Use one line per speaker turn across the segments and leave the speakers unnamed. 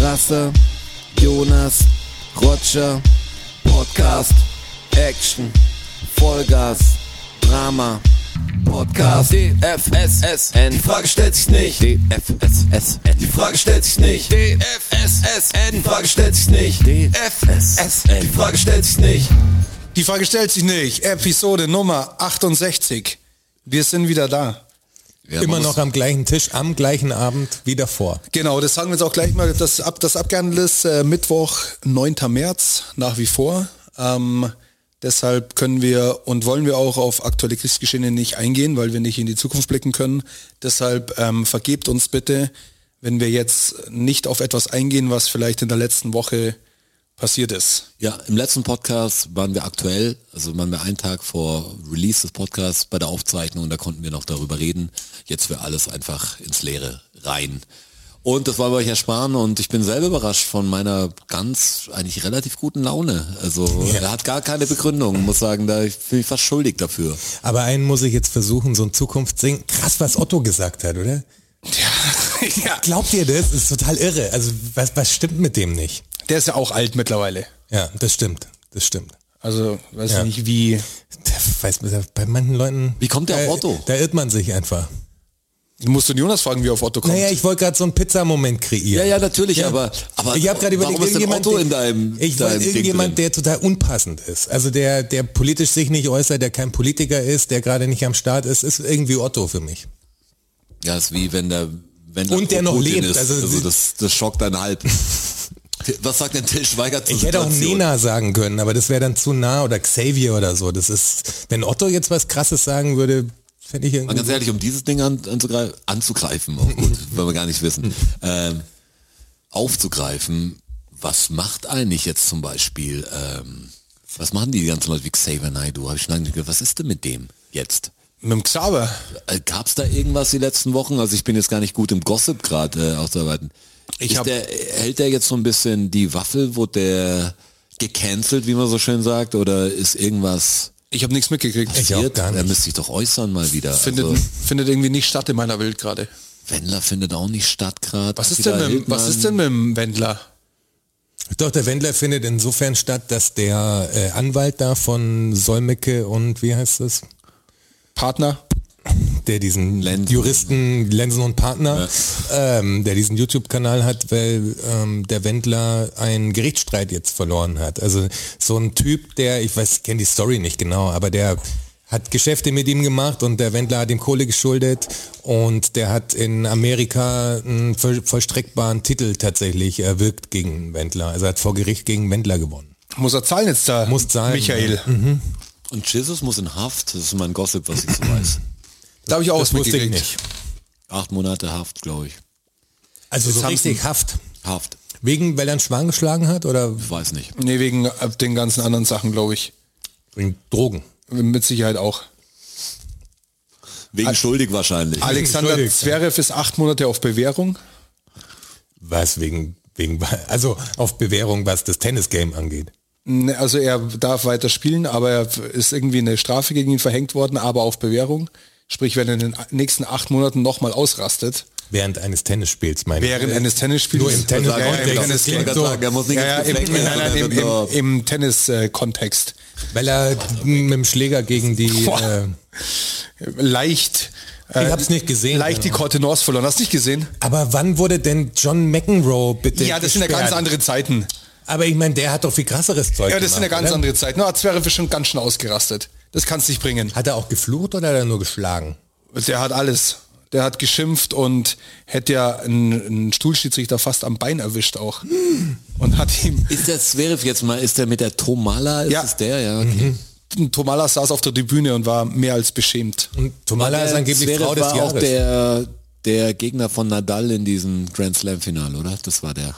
Rasse, Jonas, Roger, Podcast, Action, Vollgas, Drama, Podcast, DFSSN, die Frage stellt sich nicht, DFSSN, die Frage stellt sich nicht, DFSSN, die Frage stellt sich nicht, DFSSN, die Frage stellt sich nicht.
Die Frage stellt sich nicht. Episode Nummer 68. Wir sind wieder da.
Immer noch am gleichen Tisch, am gleichen Abend wie davor.
Genau, das sagen wir jetzt auch gleich mal, dass ab, das abgehandelt ist. Äh, Mittwoch, 9. März, nach wie vor. Ähm, deshalb können wir und wollen wir auch auf aktuelle Kriegsgeschehen nicht eingehen, weil wir nicht in die Zukunft blicken können. Deshalb ähm, vergebt uns bitte, wenn wir jetzt nicht auf etwas eingehen, was vielleicht in der letzten Woche passiert ist.
Ja, im letzten Podcast waren wir aktuell, also waren wir einen Tag vor Release des Podcasts bei der Aufzeichnung und da konnten wir noch darüber reden. Jetzt wird alles einfach ins Leere rein. Und das wollen wir euch ersparen und ich bin selber überrascht von meiner ganz, eigentlich relativ guten Laune. Also er hat gar keine Begründung, muss sagen, da ich fühle mich fast schuldig dafür.
Aber einen muss ich jetzt versuchen, so ein Zukunftssingen. Krass, was Otto gesagt hat, oder?
ja,
Glaubt ihr das? Ist total irre. Also was, was stimmt mit dem nicht?
der ist ja auch alt mittlerweile.
Ja, das stimmt. Das stimmt.
Also weiß
Ja.
nicht wie.
Da weiß man, bei manchen Leuten.
Wie kommt der auf
da,
Otto?
Da irrt man sich einfach.
Du musst den Jonas fragen, wie er auf Otto kommt.
Naja, ich wollte gerade so einen Pizzamoment
Ja,
kreieren.
ja, natürlich, aber, aber
ich habe gerade überlegt,
warum ist denn
irgendjemand,
Otto
der-
in deinem,
ich
deinem
wollte
Ding
irgendjemand,
drin?
der total unpassend ist. Also der, der politisch sich nicht äußert, der kein Politiker ist, der gerade nicht am Start ist, ist irgendwie Otto für mich.
Ja, ist wie wenn der wenn
Und der noch
Putin
lebt,
Ist.
also
Also,
sie-
das, das schockt dann halb. Was sagt denn Till Schweiger zu
Ich hätte auch
Nena.
Nena sagen können, aber das wäre dann zu nah oder Xavier oder so. Das ist, wenn Otto jetzt was Krasses sagen würde, fände ich
Mal
irgendwie.
ganz ehrlich, um dieses Ding an, anzugreifen, anzugreifen, auch gut, weil wir gar nicht wissen, ähm, aufzugreifen, was macht eigentlich jetzt zum Beispiel, ähm, was machen die ganzen Leute wie Xavier Naidoo? Habe ich schon lange nicht gehört, was ist denn mit dem jetzt?
Mit dem Xaver.
Äh, Gab es da irgendwas die letzten Wochen? Also ich bin jetzt gar nicht gut im Gossip gerade äh, auszuarbeiten.
Ich
Ist
hab-
der, hält der jetzt so ein bisschen die Waffel, wurde der gecancelt, wie man so schön sagt, oder ist irgendwas
Ich habe nichts mitgekriegt.
Ich auch
passiert?
gar
Er
nicht.
müsste sich doch äußern mal wieder.
Findet,
also,
findet irgendwie nicht statt in meiner Welt gerade.
Wendler findet auch nicht statt gerade.
Was ist, denn mit, dem- was ist denn mit dem Wendler?
Doch, der Wendler findet insofern statt, dass der äh, Anwalt da von Solmecke und wie heißt das?
Partner?
der diesen
Lensen.
Juristen, Lensen und Partner, ähm, der diesen YouTube-Kanal hat, weil ähm, der Wendler einen Gerichtsstreit jetzt verloren hat. Also so ein Typ, der, ich weiß, kenne die Story nicht genau, aber der hat Geschäfte mit ihm gemacht und der Wendler hat ihm Kohle geschuldet und der hat in Amerika einen voll- vollstreckbaren Titel tatsächlich erwirkt gegen Wendler. Also er hat vor Gericht gegen Wendler gewonnen.
Muss er zahlen jetzt da?
Muss zahlen, Mhm.
Michael.
Und Jesus muss in Haft, das ist mein Gossip, was ich so weiß.
Da habe ich auch was
Das wusste ich
mitgekriegt.
nicht.
Acht Monate Haft, glaube ich.
Also so
haben
richtig Haft.
Haft,
Wegen, weil er einen Schwan geschlagen hat oder
ich weiß nicht.
Nee, wegen äh, den ganzen anderen Sachen, glaube ich.
wegen Drogen?
Mit Sicherheit auch.
Wegen schuldig wahrscheinlich.
Alexander
Entschuldigt.
Zverev ist acht Monate auf Bewährung.
Was wegen wegen also auf Bewährung, was das Tennis-Game angeht.
Ne, Also er darf weiter spielen, aber er ist irgendwie eine Strafe gegen ihn verhängt worden, aber auf Bewährung. Sprich, wenn er in den nächsten acht Monaten nochmal ausrastet,
Während eines Tennisspiels meine ich.
während eines Tennisspiels.
Äh,
Also
Nur im Tennis-
Ja, ja, im Tennis- Also,
Kontext. Das klingt so.
Er muss nicht
Ja, ja,
ins
im,
Gefängnis,
nein, nein, im,
sondern er
im,
wird nur-
im Tennis-Kontext.
Weil er m, mit dem Schläger gegen die
Boah.
äh,
Leicht. Ich
hab's nicht gesehen,
Leicht die
aber-
Corte North verloren. Hast du nicht gesehen?
Aber wann wurde denn John McEnroe bitte
Ja, das sind ja
gesperrt?
ganz andere Zeiten.
Aber ich meine, der hat doch viel krasseres Zeug
Ja, das sind ja
gemacht,
ganz
oder?
andere Zeiten. Na, Zverev ist schon ganz schön ausgerastet. Das kannst du nicht bringen.
Hat er auch geflucht oder hat er nur geschlagen?
Der hat alles. Der hat geschimpft und hätte ja einen, einen Stuhlschiedsrichter fast am Bein erwischt auch. Und hat ihm,
Ist der Zverev jetzt mal, ist der mit der Tomala? Ist
Ja.
es der? Ja, okay.
Tomala saß auf der Tribüne und war mehr als beschämt.
Und Tomala ist
Der
angeblich
Äh, Zverev
Frau des
war auch
Jahres.
der, der Gegner von Nadal in diesem Grand Slam Finale, oder? Das war der.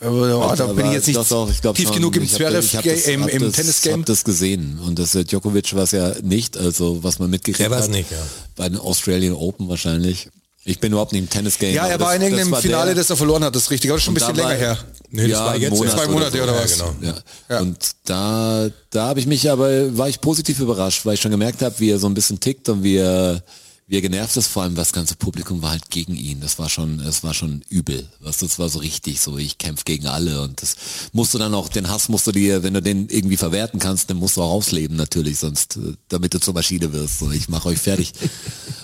Aber, ja, Äh, oh, da
Aber
bin ich jetzt nicht
doch, doch, ich glaub
tief
schon.
genug im
Ich hab das-
Zverev,
ich hab das-
im,
hab
im
das-
Tennis-Game.
hab das gesehen und das äh, Djokovic war es ja nicht, also was man mitgekriegt
Der war's
hat.
nicht, ja.
Bei den Australian Open wahrscheinlich. Ich bin überhaupt nicht im Tennis-Game.
Ja,
aber
er war
das-
in
das
irgendeinem
war der-
Finale, das er verloren hat, das ist richtig. Aber das ist schon ein bisschen
Und da war-
länger her.
Nee, das
ja,
war jetzt
Monat
erst.
Zwei Monate oder
Ja,
was?
Genau.
Ja.
Ja.
Und da, da habe ich mich aber, war ich positiv überrascht, weil ich schon gemerkt habe, wie er so ein bisschen tickt und wie er, wie er genervt ist, vor allem das ganze Publikum war halt gegen ihn. Das war schon, es war schon übel. Weißt, du, das war so richtig so, ich kämpfe gegen alle und das musst du dann auch, den Hass musst du dir, wenn du den irgendwie verwerten kannst, dann musst du auch ausleben natürlich, sonst, äh, damit du zur Maschine wirst. So, ich mache euch fertig.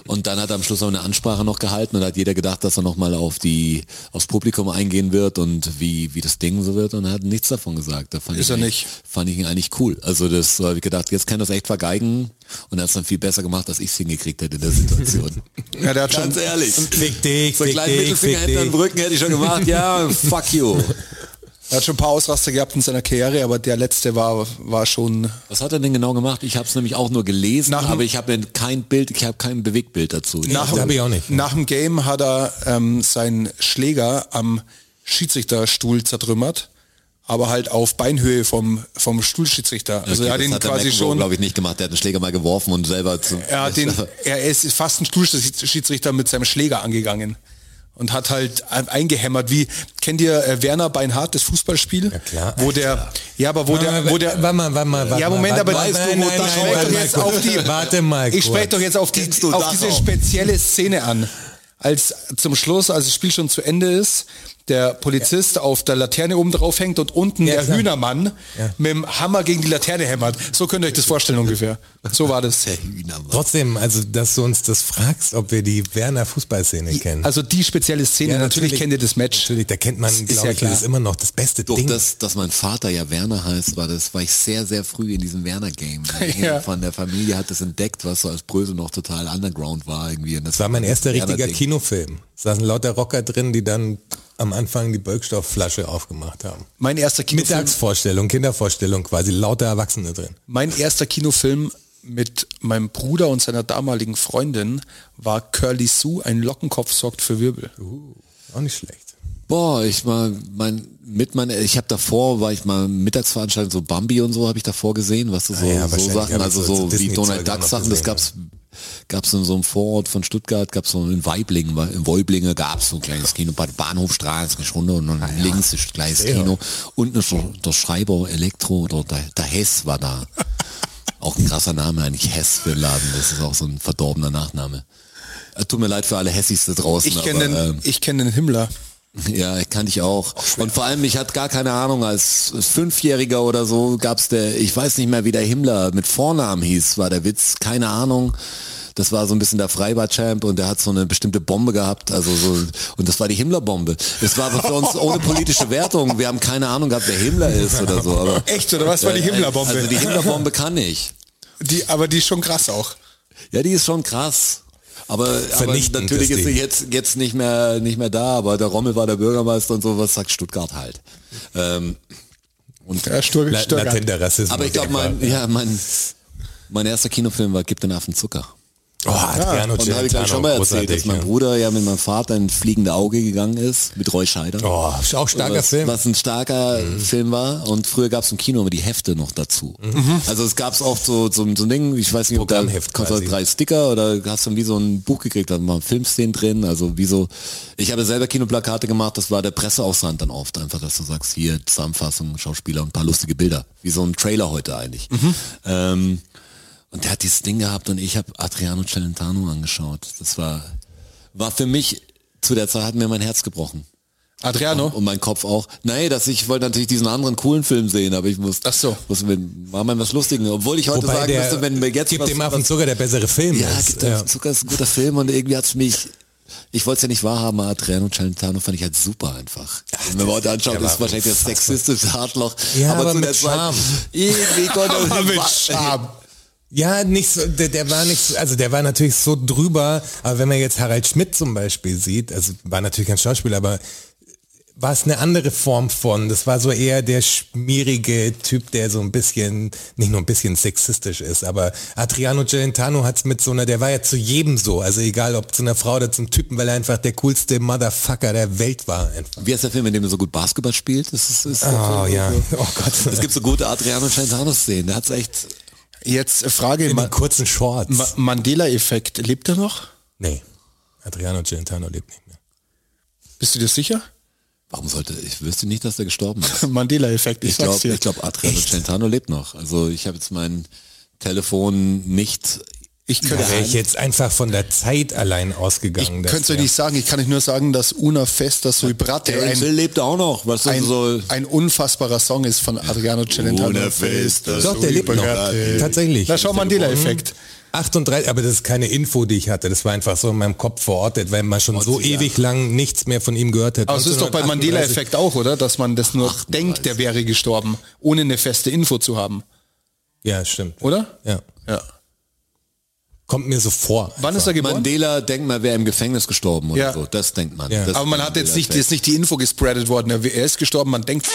Und dann hat er am Schluss noch eine Ansprache noch gehalten und hat jeder gedacht, dass er nochmal auf die, aufs Publikum eingehen wird und wie, wie das Ding so wird und er hat nichts davon gesagt. Da fand
Ist
ich
er
ihn
nicht.
eigentlich- Fand ich ihn eigentlich cool. Also das so habe ich gedacht, jetzt kann das echt vergeigen und er hat es dann viel besser gemacht, als ich es hingekriegt hätte in der Situation.
Ja, der hat
Ganz
schon,
ehrlich.
Fick dich,
So einen
fick
kleinen
dich,
Mittelfinger
fick
hinten an den
dich.
Rücken hätte ich schon gemacht. Ja, fuck you.
er hat schon ein paar Ausraster gehabt in seiner Karriere, aber der letzte war, war schon
Was hat er denn genau gemacht? Ich habe es nämlich auch nur gelesen,
Nach dem-
aber ich habe mir kein Bild, ich habe kein Bewegtbild dazu.
Nach,
hab ich auch nicht.
nach dem Game hat er ähm, seinen Schläger am Schiedsrichterstuhl zertrümmert, aber halt auf Beinhöhe vom, vom Stuhlschiedsrichter. Also er hat
das
ihn
hat der
quasi
McEnroe,
schon...
glaube ich, nicht gemacht. Der hat den Schläger mal geworfen und selber zu.
Er, hat den, er ist fast ein Stuhlschiedsrichter mit seinem Schläger angegangen und hat halt eingehämmert. Wie kennt ihr äh, Werner Beinhardt, das Fußballspiel?
Ja, klar.
Wo der, ja, aber wo der, wo der,
warte mal, warte mal, warte
Ja,
mal,
Moment,
warte
aber
mal,
weißt
nein,
du,
nein,
das
nein,
schmeckt
warte
doch
mal
jetzt
kurz.
auf die-
Warte mal,
Ich spreche
kurz.
doch jetzt auf, die,
Kennst du
auf
das
diese
auch?
spezielle Szene an. Als zum Schluss, als das Spiel schon zu Ende ist, der Polizist auf der Laterne oben drauf hängt und unten
Ja,
der
klar.
Hühnermann
Ja.
mit dem Hammer gegen die Laterne hämmert. So könnt ihr euch das vorstellen ungefähr. So war das.
Der Hühnermann.
Trotzdem, also dass du uns das fragst, ob wir die Werner Fußballszene kennen.
Also die spezielle Szene,
Ja,
natürlich, kennt ihr das Match.
Natürlich, da kennt
Das
man,
ist
glaube
ja
ich,
klar.
das ist immer noch das beste
Durch
Ding.
das, dass mein Vater ja Werner heißt, war das, war ich sehr, sehr früh in diesem Werner-Game.
Ja.
Von der Familie hat das entdeckt, was so als Brösel noch total underground war irgendwie. Und das
Das war mein erster richtiger
Werner-Ding.
Kinofilm. Es saßen lauter Rocker drin, die dann am Anfang die Bölkstoffflasche aufgemacht haben.
Mein erster Kinofilm,
Mittagsvorstellung, Kindervorstellung quasi, lauter Erwachsene drin.
mein erster Kinofilm mit meinem Bruder und seiner damaligen Freundin war Curly Sue, ein Lockenkopf sorgt für Wirbel.
Auch nicht schlecht.
Boah, ich mal mein mit mein ich habe davor war ich mal Mittagsveranstaltung so Bambi und so habe ich davor gesehen, was weißt du, so,
Ah ja,
so
wahrscheinlich
Sachen,
hab ich
also
so- so
so wie
Disney-Zeug
Donald
auch
Duck
noch
Sachen, das
gesehen,
gab's gab's in so einem Vorort von Stuttgart, gab's so in Weiblingen, weil in Weiblinge gab's so ein kleines Kino bei der Bahnhofstraße eine Stunde und
Ah,
dann links ist ein kleines Kino unten ist der, der Schreiber Elektro oder der, der Hess war da. Auch ein krasser Name eigentlich Hess für den Laden, das ist auch so ein verdorbener Nachname. Äh, Tut mir leid für alle Hessis da draußen.
Ich kenne
aber,
den,
ähm,
ich kenn den Himmler.
ja, kannte ich auch. Und vor allem, ich hatte gar keine Ahnung, als Fünfjähriger oder so gab's der, ich weiß nicht mehr, wie der Himmler mit Vornamen hieß, war der Witz, keine Ahnung. Das war so ein bisschen der Freibad-Champ und der hat so eine bestimmte Bombe gehabt, also so, und das war die Himmler-Bombe. Das war aber für uns ohne politische Wertung, wir haben keine Ahnung gehabt, wer Himmler ist oder so. Aber,
Echt, oder was war die Himmlerbombe?
Also die Himmler-Bombe kann ich.
Die, aber die ist schon krass auch.
Ja, die ist schon krass. Aber, aber
Vernichtend,
natürlich
das
ist sie
Ding.
jetzt, jetzt nicht, mehr, nicht mehr da, aber der Rommel war der Bürgermeister und sowas sagt Stuttgart halt. Ähm, und,
Ja, Stur
La-
Stuttgart.
Latenter Rassismus.
aber ich glaube, mein, ja, mein, mein erster Kinofilm war Gib den Affen Zucker.
Oh, Adriano
Und da habe
Celentano,
ich dann schon mal erzählt, dass
großartig,
mein
ja.
Bruder ja mit meinem Vater in Fliegende Auge gegangen ist, mit Roy Scheider.
Oh, ist auch starker
was,
Film. Mhm.
Was ein starker Film war. Und früher gab es im Kino immer die Hefte noch dazu. Also es gab es oft so, so, so ein Ding, ich weiß nicht, ob da
Mhm. Programmheft
kannst du
quasi.
drei Sticker oder hast du wie so ein Buch gekriegt, da waren Filmszenen drin. Also wie so, ich habe selber Kinoplakate gemacht, das war der Presseaushand dann oft einfach, dass du sagst, hier Zusammenfassung, Schauspieler und ein paar lustige Bilder. Wie so ein Trailer heute eigentlich.
Mhm.
Ähm, und der hat dieses Ding gehabt und ich habe Adriano Celentano angeschaut. Das war, war für mich, zu der Zeit hat mir mein Herz gebrochen.
Adriano.
Und mein Kopf auch. Nee, dass ich wollte natürlich diesen anderen coolen Film sehen, aber ich muss,
Ach so.
muss mir, war mal was Lustiges. Obwohl ich heute
Wobei
sagen
der,
müsste, wenn mir jetzt
gibt
was,
dem Affen Zucker der bessere Film
ja,
ist.
gibt dem Zucker ist ein guter Film und irgendwie hat's mich, ich wollte es ja nicht wahrhaben, aber Adriano Celentano fand ich halt super einfach. wenn man heute anschaut,
der
ist
war
wahrscheinlich das
unfassbar.
sexistische Arschloch.
Ja, aber
zu
mit
der Zeit-
Charme.
Irgendwie konnte
Aber mit Charme.
Ah, Ja, nicht so, der, der war nicht, so- also der war natürlich so drüber, aber wenn man jetzt Harald Schmidt zum Beispiel sieht, also war natürlich kein Schauspieler, aber war es eine andere Form von, das war so eher der schmierige Typ, der so ein bisschen, nicht nur ein bisschen sexistisch ist, aber Adriano Celentano hat's mit so einer, der war ja zu jedem so, also egal ob zu einer Frau oder zum Typen, weil er einfach der coolste Motherfucker der Welt war. Einfach.
Wie heißt der Film, in dem er so gut Basketball spielt? Das ist, ist
Oh ja, oh Gott.
Es gibt so gute Adriano Celentano-Szenen. Der hat's echt.
Jetzt Frage,
in
Ma
den kurzen Shorts.
Ma Mandela-Effekt, lebt er noch?
nee, Adriano Celentano lebt nicht mehr.
Bist du dir sicher?
Warum sollte ich wüsste nicht, dass der gestorben ist.
Mandela-Effekt, ich,
Ich
sag's
glaube,
dir.
ich glaube, Adriano Celentano lebt noch. Also ich habe jetzt mein Telefon nicht
Ich
Da
könnte
wäre ich jetzt einfach von der Zeit allein ausgegangen. dass
könnt's euch
der-
nicht sagen, ich kann euch nur sagen, dass Una Festas Vibrate
Der Will
ein,
lebt auch noch, was das soll.
ein, ein unfassbarer Song ist von Adriano Celentano.
Una Festas
Doch, der lebt noch.
Vibrate.
Tatsächlich.
Na, schau mal, Mandela-Effekt.
38, aber das ist keine Info, die ich hatte. Das war einfach so in meinem Kopf verortet, weil man schon so ewig lang nichts mehr von ihm gehört hat.
Aber es ist doch bei
1938
Mandela-Effekt auch, oder? Dass man das nur denkt, der wäre gestorben, ohne eine feste Info zu haben,
Ja, stimmt.
oder?
Ja.
Ja.
Kommt mir so vor.
Wann ist er geboren?
Mandela denkt man, wäre im Gefängnis gestorben oder
Ja.
so. Das denkt man.
Ja.
Das
Aber man hat jetzt nicht, ist nicht die Info gespreadet worden. Er er ist gestorben, man denkt.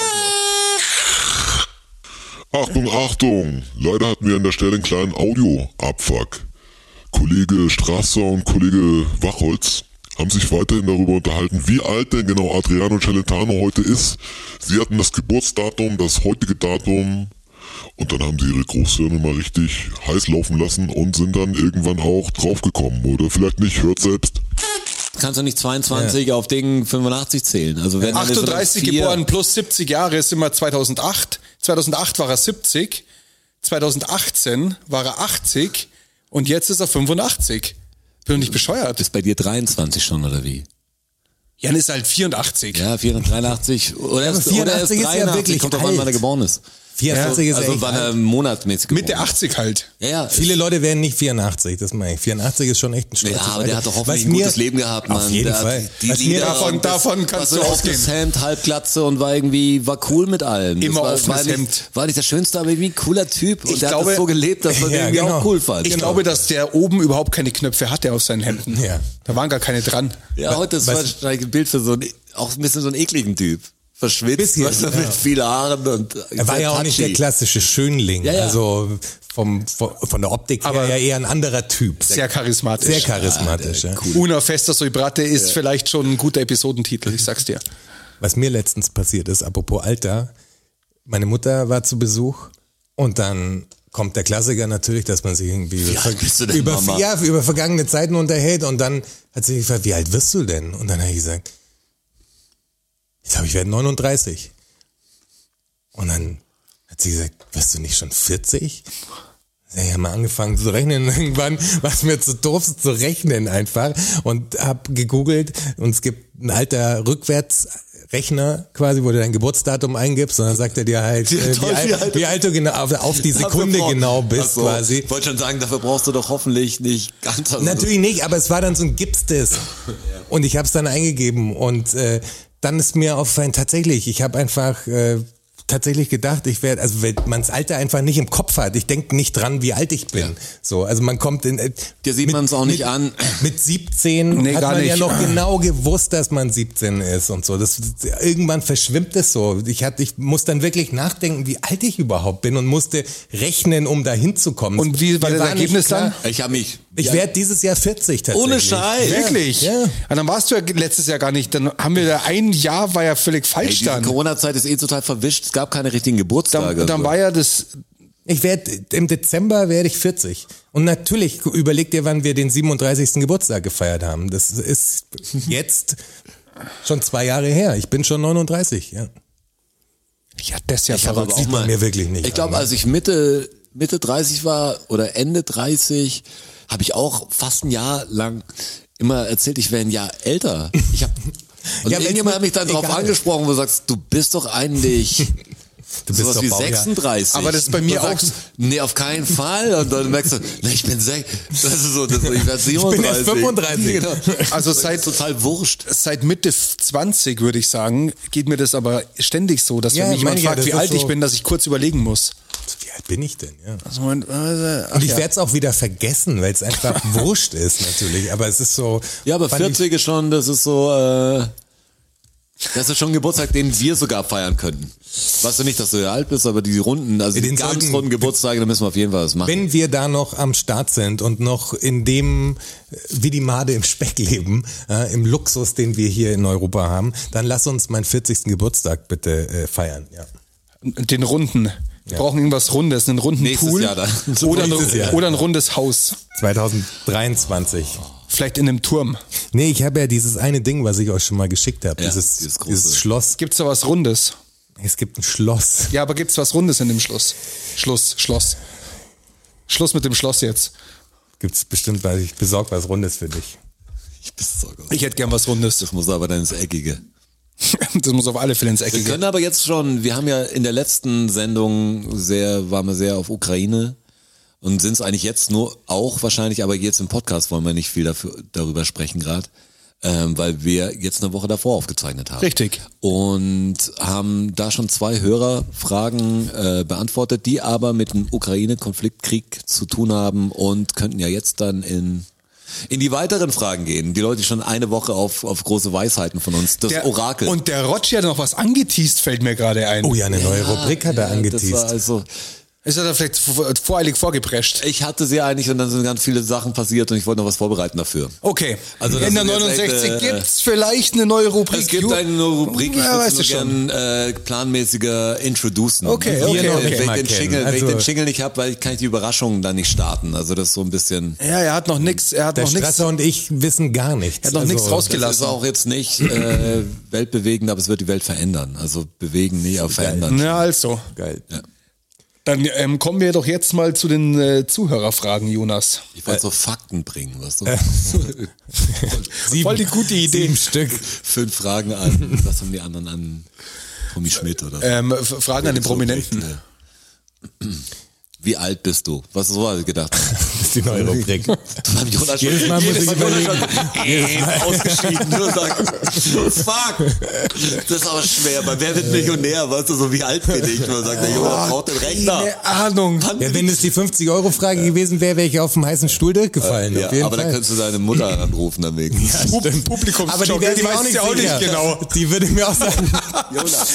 Achtung, Achtung! Leider hatten wir an der Stelle einen kleinen Audio-Abfuck. Kollege Strasser und Kollege Wachholz haben sich weiterhin darüber unterhalten, wie alt denn genau Adriano Celentano heute ist. Sie hatten das Geburtsdatum, das heutige Datum und dann haben sie ihre Großhirne mal richtig heiß laufen lassen und sind dann irgendwann auch draufgekommen. Oder vielleicht nicht, hört selbst.
Kannst du nicht 22 auf Ding 85 zählen? Also wenn dann ist er
38
vier.
geboren, plus 70 Jahre ist immer 2008. 2008 war er 70, 2018 war er 80 und jetzt ist er 85. Bin doch nicht bescheuert.
Ist bei dir 23 schon oder wie?
Jan ist halt 84.
Ja, 483 oder erst, oder erst
84
83
ist ja wirklich
kommt drauf an, wann er
alt.
geboren ist.
84 ist
also
echt
wann
alt.
er monatsmäßig geboren
Mit der 80 halt.
ist. Ja, ja.
Viele Leute werden nicht 84, das meine ich. 84 ist schon echt ein
ja,
schlechtes
aber der hat doch hoffentlich
Was
ein
mir-
gutes Leben gehabt, Mann.
Auf jeden
der
Fall.
Hat die
Was mir
Lieder
davon-
und das-
davon kannst
was
du
weiß ich,
ausgehen.
offenes Hemd, Halbglatze und war irgendwie, war cool mit allem.
Immer
das
offenes
war, war
Hemd.
Nicht, war nicht der schönste, aber irgendwie ein cooler Typ. Und
Ich
der hat
glaube-
das so gelebt, dass man
Ja,
irgendwie
genau.
auch cool fand.
Ich glaube, dass der oben überhaupt keine Knöpfe hatte auf seinen Hemden.
Ja.
Da waren gar keine dran.
Ja, heute ist
Was-
wahrscheinlich ein Bild für so einen, auch ein bisschen so einen ekligen Typ. Verschwitzt,
Bisschen,
weißt du,
ja.
mit vielen Haaren und
Er war ja auch nicht der klassische Schönling.
Ja, ja.
Also vom, von, von der Optik
Aber
her ja eher ein anderer Typ.
Sehr charismatisch.
Sehr charismatisch. Ja,
Una Festa Soibrate ist vielleicht schon ein guter Episodentitel, ich sag's dir.
Was mir letztens passiert ist, apropos Alter, meine Mutter war zu Besuch und dann kommt der Klassiker natürlich, dass man sich irgendwie über,
alt bist du denn,
über,
Mama?
ja, über vergangene Zeiten unterhält und dann hat sie gefragt, wie alt wirst du denn? Und dann habe ich gesagt, ich glaube, ich werde 39. Und dann hat sie gesagt, wirst du nicht schon 40? Ja, ich habe mal angefangen zu rechnen. Irgendwann war es mir zu doof zu rechnen einfach und habe gegoogelt und es gibt ein alter Rückwärtsrechner quasi, wo du dein Geburtsdatum eingibst und dann sagt er dir halt, äh, wie,
toll, wie alt-
alt, wie alt du genau auf, auf die Sekunde genau bist quasi.
Ich wollte schon sagen, dafür brauchst du doch hoffentlich nicht ganz. Also
Natürlich nicht, aber es war dann so ein Gibt's das. Und ich habe es dann eingegeben und äh, dann ist mir aufgefallen, tatsächlich, ich habe einfach äh, tatsächlich gedacht, ich werde, also wenn man's Alter einfach nicht im Kopf hat, ich denke nicht dran, wie alt ich bin. So, also man kommt in. Äh,
Dir sieht
mit-
man's auch nicht
mit,
an.
Mit 17
Nee,
hat
gar
man ja
nicht.
noch genau gewusst, dass man 17 ist und so. Das, irgendwann verschwimmt es so. Ich, hatte, ich muss dann wirklich nachdenken, wie alt ich überhaupt bin und musste rechnen, um da hinzukommen.
Und wie war
Mir
das
nicht
Ergebnis dann?
klar-
Ich habe mich.
ich werde dieses Jahr 40 tatsächlich.
Ohne Scheiß.
Wirklich?
Ja.
Und dann warst du ja letztes Jahr gar nicht, dann haben wir da ein Jahr war ja völlig
Ey,
falsch
diese
dann.
Corona-Zeit ist eh total verwischt. Es gab keine richtigen Geburtstage.
Dann, dann
also.
war ja das,
Ich werde im Dezember werde ich 40. Und natürlich überlegt ihr, wann wir den 37. Geburtstag gefeiert haben. Das ist jetzt schon zwei Jahre her. Ich bin schon 39. Ja.
ja, das ist ja
hab
verrückt.
aber
Sieht man mir wirklich nicht
Ich glaube,
an, ne?
als ich Mitte, Mitte 30 war oder Ende 30, habe ich auch fast ein Jahr lang immer erzählt, ich wäre ein Jahr älter. Ich hab, und
Ja, wenn's
irgendjemand hat mich dann
mit-
darauf
egal.
angesprochen, wo du sagst, du bist doch eigentlich
Du bist
sowas
doch
wie
Baujahr.
36.
Aber das ist bei mir
Und dann
auch
sagst du, Nee, auf keinen Fall. Und dann merkst du, nee, ich bin sech, das ist so, das, ich werde 37.
bin erst 35.
Also
Das ist
seit-
total wurscht.
Seit Mitte 20, würde ich sagen, geht mir das aber ständig so, dass
Ja,
wenn mich
mein
jemand
ja,
fragt,
das
wie
ist
alt ich
so-
bin, dass ich kurz überlegen muss.
Wie alt bin ich denn? Ja.
Also mein, äh, ach
Und ich
ja.
werde es auch wieder vergessen, weil es einfach wurscht ist natürlich. Aber es ist so.
Ja, aber
wann die-
40 ist schon, das ist so, äh, das ist schon ein Geburtstag, den wir sogar feiern könnten. Weißt du nicht, dass du ja alt bist, aber die runden, also die
Den
ganz
sollten-
runden Geburtstage, da müssen wir auf jeden Fall was machen.
Wenn wir da noch am Start sind und noch in dem, äh, wie die Made im Speck leben, äh, im Luxus, den wir hier in Europa haben, dann lass uns meinen 40. Geburtstag bitte äh, feiern. Ja.
Den runden. Wir brauchen irgendwas Rundes, einen runden
Nächstes
Pool
Jahr dann.
Oder, ein,
Nächstes Jahr.
oder ein rundes Haus.
2023.
Vielleicht in einem Turm.
Nee, ich habe ja dieses eine Ding, was ich euch schon mal geschickt habe.
Ja,
dieses,
dieses
dieses,
große.
Schloss.
Gibt's da was Rundes?
Es gibt ein Schloss.
Ja, aber gibt's was Rundes in dem Schluss? Schluss, Schloss. Schluss mit dem Schloss jetzt.
Gibt's bestimmt, weil ich besorg was Rundes für dich.
Ich besorge uns.
Ich hätte gern was Rundes.
Das muss aber dann ins Eckige.
Das muss auf alle Fälle ins
Wir
Eckige.
können aber jetzt schon, wir haben ja in der letzten Sendung sehr, waren wir sehr auf Ukraine und sind es eigentlich jetzt nur auch wahrscheinlich, aber jetzt im Podcast wollen wir nicht viel dafür, darüber sprechen gerade, ähm, weil wir jetzt eine Woche davor aufgezeichnet haben.
Richtig.
Und haben da schon zwei Hörerfragen äh, beantwortet, die aber mit dem Ukraine-Konfliktkrieg zu tun haben und könnten ja jetzt dann in in die weiteren Fragen gehen. Die Leute die schon eine Woche auf, auf große Weisheiten von uns. Das
Der-
Orakel.
Und der Rotschi hat noch was angeteased, fällt mir gerade ein.
Oh ja, eine neue Rubrik hat er
Das war
angeteased.
also,
Ist er da vielleicht vor- voreilig vorgeprescht?
ich hatte sie eigentlich und dann sind ganz viele Sachen passiert und ich wollte noch was vorbereiten dafür.
Okay.
Also das
in der
sind jetzt
69
echt, äh,
gibt's vielleicht eine neue Rubrik.
Es gibt
Ju-
eine neue Rubrik, ich
Ja,
würde
weißt
nur
du schon.
gern äh, planmäßiger introducen.
Okay, okay,
Wenn,
okay.
Wenn, ich
Mal
den
kennen.
Jingle, wenn ich
Also-
den Jingle nicht habe, weil ich kann ich die Überraschung dann nicht starten. Also das ist so ein bisschen...
Ja, er hat noch nichts, er hat
Der
noch nichts.
Strasser und ich wissen gar nichts. Also,
Er hat noch nichts
Also, Das
rausgelassen.
ist auch jetzt nicht äh, weltbewegend, aber es wird die Welt verändern. Also bewegen, nicht, aber verändern.
Na also,
Geil.
dann ähm, kommen wir doch jetzt mal zu den äh, Zuhörerfragen, Jonas.
Ich wollte so Fakten bringen, weißt
Äh.
du?
Sieben,
Voll die gute Idee.
Sieben Stück.
Fünf Fragen an, was haben die anderen an Tommy Schmidt oder so?
Ähm, F- Fragen an den
So
Prominenten.
direkt, äh, Wie alt bist du? Was so war gedacht?
Das ist die neue Rubrik.
Das hab ich Jonas schon-
Jedes Mal muss ich
Jonas
überlegen.
schon- äh, ausgeschieden und sagt, fuck, das ist aber schwer, weil wer wird Millionär, weißt du, so wie alt bin ich? Man sagt, der Junge braucht den Rechner.
Keine Ahnung.
Ja, wenn es die 50-Euro-Frage gewesen wäre, wäre ich auf dem heißen Stuhl durchgefallen.
Ja,
auf jeden
aber dann
Fall.
könntest du deine Mutter anrufen deswegen.
Pub Publikumsjoker,
aber die, wäre
die
sich auch
weiß
nicht
ja auch
sicher.
nicht genau.
Die würde mir auch sagen,
Jonas.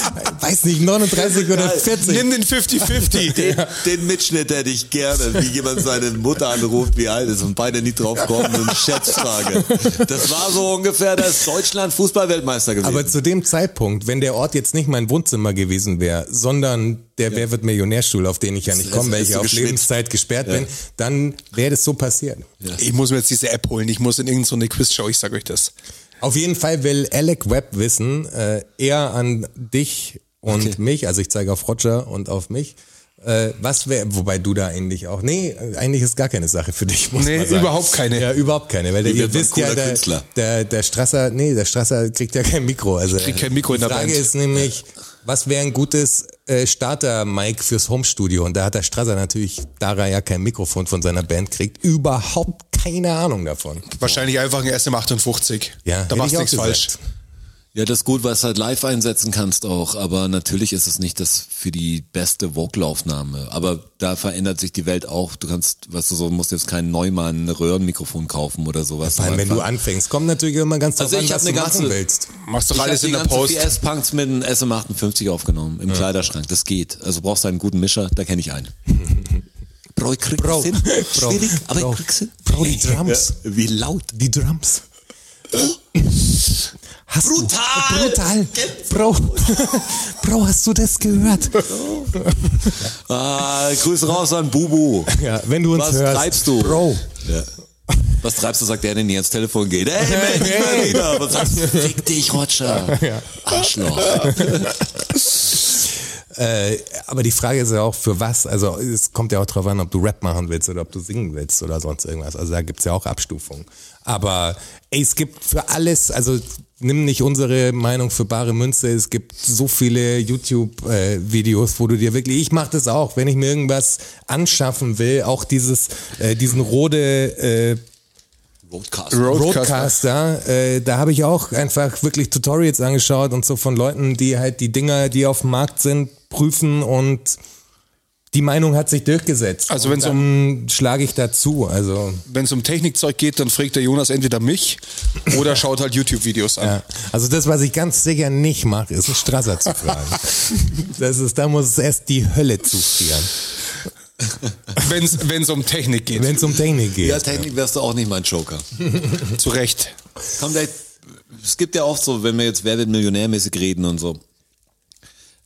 weiß nicht, 39 oder 40.
Nimm den 50-50.
Den, den Mitschnitt hätte ich gerne, wie jemand seine Mutter anruft, wie alt ist und beide nie drauf kommen, so eine Schätzfrage. Das war so ungefähr, dass Deutschland Fußballweltmeister gewesen.
Aber zu dem Zeitpunkt, wenn der Ort jetzt nicht mein Wohnzimmer gewesen wäre, sondern der Wer wird Millionärstuhl, auf den ich ja nicht
Es- es-
komme, weil
es
ich
so
auf
geschwitzt.
Lebenszeit gesperrt bin, dann wäre das so passiert.
Ich muss mir jetzt diese App holen. Ich muss in irgendeine so eine Quizshow, ich sag euch das.
Auf jeden Fall will Alec Webb wissen, äh, eher an dich und mich, also ich zeige auf Roger und auf mich, äh, was wäre, wobei du da eigentlich auch, nee, eigentlich ist gar keine Sache für dich, muss
Nee,
man sagen.
überhaupt keine.
Ja, überhaupt keine, weil
wird
ihr
man
wisst ja,
cooler
der,
Künstler.
der, der Strasser, nee, der Strasser kriegt ja kein Mikro. Also
krieg kein Mikro
die
in der
Frage
Band.
ist nämlich, was wäre ein gutes äh, Starter-Mic fürs Homestudio? Und da hat der Strasser natürlich, da er ja kein Mikrofon von seiner Band kriegt, überhaupt keine Ahnung davon.
Wahrscheinlich einfach ein SM58.
Ja,
da
hätte
machst
ich
du
auch
nichts
gesagt.
falsch.
Ja, das ist gut, weil es halt live einsetzen kannst auch, aber natürlich ist es nicht das für die beste Vocalaufnahme. Aber da verändert sich die Welt auch. Du kannst, weißt du, so musst jetzt kein Neumann Röhrenmikrofon kaufen oder sowas.
Vor allem, wenn du
Einfach-
anfängst, kommt natürlich immer ganz drauf
Also
an,
ich hab
was
eine
du
ganze-
machen willst.
Machst doch
ich
alles
hab
in der
die ganzen
Post.
PS-Punks mit einem SM58 aufgenommen im Kleiderschrank. Das geht. Also brauchst du einen guten Mischer, da kenne ich einen. Bro, ich krieg's
Bro,
hin.
Bro,
Schwierig, aber
Bro.
ich krieg's hin.
Bro, die Drums.
Ja, wie laut.
Die Drums. Hast
Brutal!
Du, brutal! Bro, Bro, hast du das gehört?
Ah, Grüße raus an Bubu.
Ja, wenn du uns
Was
hörst.
treibst du?
Bro.
Ja. Was treibst du, sagt er, denn die ans Telefon geht? Hey, Mensch, mal wieder. Was sagst du? Fick dich, Roger. Arschloch.
Äh, aber die Frage ist ja auch, für was? Also, es kommt ja auch drauf an, ob du Rap machen willst oder ob du singen willst oder sonst irgendwas. Also, da gibt's ja auch Abstufungen. Aber ey, es gibt für alles, also nimm nicht unsere Meinung für bare Münze. Es gibt so viele YouTube-Videos, wo du dir wirklich, ich mache das auch, wenn ich mir irgendwas anschaffen will, auch dieses, äh, diesen Rode. Äh,
Roadcast.
Roadcaster, äh, da habe ich auch einfach wirklich Tutorials angeschaut und so von Leuten, die halt die Dinger, die auf dem Markt sind, prüfen und die Meinung hat sich durchgesetzt.
Also
Und
wenn's
dann schlage ich dazu. Also,
Wenn es um Technikzeug geht, dann fragt der Jonas entweder mich oder schaut halt YouTube-Videos an.
ja. also das, was ich ganz sicher nicht mache, ist einen Strasser zu fragen. Das ist, da muss es erst die Hölle zufrieren,
Wenn es um Technik geht.
wenn es um Technik geht.
Ja, Technik wärst du auch nicht mein Joker.
Zu Recht.
Komm, der, es gibt ja oft so, wenn wir jetzt Wer wird Millionär-mäßig reden und so,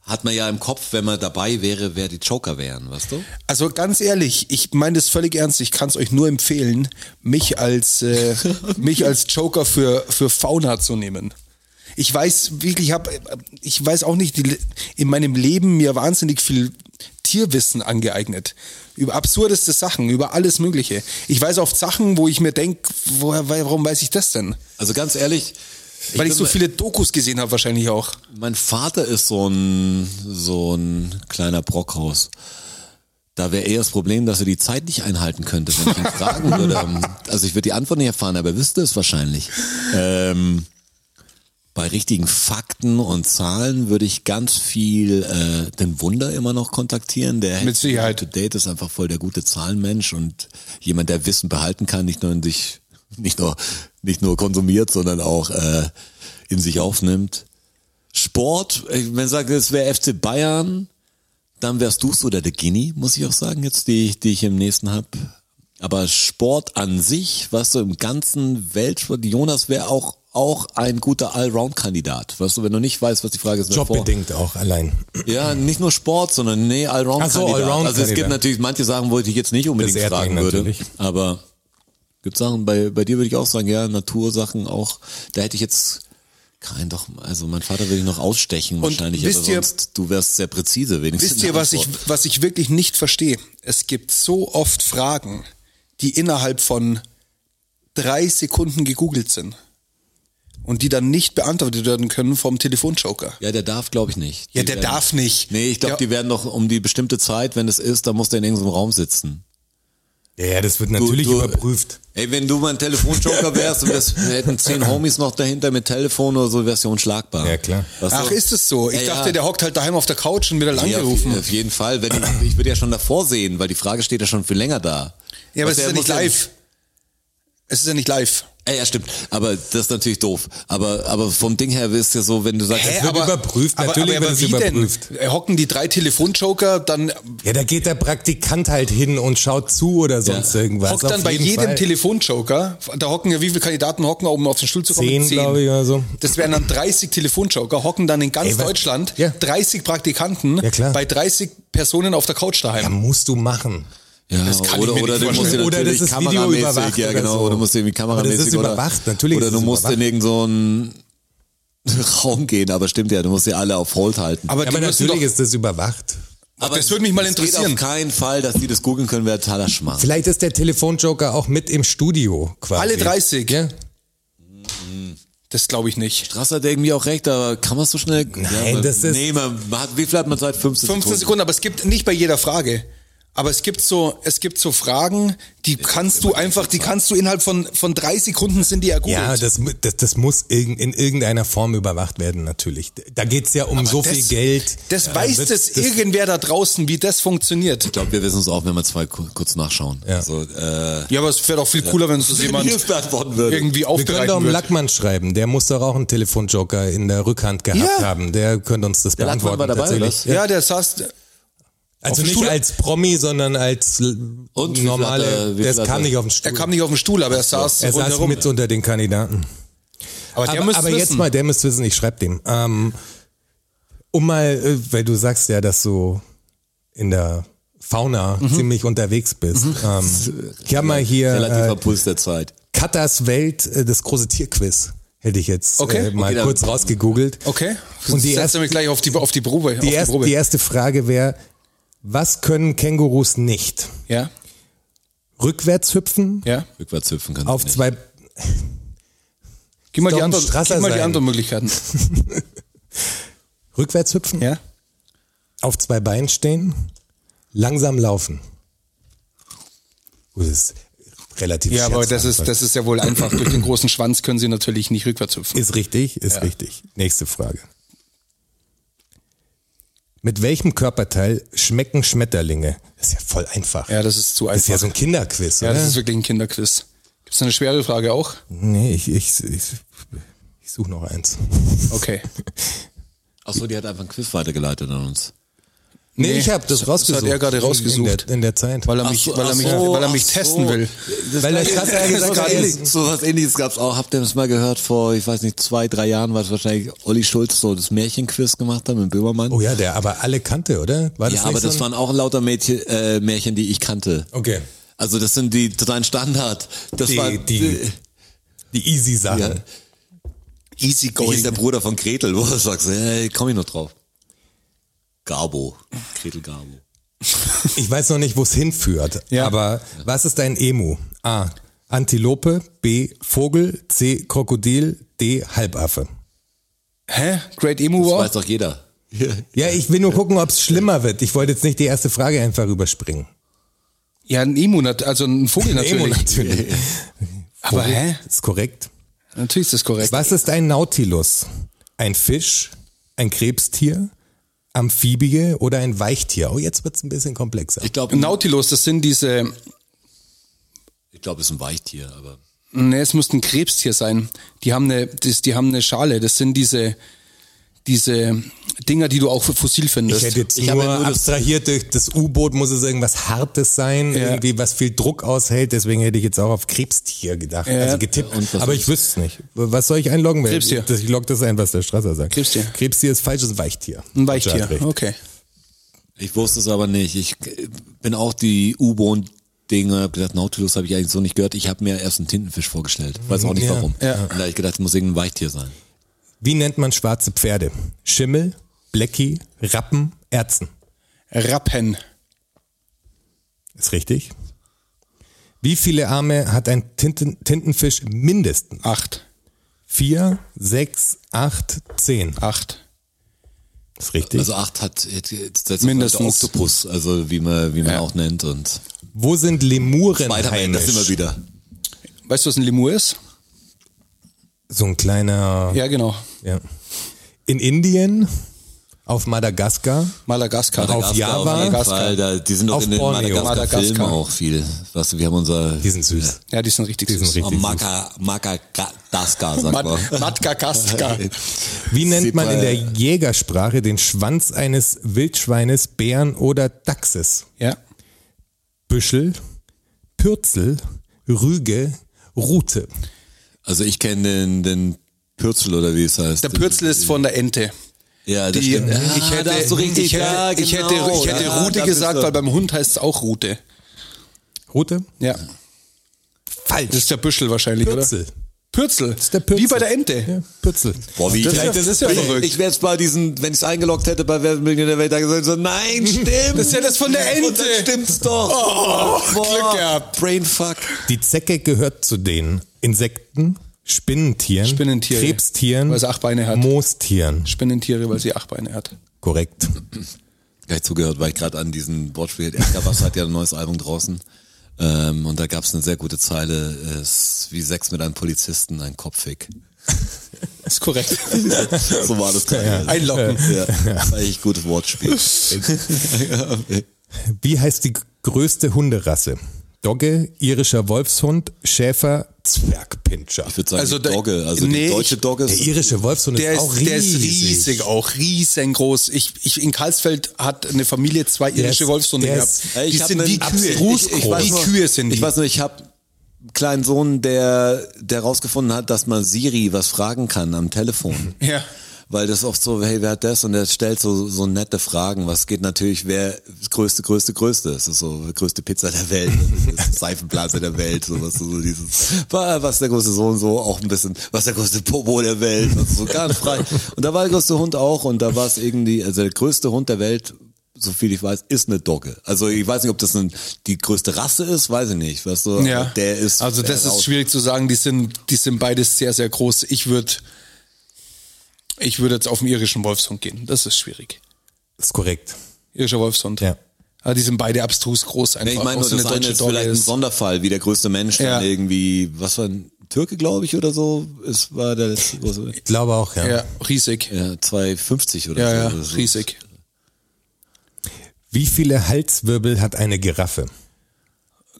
hat man ja im Kopf, wenn man dabei wäre, wer die Joker wären, weißt du?
Also ganz ehrlich, ich meine das völlig ernst. Ich kann es euch nur empfehlen, mich als, äh, mich als Joker für, für Fauna zu nehmen. Ich weiß wirklich, ich, hab, ich weiß auch nicht, die, in meinem Leben mir wahnsinnig viel Tierwissen angeeignet. Über absurdeste Sachen, über alles Mögliche. Ich weiß oft Sachen, wo ich mir denke, warum weiß ich das denn?
Also ganz ehrlich,
Weil ich
bin
so
mal-
viele Dokus gesehen habe wahrscheinlich auch.
Mein Vater ist so ein, so ein kleiner Brockhaus. Da wäre eher das Problem, dass er die Zeit nicht einhalten könnte, wenn ich ihn fragen würde. Also ich würde die Antwort nicht erfahren, aber er wüsste es wahrscheinlich. Ähm, bei richtigen Fakten und Zahlen würde ich ganz viel äh, den Wunder immer noch kontaktieren. Der
Mit Sicherheit.
To Date ist einfach voll der gute Zahlenmensch und jemand, der Wissen behalten kann, nicht nur in sich, nicht nur, nicht nur konsumiert, sondern auch äh, in sich aufnimmt. Sport, äh, wenn man sagt, es wäre FC Bayern, dann wärst du oder der Guinea, muss ich auch sagen, jetzt, die, ich- die ich im nächsten hab. Aber Sport an sich, weißt du, im ganzen Weltsport, Jonas wäre auch, auch ein guter Allround-Kandidat. Weißt du, wenn du nicht weißt, was die Frage ist, wer vor-
Jobbedingt auch allein.
Ja, nicht nur Sport, sondern nee, Allround-Kandidat.
Ach so, Allround-Kandidat.
also es gibt natürlich manche Sachen, wo ich dich jetzt nicht unbedingt
Das ehrt
fragen
mich
würde.
natürlich.
Aber gibt Sachen, bei, bei dir würde ich auch sagen, ja, Natursachen auch, da hätte ich jetzt kein doch, also mein Vater will ich noch ausstechen wahrscheinlich,
wisst
aber
ihr-
sonst, du wärst sehr präzise wenigstens.
Wisst
in
ihr,
der
was ich,
Antwort.
was ich wirklich nicht verstehe? Es gibt so oft Fragen, die innerhalb von drei Sekunden gegoogelt sind und die dann nicht beantwortet werden können vom Telefonjoker.
Ja, der darf, glaube ich, nicht.
Ja,
Die
der
werden-
darf nicht.
Nee, ich glaube,
Ja.
die werden doch um die bestimmte Zeit, wenn es ist, dann muss der in irgendeinem Raum sitzen.
Ja, ja, das wird natürlich
du-
überprüft.
Ey, wenn du mal ein Telefonjoker wärst und wärst, wir hätten zehn Homies noch dahinter mit Telefon oder so, wärst du unschlagbar.
Ja, klar.
Weißt du?
Ach, ist es so? Ich
Ja,
dachte,
ja.
der hockt halt daheim auf der Couch und wird dann
Ja, auf,
angerufen.
auf jeden Fall. Wenn ich, ich würde ja schon davor sehen, weil die Frage steht ja schon viel länger da.
Ja, aber
Weißt
es
du,
ist
er
ja nicht
muss
live. Es ist ja nicht live.
Ja, ja, stimmt. Aber das ist natürlich doof. Aber, aber vom Ding her ist ja so, wenn du sagst,
Hä? wird überprüft, natürlich wird es
wie
überprüft.
Denn? Hocken die drei Telefonjoker, dann
Ja, da geht der Praktikant halt hin und schaut zu oder sonst
Ja.
irgendwas.
hockt dann
Auf
bei
jeden
jedem
Fall.
Telefonjoker, da hocken ja, wie viele Kandidaten hocken, um auf den Stuhl zu kommen?
Zehn, glaube ich, oder so.
Das wären dann 30 Telefonjoker, hocken dann in ganz
Ey, was-
Deutschland
Ja.
30 Praktikanten
Ja, klar.
bei 30 Personen auf der Couch
Ja,
daheim.
musst du machen.
Ja,
Das kann ich mir
oder,
nicht
oder du musst dir
vorstellen.
Oder das
natürlich
ist videoüberwacht
kameramäßig, ja
oder
genau,
so.
oder musst du irgendwie
Aber das
kameramäßig
ist überwacht,
oder,
natürlich
oder
ist
du
es
musst in
überwacht.
irgendeinen so einen Raum gehen, aber stimmt ja, du musst dir alle auf Hold halten.
Aber,
Ja,
die
aber
müssen doch,
natürlich ist das überwacht.
Aber
das würde mich mal
es Geht
interessieren.
auf keinen Fall, dass die das googeln können, wäre totaler Schmarrn.
Vielleicht ist der Telefonjoker auch mit im Studio quasi.
alle 30.
Ja?
Das glaube ich nicht.
Strasser hat irgendwie auch recht, aber kann man so schnell? ja, man-
das ist-
Nee, man, man hat, wie viel hat man Zeit? 15,
15 Sekunden, aber es gibt nicht bei jeder Frage. Aber es gibt so, es gibt so Fragen, die kannst du einfach, die kannst du innerhalb von, von drei Sekunden sind die ergoogelt.
Ja, das, mu- das, das muss irg in irgendeiner Form überwacht werden, natürlich. Da geht's ja um so viel
das-
Geld.
das
ja,
weiß eh
wird-
das, irgendwer da draußen, wie das funktioniert.
Ich glaube, wir wissen es auch, wenn wir zwei ku- kurz nachschauen.
Ja.
Also, äh,
Ja, aber es wäre doch viel cooler, wenn es das jemand
die es beantworten würde.
irgendwie
Wir können doch
aufbereiten
um
würde.
Lackmann schreiben. Der muss doch auch einen Telefonjoker in der Rückhand gehabt
Ja.
haben. Der könnte uns das
Der Lackmann
beantworten.
war dabei, oder
tatsächlich.
was?
Ja, der saß,
Also
dem
nicht
Stuhl?
als Promi, sondern als l-
Und wie viel hat er-
normale.
wie viel
Der
hat
kam
er-
nicht auf den
er
Stuhl.
kam nicht auf den Stuhl, aber er saß
er saß
rundherum.
mit unter den Kandidaten.
aber der
aber
müsste
aber
Also wissen.
jetzt mal, der müsste wissen, ich schreibe dem. Ähm, um mal, äh, weil du sagst ja, dass du in der Fauna
Mhm.
ziemlich unterwegs bist.
äh,
Ähm, ich habe mal hier
relativer
äh,
Puls der Zeit.
Katas Welt, äh, das große Tierquiz, hätte ich jetzt
Okay.
äh, mal
Okay, dann-
kurz rausgegoogelt.
okay,
Und die,
setzt
erst,
er mich gleich auf die, auf die Probe. auf
die, erst,
Probe.
die erste Frage wäre, was können Kängurus nicht?
ja,
Rückwärts hüpfen,
ja.
Rückwärts hüpfen kann.
auf zwei
Gib mal,
Doch
die
ein
anderen,
Strasser
gib mal die
sein.
anderen Möglichkeiten.
rückwärts hüpfen,
Ja.
auf zwei Beinen stehen, langsam laufen. Gut, Das ist relativ
Ja, aber das ist,
scherzhaft.
das ist ja wohl einfach. Durch den großen Schwanz können sie natürlich nicht rückwärts hüpfen.
ist richtig, ist richtig. Nächste Frage. Mit welchem Körperteil schmecken Schmetterlinge? Das ist ja voll einfach.
Ja, das ist zu
das ist ja
einfach.
so ein Kinderquiz,
Ja,
oder?
das ist wirklich ein Kinderquiz. Gibt's eine schwere Frage auch?
nee, ich, ich, ich, ich suche noch eins.
Okay.
Achso, die hat einfach ein Quiz weitergeleitet an uns.
Nee,
Nee,
ich habe das
das
rausgesucht.
hat er gerade
In
rausgesucht.
der, in der Zeit.
Weil er
Ach
mich,
so,
weil er
ach
mich,
so,
weil er mich
ach
testen
so.
will.
Weil der Strasser ja gesagt hat, er ist
So was ähnliches gab's auch. Habt ihr das mal gehört vor, ich weiß nicht, zwei, drei Jahren, was wahrscheinlich Olli Schulz so das Märchenquiz gemacht hat mit Böhmermann?
Oh ja, der aber alle kannte, oder? War das
ja,
nicht
aber
so
das
ein-
waren auch lauter Mädchen, äh, Märchen, die ich kannte.
Okay.
Also das sind die totalen Standard. Das
Die-
war
die- Die easy Sachen.
ja.
Easy
Wie ist der Bruder von Gretel, wo du sagst, hey, komm ich noch drauf. Gabo. Gretel Gabo.
Ich weiß noch nicht, wo es hinführt,
Ja.
aber was ist ein Emu? A. Antilope, B. Vogel, C. Krokodil, D. Halbaffe.
Hä? Great Emu
Das
War?
weiß doch jeder.
Ja, ich will nur gucken, ob es schlimmer wird. Ich wollte jetzt nicht die erste Frage einfach überspringen.
Ja, ein Emu, nat- also ein Vogel
Ein
natürlich.
Emu natürlich.
Aber
Vogel
hä?
Ist korrekt.
Natürlich ist das korrekt.
Was ist ein Nautilus? Ein Fisch, ein Krebstier, Amphibie oder ein Weichtier? Oh, jetzt wird's ein bisschen komplexer.
Ich glaube,
Nautilus, das sind diese,
ich glaube, es ist ein Weichtier, aber
ne, es müsste ein Krebstier sein. Die haben eine, das, die haben eine Schale. Das sind diese, diese Dinger, die du auch für fossil
Ich
findest.
hätte jetzt
Ich habe
nur,
ja nur das-
abstrahiert durch das U-Boot muss es irgendwas Hartes sein, irgendwie was viel Druck aushält, deswegen hätte ich jetzt auch auf Krebstier gedacht, also getippt.
Und was
Aber
ist-
ich wüsste es nicht. Was soll ich einloggen? Weil
Krebstier.
Ich, ich log das ein, was der Strasser sagt.
Krebstier.
Krebstier ist falsches Weichtier.
ein
Roger
Weichtier.
hat recht.
Okay.
ich wusste es aber nicht. Ich äh, bin auch die U-Boot-Dinge, hab gedacht, Nautilus habe ich eigentlich so nicht gehört. Ich habe mir erst einen Tintenfisch vorgestellt. Weiß auch nicht
Ja.
warum.
Ja.
Und da habe ich gedacht, es muss irgendein Weichtier sein.
Wie nennt man schwarze Pferde? Schimmel, Blecki, Rappen, Erzen.
Rappen.
Ist richtig. Wie viele Arme hat ein Tinten, Tintenfisch mindestens?
Acht.
Vier, sechs, acht, zehn.
Acht.
Ist richtig.
Also acht hat jetzt- jetzt das ist
Mindestens.
der Oktopus, also wie man, wie man auch nennt. Und
Wo sind Lemuren
Spider-Man,
heimisch?
das sind wir wieder.
Weißt du, was ein Lemur ist?
So ein kleiner.
Ja, genau.
Ja. In Indien, auf Madagaskar,
Madagaskar.
Auf
Madagaskar
Java?
auf jeden
Madagaskar.
Fall, da, die sind doch
Auf
in den
Borneo.
Madagaskar-Filmen
Madagaskar.
auch viel. Weißt du, wir haben unser Oh,
die sind süß.
Ja, die sind richtig
Die sind
süß.
richtig süß.
Maka, Makagaskar, sagt
Mad-
man.
Madagaskar.
Wie nennt man in der
Super.
Jägersprache den Schwanz eines Wildschweines, Bären oder Dachses?
ja.
Büschel, Pürzel, Rüge, Rute.
Also ich kenne den, den Pürzel oder wie es heißt.
Der Pürzel ist von der Ente.
Ja, das
Die,
stimmt. Ah,
ich hätte,
da hast du richtig,
ich hätte,
ja,
ich hätte,
genau,
ich hätte
ja,
Rute
das ist
gesagt,
so.
weil beim Hund heißt es auch Rute.
Rute?
Ja. Das
Falsch.
ist der Büschel wahrscheinlich,
Pürzel.
oder? Pürzel.
ist der Pürzel.
Wie bei der Ente.
Ja, Pürzel.
Boah, wie
Das
ich,
ist- das ist ja
ich,
verrückt.
Ich wäre jetzt bei diesen, wenn ich es eingeloggt hätte, bei Wer wird Millionär der Welt, da gesagt, so, nein, stimmt.
Das ist ja das von der
Und dann
Ente.
stimmt's doch.
Oh, Glück gehabt.
Brainfuck.
Die Zecke gehört zu den Insekten, Spinnentieren,
Spinnentiere.
Krebstieren,
Weil sie acht Beine hat.
Moostieren.
Spinnentiere, weil sie acht Beine hat.
Korrekt.
Gleich zugehört, weil ich gerade an diesen Wortspiel, Edgar Wasser hat ja ein neues Album draußen. Ähm, und da gab's eine sehr gute Zeile, es ist wie Sex mit einem Polizisten, ein Kopfhick.
Ist korrekt.
So war das gerade.
Einlocken.
Ja, das war eigentlich gutes Wortspiel.
Wie heißt die größte Hunderasse? Dogge, irischer Wolfshund, Schäfer, Zwergpinscher.
Ich würde sagen,
Also
die
da-
Dogge, also
nee,
die deutsche
ich-
Dogge
Der
ist
irische Wolfshund
Der
ist,
ist,
auch riesig.
der ist riesig, auch riesengroß. Ich, ich, in Karlsfeld hat eine Familie zwei irische
ist-
Wolfshunde
der
gehabt.
ist-
Ey,
die
hab
sind
nen
wie Kühe.
abstrus
Ich- ich weiß
großen-
nur- Kühe sind die.
Ich weiß nur, ich habe einen kleinen Sohn, der, der rausgefunden hat, dass man Siri was fragen kann am Telefon.
Ja.
Weil das oft so, hey, wer hat das? Und der stellt so, so nette Fragen. Was geht natürlich, wer das größte, größte, größte ist? Das ist so, größte Pizza der Welt, das ist Seifenblase der Welt, sowas, so dieses, wa- was ist der größte Sohn so, auch ein bisschen, was ist der größte Popo der Welt, das ist so ganz frei. Und da war der größte Hund auch und da war es irgendwie, also der größte Hund der Welt, so viel ich weiß, ist eine Dogge. Also ich weiß nicht, ob das ein, die größte Rasse ist, weiß ich nicht, weißt du,
Ja.
der ist.
also
der
das
raus-
ist schwierig zu sagen. Die sind, die sind beides sehr, sehr groß. Ich würde, ich würde jetzt auf den irischen Wolfshund gehen. Das ist schwierig.
Ist korrekt.
Irischer Wolfshund.
Ja.
Aber Ah, die sind beide abstrus groß einfach.
Nee, ich meine,
Auch
nur
so
das eine ist
Dogge
vielleicht ein
ist.
Sonderfall, wie der größte Mensch,
Ja.
dann irgendwie, was war ein Türke, glaube ich, oder so, es war der letzte große,
Ich glaube auch, ja.
Ja, riesig. Ja,
ja, 250 oder
ja,
so. Das ist-
riesig.
Wie viele Halswirbel hat eine Giraffe?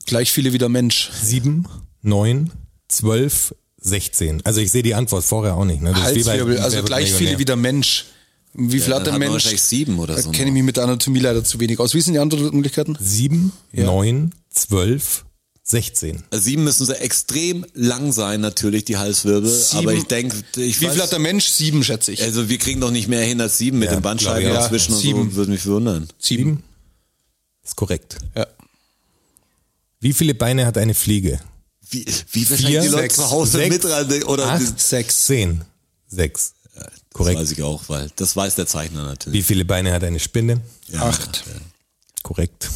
Gleich viele wie der Mensch.
Sieben, neun, zwölf, sechzehn. Also ich sehe die Antwort vorher auch nicht. Ne? Das ist wie bei
Halswirbel, also
Wer wird
gleich viele
Millionär.
wie der Mensch. Wie viel hat
dann
der
hat man
Mensch?
wahrscheinlich sieben oder
Da
so
kenne
noch.
ich mich mit der Anatomie leider zu wenig aus. Wie sind die Antwortmöglichkeiten?
Sieben, neun, zwölf, sechzehn.
Also Sieben müssen so extrem lang sein, natürlich, die Halswirbel, aber ich denke, ich
Wie
weiß,
viel hat der Mensch? Sieben, schätze ich.
also wir kriegen doch nicht mehr hin als sieben mit
Ja,
den Bandscheiben
glaub ich auch.
dazwischen und
Sieben.
so, würde mich wundern.
Sieben.
Ist korrekt.
Ja.
Wie viele Beine hat eine Fliege?
Wie, wie wahrscheinlich die Leute
sechs,
zu Hause
sechs,
mit dran oder
Acht, sechs, zehn, sechs.
das
Korrekt.
weiß ich auch, weil das weiß der Zeichner natürlich.
Wie viele Beine hat eine Spinne?
Ja.
Acht.
korrekt.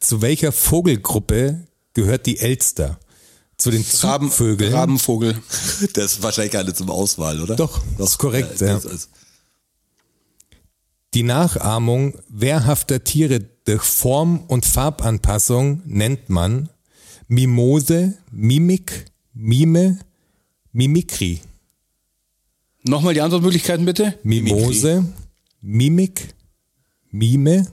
Zu welcher Vogelgruppe gehört die Elster? Zu den
Raben,
Zugvögeln?
Rabenvogel.
Das ist wahrscheinlich gar nicht zum Auswahl, oder?
Doch, das ist korrekt.
Ja,
Ja,
das ist-
Die Nachahmung wehrhafter Tiere durch Form- und Farbanpassung nennt man Mimose, Mimik, Mime, Mimikry.
Nochmal die Antwortmöglichkeiten bitte.
Mimose, Mimik, Mime,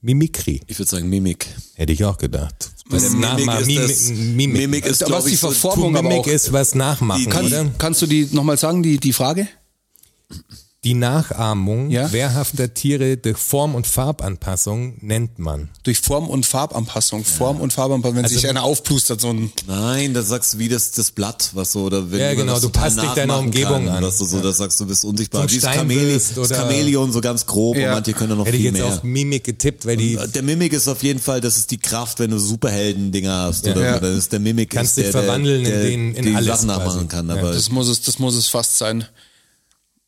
Mimikry.
Ich würde sagen Mimik.
Hätte ich auch gedacht. Was
Mimik
nachmachen-
ist
Mimi-
das-
Mimik.
Mimik ist,
Was
glaub
die
ich, so-
Verformung-
Tu,
aber
Mimik
auch-
ist was nachmachen,
Kann-
oder?
Kannst du die nochmal sagen, die, die Frage?
Die Nachahmung
Ja?
wehrhafter Tiere durch Form- und Farbanpassung nennt man.
Durch Form- und Farbanpassung. Form- und Farbanpassung.
Also
Wenn sich einer aufplustert, so ein
Nein, das sagst du wie das, das Blatt, was so oder wenn
Ja,
jemand
genau,
das
du
total
passt dich deiner
nachmachen
Umgebung
kann,
an.
Dass du so, das sagst du bist unsichtbar.
Zum
Wie das
Stein
Chamele-
wirst
das
oder-
Chamäleon so ganz grob
Ja.
und manche können da noch
Hätte ich
viel
jetzt
mehr. Äh,
auf Mimik getippt, weil die
Der Mimik ist auf jeden Fall, das ist die Kraft, wenn du Superhelden-Dinger hast.
Ja.
oder
Ja.
so. Das ist der Mimik
Kannst
ist
dich
der,
verwandeln in
der, der,
den- in
die
alles
Sachen nachmachen
quasi.
kann.
Ja.
Aber
Das muss es, das muss es fast sein.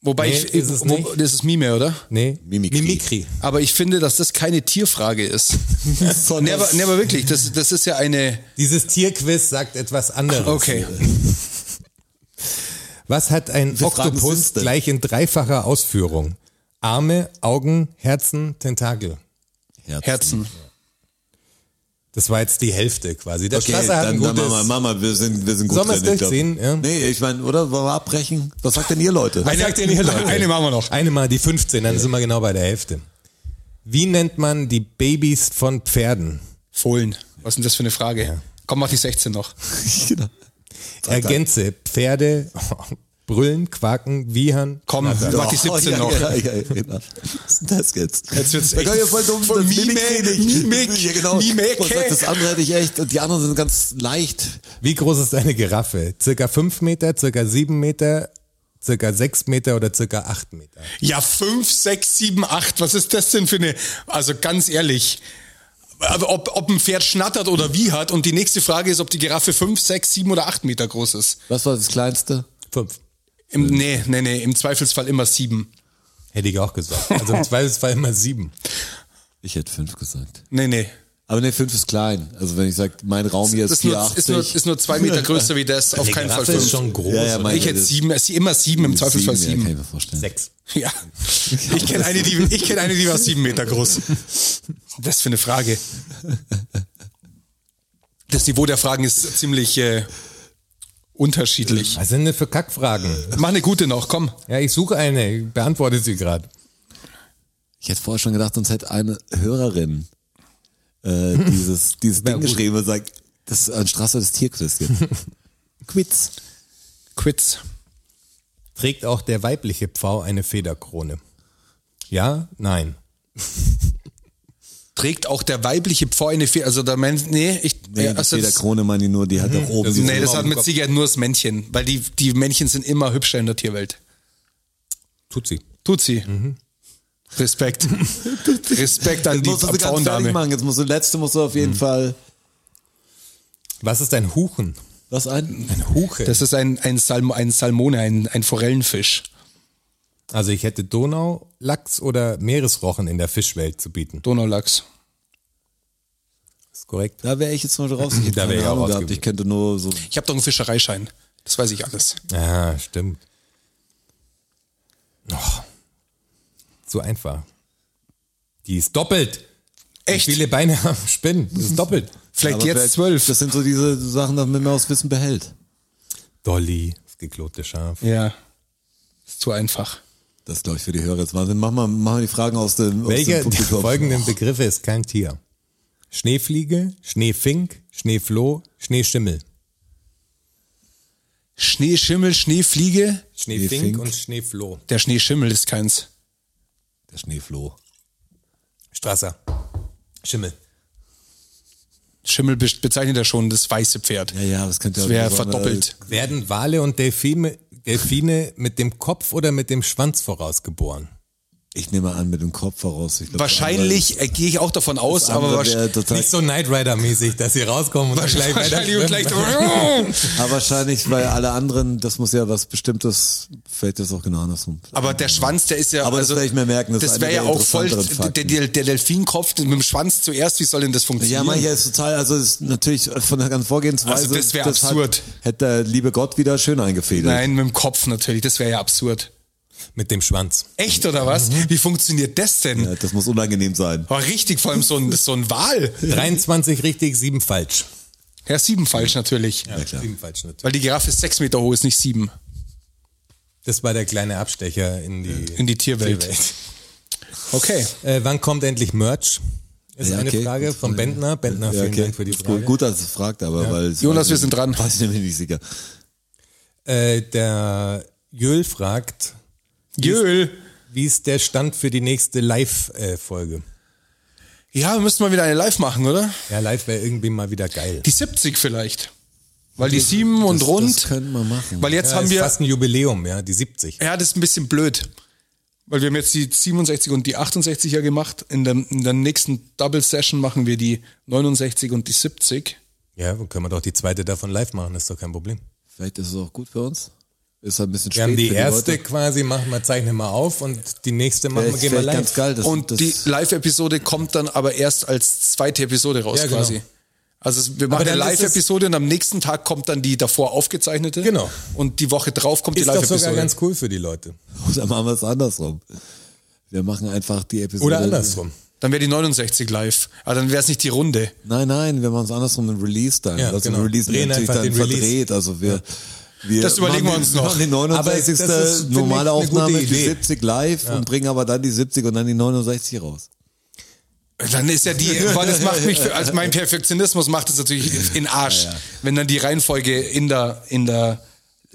Wobei
Nee,
ich,
ist es
wo,
nicht.
das ist Mime, oder?
Nee,
Mimikry.
Aber ich finde, dass das keine Tierfrage ist. nee,
sondern
aber, nee, aber wirklich, das, das ist ja eine.
Dieses Tierquiz sagt etwas anderes.
Okay.
Was hat ein
Wie Fragen
Oktopus
sind's denn?
gleich in dreifacher Ausführung? Arme, Augen, Herzen, Tentakel.
Herzen.
Das war jetzt die Hälfte quasi. Der
Okay,
Strasser hat ein
dann, dann machen wir,
gutes...
machen wir, wir sind, wir sind gut
Sollen wir's
drin, ich glaub.
durchziehen? Ja.
Nee, ich meine, oder? Wollen wir abbrechen? Was sagt denn ihr Leute?
Was sagt denn ihr, Leute?
eine machen wir noch.
Eine mal die 15, dann sind wir genau bei der Hälfte. Wie nennt man die Babys von Pferden?
Fohlen. Was ist denn das für eine Frage? Komm, mach die 16 noch.
genau.
Ergänze Pferde, brüllen, quaken, wiehern.
Komm, mach die 17
Oh, ja,
Oh,
noch.
Ja, ja, ja, genau. Was ist denn das jetzt?
Jetzt wird's
Da
echt-
kann ich ja voll dumm
voll
das
Mimik,
Mimik nicht.
Mimik,
ja, genau.
Mimik.
Und Das andere hätte ich echt, und die anderen sind ganz leicht.
Wie groß ist eine Giraffe? Circa 5 Meter, circa 7 Meter, circa 6 Meter oder circa 8 Meter?
Ja, 5, 6, 7, 8. Was ist das denn für eine. Also ganz ehrlich. Aber ob, ob ein Pferd schnattert oder wie hat. Und die nächste Frage ist, ob die Giraffe 5, 6, 7 oder 8 Meter groß ist.
Was war das kleinste?
5.
Im,
Mhm.
nee, nee, nee. Im Zweifelsfall immer 7.
Hätte ich auch gesagt. Also im Zweifelsfall immer 7.
Ich hätte fünf gesagt.
Nee, nee.
Aber ne, fünf ist klein. Also wenn ich sage, mein Raum hier ist
ist nur,
480.
ist, nur, ist nur zwei Meter größer wie das, auf keinen Fall
ist
fünf.
schon groß.
Ja, ja,
oder?
mein-
ich hätte sieben, es- immer sieben, im Zweifelsfall
Ja, kann
sieben.
ich mir vorstellen.
Sechs.
Ja. Ich kenne eine, die, ich kenn eine, die war sieben Meter groß. Das für eine Frage. Das Niveau der Fragen ist ziemlich äh, unterschiedlich.
Was sind denn für Kackfragen?
Mach eine gute noch, komm.
Ja, ich suche eine, ich beantworte sie gerade.
Ich hätte vorher schon gedacht, sonst hätte eine Hörerin äh, dieses, dieses Ding geschrieben und sagt, das ist ein Straße des Tierquiz jetzt. Quiz.
Quits.
Trägt auch der weibliche Pfau eine Federkrone? Ja? Nein.
Trägt auch der weibliche Pfau eine Feder? Also der Mensch, nee, ich,
Nee,
ja,
ja,
also
der
das,
Krone meine ich nur, die hat auch oben.
nee,
diese-
das hat mit Sicherheit nur das Männchen, weil die, die Männchen sind immer hübscher in der Tierwelt.
Tut sie.
Tut sie.
Mhm.
Respekt. Respekt an
Jetzt
die
musst du sie ganz fertig
Pfauendame.
machen. Jetzt musst du, letzte musst du auf jeden Fall,
Was ist ein Huchen?
was ein?
Ein Huche.
Das ist ein, ein, Salmo, ein Salmone, ein, ein Forellenfisch.
also ich hätte Donau, Lachs oder Meeresrochen in der Fischwelt zu bieten.
Donaulachs.
Ist korrekt.
Da wäre ich jetzt mal raus. Ich hätte
Da wär
keine
ich auch
Ahnung
raus
gehabt. Ich
gewesen.
könnte nur so,
Ich habe doch einen Fischereischein. Das weiß ich alles.
Ja, stimmt. Noch. Zu einfach. Die ist doppelt.
Echt?
Wie viele Beine haben Spinnen? Das ist doppelt.
Vielleicht
Aber
jetzt
vielleicht-
zwölf.
Das sind so diese Sachen, damit man das Wissen behält.
Dolly, das geklote Schaf.
Ja. Ist zu einfach.
Das glaube ich für die Hörer jetzt Wahnsinn. Mach mal, mach mal die Fragen aus dem,
Welcher
aus dem
der
Publikum.
folgenden Begriffe ist kein Tier? Schneefliege, Schneefink, Schneefloh, Schneeschimmel.
Schneeschimmel, Schneefliege.
Schneefink,
Schneefink.
und Schneefloh.
Der Schneeschimmel ist keins.
Der Schneefloh.
Strasser. Schimmel.
Schimmel be- bezeichnet er schon das weiße Pferd.
Ja, halt- ja, das könnte
Das wäre verdoppelt.
Werden Wale und Delfine, Delfine mit dem Kopf oder mit dem Schwanz vorausgeboren?
Ich nehme an, mit dem Kopf voraus. Ich glaub,
Wahrscheinlich äh, gehe ich auch davon aus,
halt- das andere-
aber
das andere
wahrscheinlich.
wäre total
Nicht so Knight Rider-mäßig, dass sie rauskommen und gleich
Wahrscheinlich und
weiter.
gleich.
Aber wahrscheinlich, weil alle anderen, das muss ja was Bestimmtes, fällt das auch genau andersrum.
Aber der Schwanz, der ist ja. also
Aber das werde ich mir merken, das
Das,
ist einer
wäre ja
der
auch voll.
interessanteren
Der,
Fakten.
der, der Delfinkopf mit dem Schwanz zuerst, wie soll denn das
Ja,
funktionieren?
mancher ist total, also ist natürlich von der ganzen Vorgehensweise.
Also das wäre
hat-
absurd.
hätte der liebe Gott wieder schön eingefädelt.
Nein, mit dem Kopf natürlich, das wäre ja absurd.
Mit dem Schwanz.
Echt oder was? Wie funktioniert das denn?
Mhm. Ja, das muss unangenehm
Oh,
sein.
Aber richtig, vor allem so ein, so ein Wal.
23 richtig, 7 falsch.
Ja, sieben falsch natürlich.
klar.
7 falsch natürlich.
Weil die Giraffe ist sechs Meter hoch, ist nicht sieben.
Das war der kleine Abstecher in die,
In die Tierwelt. Okay.
Äh, wann kommt endlich Merch? Ist
Ja,
eine
okay.
Frage von Bentner. Bentner, vielen
okay.
Dank für die
Ist
Frage.
Gut, gut, dass du fragt, aber weil. es-
Jonas, wir sind dran.
Weiß ich mir nicht sicher.
Äh, der Jöl fragt,
Jöl.
wie ist der Stand für die nächste äh, Live-Folge?
Ja, wir müssen mal wieder eine live machen, oder?
Ja, live wäre irgendwie mal wieder geil.
Die 70 vielleicht. Weil die sieben und
das,
rund.
Das können wir machen.
weil jetzt
ja,
haben
Äh, ist
wir.
fast ein Jubiläum, ja, die 70.
Ja, das ist ein bisschen blöd. Weil wir haben jetzt die 67 und die 68 ja gemacht. In der, in der nächsten Double Session machen wir die 69 und die 70.
Ja, dann können wir doch die zweite davon live machen, ist doch kein Problem.
Vielleicht ist es auch gut für uns. Ist halt ein bisschen
Wir
spät
haben die
für
erste
Leute.
quasi, machen wir, zeichnen mal auf und die nächste machen wir,
Vielleicht,
gehen wir
vielleicht
live.
ganz geil. Das,
und
das,
die Live-Episode kommt dann aber erst als zweite Episode raus
Ja, genau.
quasi. Also es- wir
Aber
machen eine
dann ist es-
Live-Episode und am nächsten Tag kommt dann die davor aufgezeichnete.
Genau.
Und die Woche drauf kommt
Ist
die
doch sogar
Live-Episode.
ganz cool für die Leute.
Oder machen wir es andersrum. Wir machen einfach die Episode.
Oder andersrum.
Dann wäre die 69 live. Aber dann wäre es nicht die Runde.
Nein, nein, wir machen es andersrum, den Release dann.
Ja,
also
genau.
den Release
Drehen
wird natürlich
einfach
dann
den Release.
verdreht. Also wir, wir
Das überlegen
machen
wir uns noch.
machen Die
Aber das
69.
ist, finde ich,
normale
eine gute
Aufnahme, die
Idee.
70 live und bringen aber dann die 70 und dann die 69 raus.
Dann ist ja die, weil das macht mich, für, also mein Perfektionismus macht es natürlich in- in Arsch, wenn dann die Reihenfolge in der, in der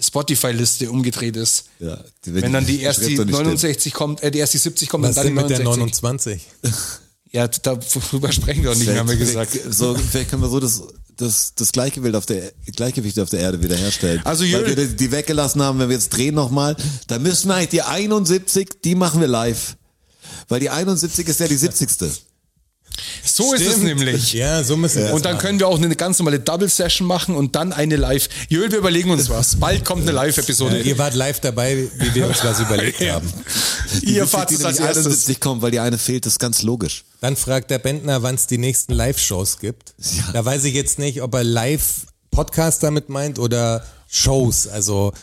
Spotify-Liste umgedreht ist.
Ja, die-
Wenn dann die
die
erst die
Schrift doch nicht
69 kommt, äh, die erst die 70 kommt
Was
und
denn
dann
mit
die
der
69.
29?
Ja, darüber sprechen wir auch nicht mehr, haben wir gesagt.
So, vielleicht können wir so das, das, das Gleichgewicht, auf der, Gleichgewicht auf der Erde wiederherstellen.
Also,
Weil
Jürgen-
wir die, die weggelassen haben, wenn wir jetzt drehen nochmal, dann müssen wir eigentlich die 71, die machen wir live. Weil die 71 ist ja die 70.
So ist es nämlich.
Ja, so müssen wir
Und dann können wir auch eine ganz normale Double-Session machen und dann eine Live. Jöl, wir überlegen uns was. Bald kommt eine
ja,
Live-Episode.
Ihr wart live dabei, wie wir uns was überlegt haben.
Die
Ihr
70,
fahrt
die
es als
nämlich
erstes.
71 kommt, weil die eine fehlt, ist ganz logisch.
Dann fragt der Bentner, wann es die nächsten Live-Shows gibt.
Ja.
Da weiß ich jetzt nicht, ob er Live-Podcast damit meint oder Shows, also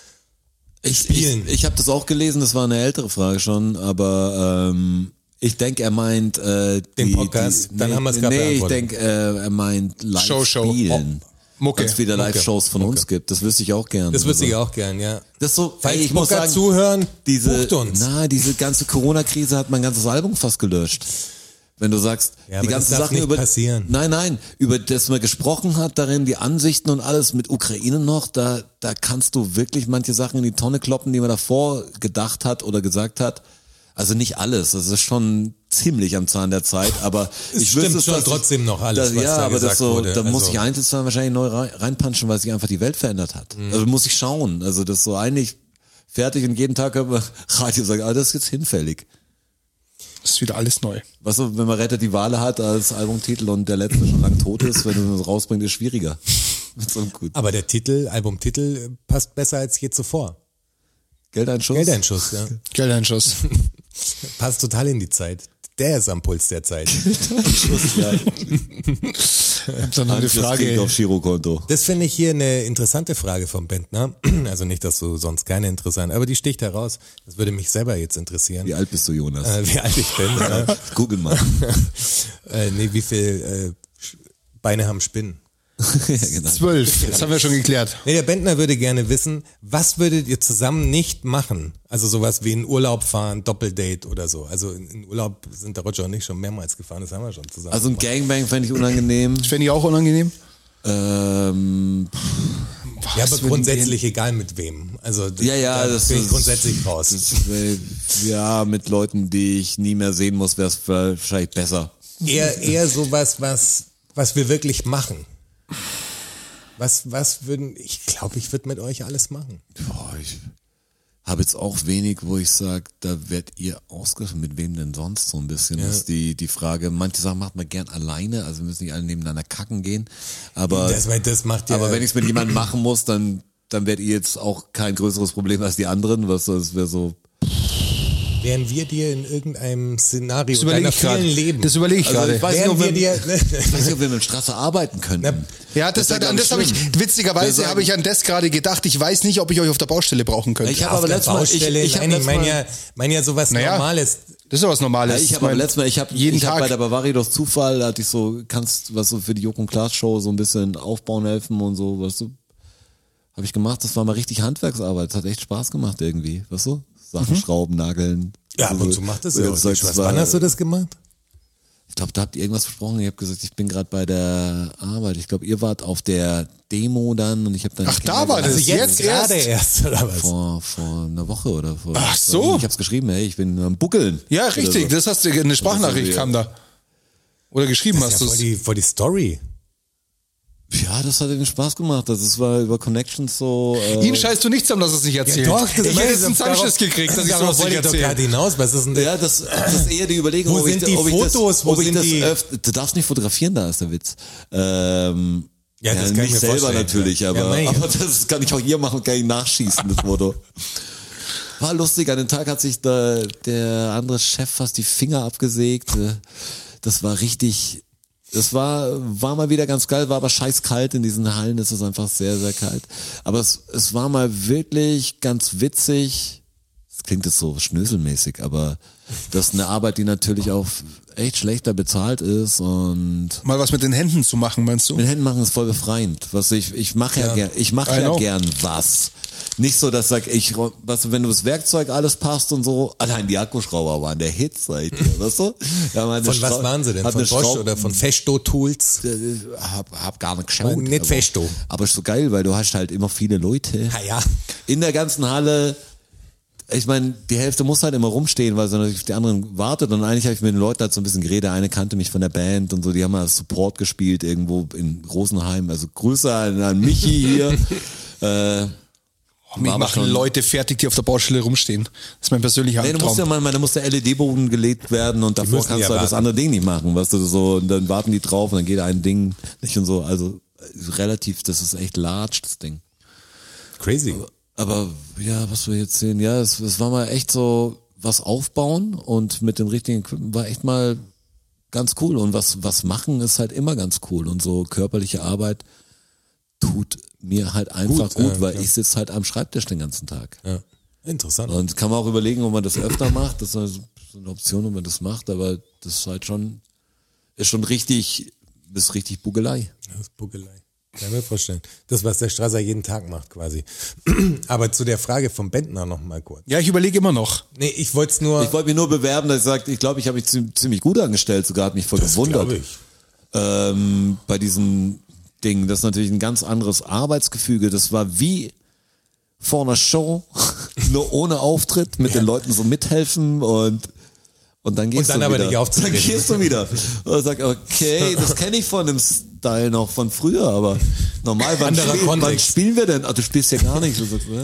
Ich,
Spielen.
ich, ich habe das auch gelesen, das war eine ältere Frage schon, aber ähm, ich denke, er meint äh, die,
Den Podcast,
die,
dann
nee,
haben wir's gerade
Nee, ich
beantwortet. Oh,
denke, äh, er meint live
Show, Show.
spielen.
Mucke.
Dass es wieder
Mucke.
Live-Shows von uns gibt, das wüsste ich auch gerne. Also,
das wüsste ich auch gern, ja.
Das ist so,
Falls
ey, ich muss
Booker
sagen,
zuhören,
diese,
bucht uns.
Na, diese ganze Corona-Krise hat mein ganzes Album fast gelöscht. Wenn du sagst,
Ja, aber
die
das
ganzen
darf
Sachen
nicht
über,
passieren.
nein, nein, über das man gesprochen hat, darin die Ansichten und alles mit Ukraine noch, da, da kannst du wirklich manche Sachen in die Tonne kloppen, die man davor gedacht hat oder gesagt hat. Also nicht alles, das ist schon ziemlich am Zahn der Zeit, aber
Es
ich wüsste
stimmt
es,
schon
dass ich-
trotzdem noch alles,
dass-
was
ja,
da
aber
gesagt
das so,
wurde.
da muss
Also-
ich Einzelzahlen wahrscheinlich neu rein- reinpanschen, weil sich einfach die Welt verändert hat.
Mhm.
Also muss ich schauen. Also das so eigentlich fertig und jeden Tag können wir Radio sagen, ah, das ist jetzt hinfällig.
Das ist wieder alles neu.
Was so, wenn man Rettet die Wale hat als Albumtitel und der letzte schon lang tot ist, wenn du das rausbringst, ist schwieriger. Mit so einem guten
Aber der Titel, Albumtitel, passt besser als je zuvor.
Geldeinschuss.
Geldeinschuss, ja.
Gell, ein Schuss.
Passt total in die Zeit. Der ist am Puls der Zeit.
Geldeinschuss, ja.
Dann noch eine
Das kriegt
Frage.
auf Girokonto.
Das finde ich hier eine interessante Frage vom Bentner. Also nicht, dass du sonst keine interessant, aber die sticht heraus. Das würde mich selber jetzt interessieren.
Wie alt bist du, Jonas?
Äh, wie alt ich bin. ja.
Google mal.
äh, nee, wie viel äh, Sch- Beine haben Spinnen?
ja, genau.
Zwölf. Das haben wir schon geklärt.
Nee, der Bentner würde gerne wissen, was würdet ihr zusammen nicht machen? Also sowas wie in Urlaub fahren, Doppeldate oder so. Also in, in Urlaub sind der Roger und ich schon mehrmals gefahren, das haben wir schon zusammen.
Also ein Gangbang fände ich unangenehm.
Fände ich auch unangenehm.
Ähm,
ja, aber
Was würden
grundsätzlich egal mit wem. Also
Ja, ja,
da
das
bin ich
ist-
grundsätzlich raus.
Das wär, ja, mit Leuten, die ich nie mehr sehen muss, wäre es wahrscheinlich besser.
eher, eher sowas, was, was wir wirklich machen. Was, was würden, ich glaube, ich würde mit euch alles machen.
Boah, ich Habe jetzt auch wenig, wo ich sage, da werdet ihr ausgeschlossen. Mit wem denn sonst so ein bisschen? Das ist die, die Frage. Manche Sachen macht man gern alleine, also müssen nicht alle nebeneinander kacken gehen. Aber,
Das, das macht ja,
aber wenn ich es mit jemandem machen muss, dann, dann werdet ihr jetzt auch kein größeres Problem als die anderen, was das wäre so.
wären wir dir in irgendeinem Szenario
Das überlege
deiner
ich gerade.
vielen Leben, Also
Das überlege ich gerade.
ich weiß nicht,
wären
ob
wir
wir,
dir,
ich weiß nicht, ob wir mit dem Strasser arbeiten können.
Ja, das, hat, an das habe ich, witzigerweise habe ich an das gerade gedacht. Ich weiß nicht, ob ich euch auf der Baustelle brauchen könnte.
Ich habe
auf
aber
der
letztes Mal, ich,
Baustelle,
ich, hab
nein, ich
letztes Mal-
meine ja, mein ja sowas
Naja.
Normales.
das ist ja was
Ja,
Normales.
ich habe aber
mein,
letztes Mal, ich habe
jeden
ich
Tag.
Hab bei der Bavaria durch Zufall, da hatte ich so, kannst was so für die Joko und Klaas Show so ein bisschen aufbauen helfen und so, weißt du, habe ich gemacht. Das war mal richtig Handwerksarbeit. Das hat echt Spaß gemacht irgendwie, weißt du? Sachen schrauben, nageln.
Ja, ab und zu macht das ja auch
Zeug,
Spaß.
war-
Wann hast du das gemacht?
Ich glaube, da habt ihr irgendwas besprochen. Ich habe gesagt, ich bin gerade bei der Arbeit. Ich glaube, ihr wart auf der Demo dann und ich habe dann
Ach, da war das.
Also
Jetzt
gerade
erst?
erst, oder was?
vor vor einer Woche oder vor.
Ach so.
Ich habe es geschrieben. Hey, ich bin am buckeln.
ja,
Oder
richtig.
so.
Das hast du, eine Sprachnachricht kam da. Oder geschrieben
ja,
hast
voll,
du
die, voll die Story.
Ja, das hat eben Spaß gemacht. Das ist, war über Connections so. Äh,
Ihn scheißt du nichts an, dass er es nicht erzählt. ich hätte jetzt einen Zanschiss gekriegt, dass ich
darauf
sowas nicht
wollte ich doch gerade
erzähle.
hinaus. Was ist denn
Ja, das, das ist eher die Überlegung,
Wo
ob ich,
sind
da-
die
ob ich
Fotos?
das,
Wo
ob ich
sind
das
die-
öff- du darfst nicht fotografieren, da ist der Witz. Ähm,
Ja, das kann ich
nicht
mir
selber
vorstellen,
natürlich,
ja. Ja,
aber,
nein, ja.
aber das kann ich auch hier machen, kann ich nachschießen, das Foto. War lustig, an dem Tag hat sich da, der andere Chef fast die Finger abgesägt. Äh, Das war richtig, das war, war mal wieder ganz geil, war aber scheiß kalt in diesen Hallen, es ist einfach sehr, sehr kalt. Aber es, es war mal wirklich ganz witzig. Das klingt jetzt so schnöselmäßig, aber das ist eine Arbeit, die natürlich auch echt schlechter bezahlt ist und
Mal was mit den Händen zu machen, meinst du?
mit Händen machen ist voll befreiend. Was ich ich mache ja, gern, ich mache
I
ja
know.
gern was. Nicht so, dass sag ich, ro- weißt du, wenn du das Werkzeug alles passt und so. Allein die Akkuschrauber waren der Hit, sag ich dir, weißt du? Ja, meine
Von was
Schraub-
waren sie denn?
Hat
Von
eine
Bosch
Schraub-
oder von Festo Tools?
Äh, Hab, hab gar nicht geschaut.
Nicht um.
aber,
Festo.
Aber ist so geil, weil du hast halt immer viele Leute
Ah ja.
in der ganzen Halle. Ich meine, die Hälfte muss halt immer rumstehen, weil sie natürlich auf die anderen wartet. Und eigentlich habe ich mit den Leuten halt so ein bisschen geredet. Eine kannte mich von der Band und so. Die haben mal als Support gespielt irgendwo in Rosenheim. Also Grüße an, an Michi hier. äh,
Mich
aber
machen
schon-
Leute fertig, die auf der Baustelle rumstehen. Das ist mein persönlicher
nee, du musst ja
Albtraum.
mal, da muss der LED-Boden gelegt werden und davor
müssen
kannst
ja
du halt das
warten.
andere Ding nicht machen, weißt du, so. Und dann warten die drauf und dann geht ein Ding nicht und so. Also äh, relativ, das ist echt large, das Ding.
Crazy.
Aber ja, was wir jetzt sehen, ja, es, es war mal echt so was aufbauen und mit dem richtigen Equipment war echt mal ganz cool. Und was, was machen ist halt immer ganz cool. Und so körperliche Arbeit tut mir halt einfach gut, weil ich sitze halt am Schreibtisch den ganzen Tag.
Ja. Interessant.
Und kann man auch überlegen, ob man das öfter macht. Das ist also so eine Option, ob man das macht, aber das ist halt schon, ist schon richtig, ist richtig Bugelei.
Das ist Buckelei. Kann ich mir vorstellen. Das, was der Strasser jeden Tag macht, quasi. Aber zu der Frage vom Bentner noch mal kurz.
Ja, ich überlege immer noch.
Nee, ich wollte es nur.
Ich wollte mich nur bewerben, dass ich sage, ich glaube, ich habe mich zi- ziemlich gut angestellt, sogar hat mich voll gewundert.
glaub ich.
ähm, bei diesem Ding. Das ist natürlich ein ganz anderes Arbeitsgefüge. Das war wie vor einer Show, nur ohne Auftritt, mit den Leuten so mithelfen und und dann gehst
dann
du
aber
wieder.
nicht aufzutreten.
Dann gehst du wieder. Und sag, okay, das kenne ich von dem Style noch von früher, aber normal, wann,
Anderer
spiel, wann
Kontext.
spielen wir denn? Ah, du spielst ja gar nicht. Du sagst, ja.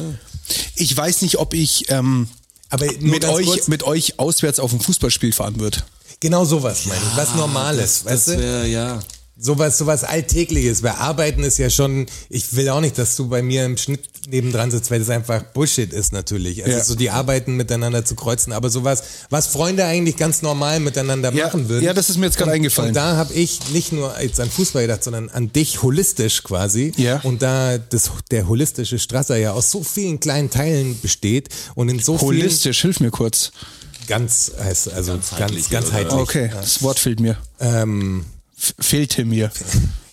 Ich weiß nicht, ob ich ähm,
aber nur
mit,
ganz
euch,
kurz,
mit euch auswärts auf ein Fußballspiel fahren wird.
genau sowas meine ich. Was Normales, weißt
Das
du?
wär, ja.
Sowas, sowas Alltägliches. Bei Arbeiten ist ja schon, ich will auch nicht, dass du bei mir im Schnitt nebendran sitzt, weil das einfach Bullshit ist natürlich. Also
Ja.
so die Arbeiten miteinander zu kreuzen, aber sowas, was Freunde eigentlich ganz normal miteinander
Ja,
machen würden.
ja, das ist mir jetzt gerade eingefallen.
Und da habe ich nicht nur jetzt an Fußball gedacht, sondern an dich holistisch quasi.
Ja.
Und da das, der holistische Strasser ja aus so vielen kleinen Teilen besteht und in so
Holistisch, hilf mir kurz.
vielen ganz, heißt also
Ganzheitlich,
ganz, ganzheitlich.
oder?
Okay, das Wort fehlt mir.
Ähm,
F fehlte mir.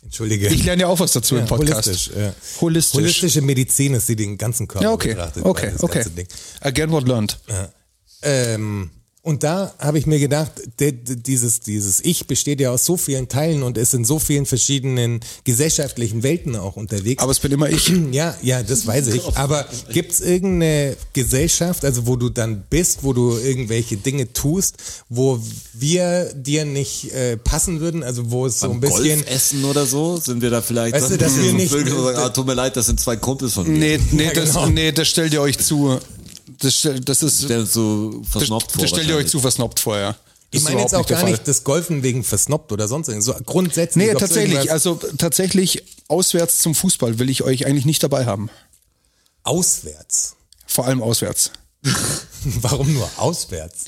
Entschuldige.
Ich lerne ja auch was dazu im Podcast.
Holistisch, ja.
Holistisch.
Holistische Medizin ist, die den ganzen Körper
Ja, okay.
betrachtet.
Okay,
das
okay.
ganze Ding.
Again what learned.
Ähm, und da habe ich mir gedacht, de- de- dieses, dieses Ich besteht ja aus so vielen Teilen und ist in so vielen verschiedenen gesellschaftlichen Welten auch unterwegs.
Aber es bin immer ich.
Ja, ja, das weiß ich. Aber gibt's irgendeine Gesellschaft, also wo du dann bist, wo du irgendwelche Dinge tust, wo wir dir nicht äh, passen würden? Also wo es so ein bisschen.
Golfessen oder so, sind wir da vielleicht
Weißt du, dass wir nicht-
Vögel und sagen, ah, tut mir leid, das sind zwei Kumpels von mir.
Nee, nee,
Ja,
das,
genau.
nee, das stellt ihr euch zu. das, das ist.
Stell uns so
das,
versnopft vor.
das stellt ihr euch zu versnoppt vor, ja. Das
Ich
ist
meine jetzt
überhaupt
auch
der
gar
Fall.
nicht das Golfen wegen versnoppt oder sonst irgendwas. So grundsätzlich.
Nee,
ob's
tatsächlich.
irgendwas-
Also tatsächlich auswärts zum Fußball will ich euch eigentlich nicht dabei haben.
Auswärts.
Vor allem auswärts.
Warum nur auswärts?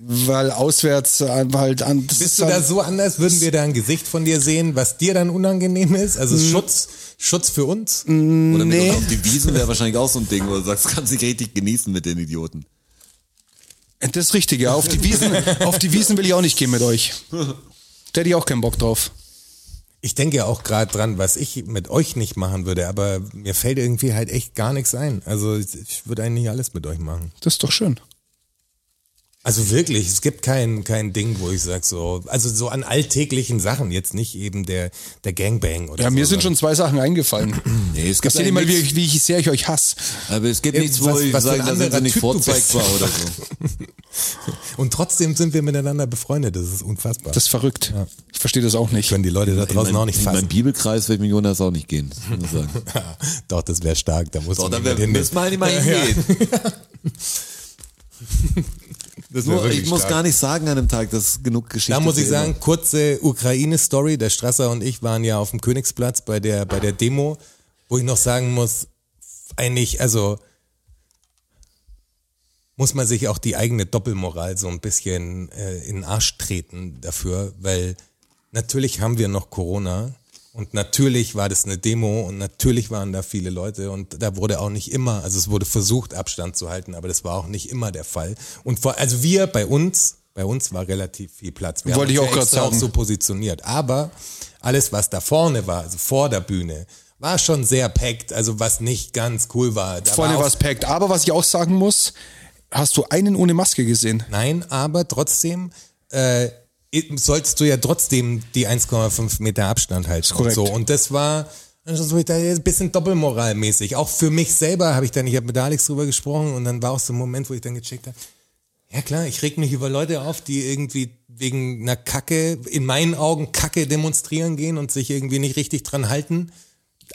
Weil auswärts äh, halt an. das
Bist
ist
du da
dann-
so anders? Würden wir da ein Gesicht von dir sehen, was dir dann unangenehm ist? Also
Mm.
Schutz, Schutz für uns?
Oder mit uns auf die Wiesen wäre wahrscheinlich auch so ein Ding, wo du sagst, kannst dich richtig genießen mit den Idioten.
Das ist richtig, ja. Auf die Wiesen, auf die Wiesen will ich auch nicht gehen mit euch. Da hätte ich auch keinen Bock drauf.
Ich denke ja auch gerade dran, was ich mit euch nicht machen würde, aber mir fällt irgendwie halt echt gar nichts ein. Also ich- ich würde eigentlich alles mit euch machen.
Das ist doch schön.
Also wirklich, es gibt kein, kein Ding, wo ich sag so, also so an alltäglichen Sachen, jetzt nicht eben der, der Gangbang oder
Ja,
so.
mir sind schon zwei Sachen eingefallen.
Nee, es
Das
gibt
seht ihr mal,
eigentlich
wie, wie ich, sehr ich euch hasse.
nichts- aber es gibt
Ja,
nichts, wo
was-
ich
was für
sage,
ein
da sind
anderer
sie nicht
Typ du
vorzeigbar
bist.
oder so.
Und trotzdem sind wir miteinander befreundet, das ist unfassbar.
Das ist verrückt. Ich verstehe das auch nicht.
können die Leute da draußen auch nicht
in meinem
fassen.
Bibelkreis wird mit Jonas auch nicht gehen. muss ich Sagen.
Doch, das wäre stark, da muss
Doch,
man
dann wär- müssen wir halt nicht mal hingehen.
Das wär
Nur,
wirklich
ich muss
stark.
gar nicht sagen an dem Tag, dass genug Geschichte
Da muss ich
für immer.
sagen, kurze Ukraine-Story. Der Strasser und ich waren ja auf dem Königsplatz bei der, bei der Demo, wo ich noch sagen muss, eigentlich, also muss man sich auch die eigene Doppelmoral so ein bisschen äh, in den Arsch treten dafür, weil natürlich haben wir noch Corona und natürlich war das eine Demo und natürlich waren da viele Leute und da wurde auch nicht immer, also es wurde versucht Abstand zu halten, aber das war auch nicht immer der Fall. Und vor, also wir bei uns, bei uns war relativ viel Platz. Wir
Wollte
haben
ich
uns
auch
ja
grad
extra
sagen.
so positioniert, aber alles was da vorne war, also vor der Bühne, war schon sehr packt, also was nicht ganz cool war. Da
Vorne
war auch
war es packt. Aber was ich auch sagen muss, hast du einen ohne Maske gesehen?
Nein, aber trotzdem äh, sollst du ja trotzdem die 1,5 Meter Abstand halten. und
korrekt.
So. Und das war also so, da ist ein bisschen doppelmoralmäßig. Auch für mich selber habe ich dann, ich habe mit Alex drüber gesprochen und dann war auch so ein Moment, wo ich dann gecheckt habe, ja klar, ich reg mich über Leute auf, die irgendwie wegen einer Kacke, in meinen Augen Kacke demonstrieren gehen und sich irgendwie nicht richtig dran halten.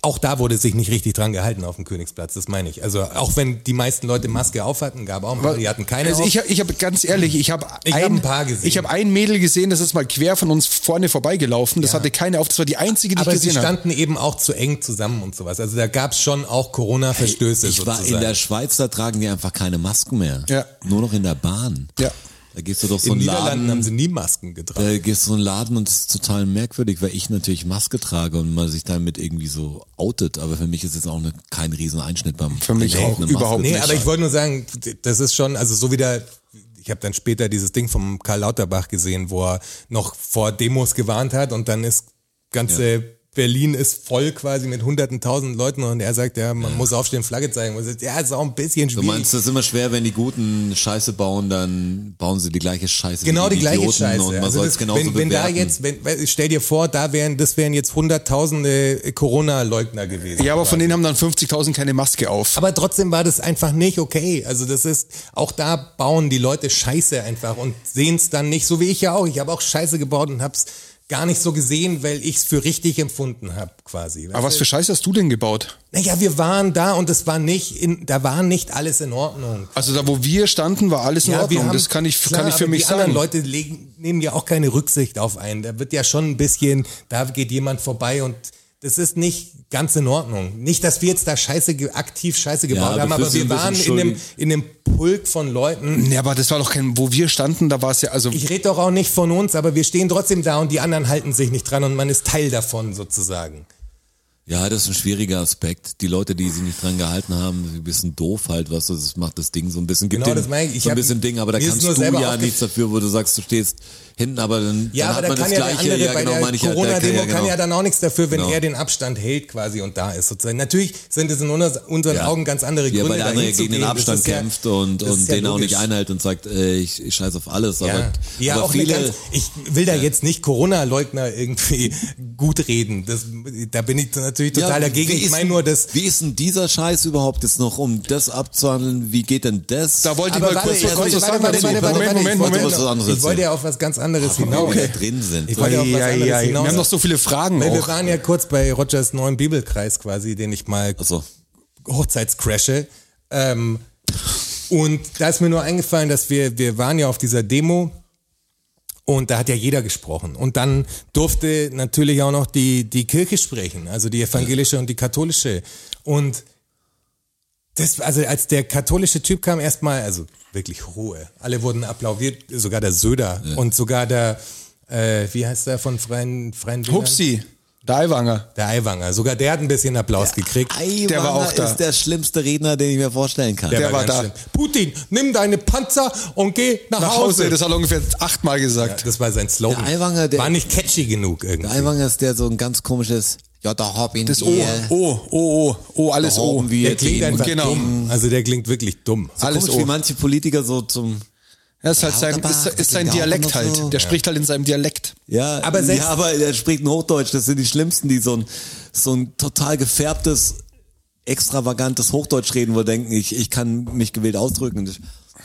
Auch da wurde sich nicht richtig dran gehalten auf dem Königsplatz, das meine ich. Also auch wenn die meisten Leute Maske auf hatten, gab auch ein paar, die hatten keine
Also
auf.
ich, hab- ich habe ganz ehrlich, ich habe
Ich hab ein paar gesehen.
Ich habe ein Mädel gesehen, das ist mal quer von uns vorne vorbeigelaufen. Das
Ja.
hatte keine auf. Das war die einzige, die
Aber
ich
sie
gesehen habe.
standen eben auch zu eng zusammen und sowas. Also da gab es schon auch Corona-Verstöße
Ich war
sozusagen.
in der Schweiz, da tragen die einfach keine Masken mehr.
Ja.
Nur noch in der Bahn.
Ja.
Da gehst du doch so
in
einen
Niederlanden
Laden.
haben sie nie Masken getragen.
Da Äh, gehst du so einen Laden und es ist total merkwürdig, weil ich natürlich Maske trage und man sich damit irgendwie so outet. Aber für mich ist jetzt auch eine, kein riesen Einschnitt beim Für
mich auch überhaupt
Nee, aber ich wollte nur sagen, das ist schon, also so wie der, ich habe dann später dieses Ding vom Karl Lauterbach gesehen, wo er noch vor Demos gewarnt hat und dann ist ganze Berlin ist voll quasi mit hunderten, tausend Leuten und er sagt, ja, man muss aufstehen, Flagge zeigen. Und er sagt, ja, ist auch ein bisschen
Du
schwierig.
meinst, das ist immer schwer, wenn die Guten Scheiße bauen, dann bauen sie die gleiche Scheiße. wie
Genau die, gleiche
Idioten
Scheiße.
Und man
Also
soll
das-
es genauso
wenn, wenn da
bewerten.
jetzt, wenn, weil, stell dir vor, da wären, das wären jetzt hunderttausende Corona-Leugner gewesen.
Ja, aber von denen haben dann 50.000 keine Maske auf.
Aber trotzdem war das einfach nicht okay. Also das ist, auch da bauen die Leute Scheiße einfach und sehen es dann nicht, so wie ich ja auch. Ich habe auch Scheiße gebaut und hab's gar nicht so gesehen, weil ich's für richtig empfunden hab quasi.
Aber was für Scheiße hast du denn gebaut?
Naja, wir waren da und es war nicht, in, da war nicht alles in Ordnung.
Also da, wo wir standen, war alles in
Ja, wir
Ordnung.
haben-
das kann ich,
klar,
kann ich für
aber
mich
die anderen
sagen.
Leute legen, nehmen ja auch keine Rücksicht auf einen. Da wird ja schon ein bisschen, da geht jemand vorbei und das ist nicht ganz in Ordnung. Nicht, dass wir jetzt da scheiße, ge- aktiv scheiße gebaut
aber
haben, aber
fühlst du
wir
ein bisschen
waren in einem, in einem Pulk von Leuten.
Nee, aber das war doch kein, wo wir standen, da war es ja, also
Ich rede doch auch nicht von uns, aber wir stehen trotzdem da und die anderen halten sich nicht dran und man ist Teil davon sozusagen.
Ja, das ist ein schwieriger Aspekt. Die Leute, die sich nicht dran gehalten haben, sind ein bisschen doof halt, was weißt du, das macht das Ding so ein bisschen, gibt
Genau,
dem
das meine ich. Ich
so ein
hab-
bisschen Ding, aber da
mir ist
kannst
nur
du
selber
ja
aufgef-
nichts dafür, wo du sagst, du stehst hinten, aber dann,
Ja, aber
dann hat
da kann
man das
ja der
gleiche,
andere
ja
bei
genau, meine
der
ich halt, da kann
Corona-Demo
ja, genau.
kann ja dann auch nichts dafür, wenn
Genau.
er den Abstand hält quasi und da ist sozusagen. Natürlich sind es in unser- unseren
Ja.
Augen ganz andere
ja,
Gründe,
weil der
dahin
andere
zu
gegen
gehen.
den
Das
Abstand
ist ja-
kämpft und,
das ist
und
ja
den auch
logisch.
nicht einhält und sagt, äh, ich, ich scheiß auf alles,
Ja,
aber,
ja
aber
auch eine
viele,
ganz, ich will da jetzt nicht Corona-Leugner irgendwie gut reden. Das, da bin ich natürlich total
Ja,
dagegen.
wie
Ich
ist-
meine nur, dass
Wie ist denn dieser Scheiß überhaupt jetzt noch, um das abzuhandeln? Wie geht denn das?
Da wollte ich
Aber
mal kurz
warte,
was kurz
warte,
was sagen.
warte,
dazu.
warte,
Moment,
warte, warte,
Moment,
ich wollte
Moment.
was anderes
ich wollte
erzählen.
ja auf was ganz anderes hinaus.
Weil wir da drin sind.
Ich wollte ja auf was
Ei,
anderes
ei, ei.
hinaus.
Wir haben noch so viele Fragen
Weil wir
auch.
waren ja kurz bei Rogers neuen
Also,
Bibelkreis quasi, den ich mal
Achso.
Hochzeitscrashe. Ähm, Und da ist mir nur eingefallen, dass wir, wir waren ja auf dieser Demo und da hat ja jeder gesprochen. Und dann durfte natürlich auch noch die, die Kirche sprechen, also die evangelische und die katholische. Und das, also als der katholische Typ kam erstmal, also wirklich Ruhe. Alle wurden applaudiert, sogar der Söder und sogar der, äh, wie heißt der von Freien, Freien Wählern?
Hupsi, der Eiwanger.
Der Eiwanger. Sogar der hat ein bisschen Applaus gekriegt.
der war auch da. ist der schlimmste Redner, den ich mir vorstellen kann.
Der war
ganz
da.
schlimm. Putin, nimm deine Panzer und geh nach,
Nach
Hause.
Hause, das hat er ungefähr achtmal gesagt.
Das war sein Slogan.
Der Aiwanger, der-
war nicht catchy genug
Der
irgendwie.
Eiwanger ist der so ein ganz komisches, ja, da hab ihn
Das O, O, O, O, O, alles O.
Rauben wir
Der klingt einfach
Genau.
dumm. Also der klingt wirklich dumm.
Alles
Komisch, wie
O.
manche Politiker so zum,
Das ist halt sein,
Lauterbach,
ist, ist sein
klingt auch
Dialekt
immer
halt.
so.
Der spricht halt in seinem Dialekt.
ja,
Aber selbst-
ja, aber er spricht ein Hochdeutsch, das sind die Schlimmsten, die so ein, so ein total gefärbtes, extravagantes Hochdeutsch reden, wo denken, ich, ich kann mich gewählt ausdrücken. Das-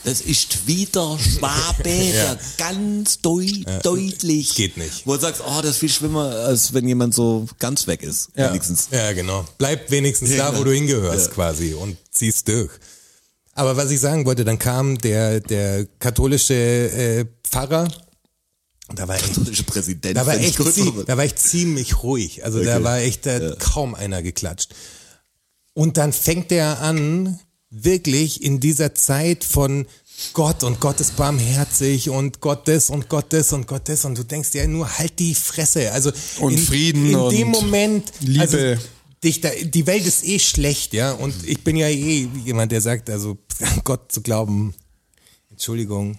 Das ist wieder Schwabe, der ganz deut, deutlich.
geht nicht.
Wo du sagst, oh, das ist viel schlimmer, als wenn jemand so ganz weg ist,
Ja.
wenigstens.
Ja, genau. Bleib wenigstens
Ja,
da,
genau.
wo du hingehörst quasi und ziehst durch. Aber was ich sagen wollte, dann kam der, der katholische äh, Pfarrer. Und da war echt,
Katholische Präsident.
da war
Wenn ich
echt,
kurz
zie-
noch-
da war echt ziemlich ruhig. Also da war echt äh, kaum einer geklatscht. Und dann fängt er an, wirklich in dieser Zeit von Gott und Gott ist barmherzig und Gottes und Gottes und Gottes und du denkst ja nur halt die Fresse. Also
Und
in,
Frieden
in
und
dem Moment
Liebe.
Also, dich da, die Welt ist eh schlecht, ja. Und ich bin ja eh jemand, der sagt, also an Gott zu glauben, Entschuldigung,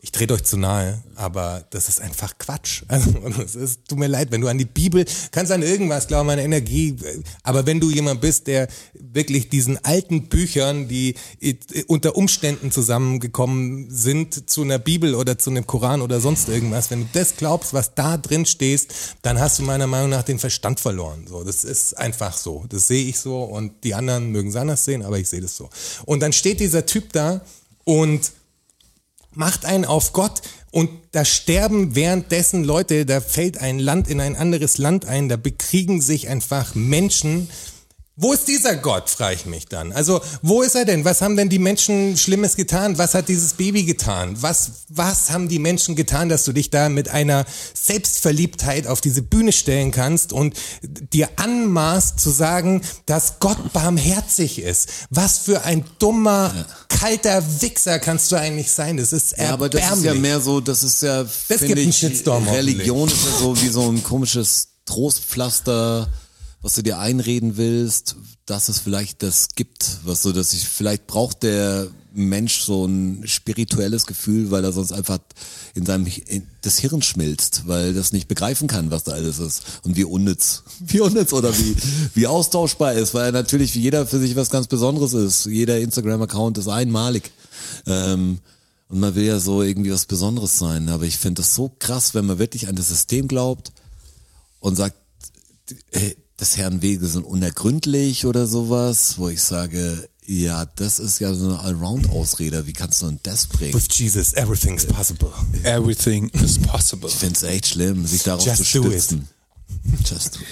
ich trete euch zu nahe, aber das ist einfach Quatsch. Also, das ist, tut mir leid, wenn du an die Bibel, kannst an irgendwas glauben, an Energie, aber wenn du jemand bist, der wirklich diesen alten Büchern, die äh, unter Umständen zusammengekommen sind, zu einer Bibel oder zu einem Koran oder sonst irgendwas, wenn du das glaubst, was da drin stehst, dann hast du meiner Meinung nach den Verstand verloren. So, das ist einfach so. Das sehe ich so und die anderen mögen es anders sehen, aber ich sehe das so. Und dann steht dieser Typ da und macht einen auf Gott und da sterben währenddessen Leute, da fällt ein Land in ein anderes Land ein, da bekriegen sich einfach Menschen. Wo ist dieser Gott, frage ich mich dann. Also, wo ist er denn? Was haben denn die Menschen Schlimmes getan? Was hat dieses Baby getan? Was, was haben die Menschen getan, dass du dich da mit einer Selbstverliebtheit auf diese Bühne stellen kannst und dir anmaßt zu sagen, dass Gott barmherzig ist? Was für ein dummer, kalter Wichser kannst du eigentlich sein? Das ist erbärmlich.
Ja, aber das ist ja mehr so, das ist ja,
gibt
finde
einen
ich,
Shitstorm hoffentlich.
Religion ist ja so wie so ein komisches Trostpflaster, was du dir einreden willst, dass es vielleicht das gibt, was so, dass ich, vielleicht braucht der Mensch so ein spirituelles Gefühl, weil er sonst einfach in seinem, Hi- in, das Hirn schmilzt, weil das nicht begreifen kann, was da alles ist und wie unnütz, wie unnütz oder wie, wie austauschbar ist, weil er natürlich wie jeder für sich was ganz Besonderes ist. Jeder Instagram-Account ist einmalig. Ähm, und man will ja so irgendwie was Besonderes sein. Aber ich finde das so krass, wenn man wirklich an das System glaubt und sagt, äh, das Herrn Wege sind unergründlich oder sowas, wo ich sage, ja, das ist ja so eine Allround-Ausrede. Wie kannst du denn das bringen?
With Jesus, everything's possible.
Everything is possible.
Ich finde es echt schlimm, sich darauf
Just
zu
do it.
stützen. Just do it.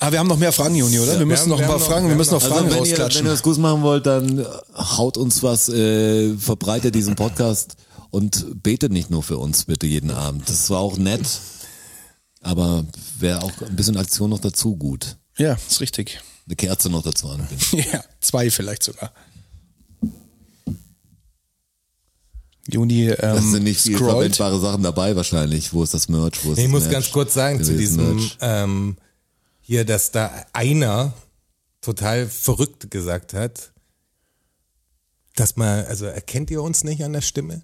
Aber Ah, wir haben noch mehr Fragen, Juni, oder? wir müssen
haben-
noch ein
wir
paar
haben noch-
Fragen,
wir
wir müssen noch
haben noch-
Fragen
Also wenn ihr, wenn
rausklatschen.
ihr es gut machen wollt, dann äh, haut uns was, äh, verbreitet diesen Podcast und betet nicht nur für uns bitte jeden Abend. Das war auch nett, aber wäre auch ein bisschen Aktion noch dazu gut.
ja, ist richtig.
Eine Kerze noch dazu an.
Ja, zwei vielleicht sogar. Juni,
Das sind
ähm,
nicht viel
scrollt.
verwendbare Sachen dabei wahrscheinlich. Wo ist das Merch? Wo ist
Ich
das
muss
Merch?
ganz kurz sagen zu
Gewesen,
diesem
Merch.
ähm, hier, dass da einer total verrückt gesagt hat, dass man, also erkennt ihr uns nicht an der Stimme?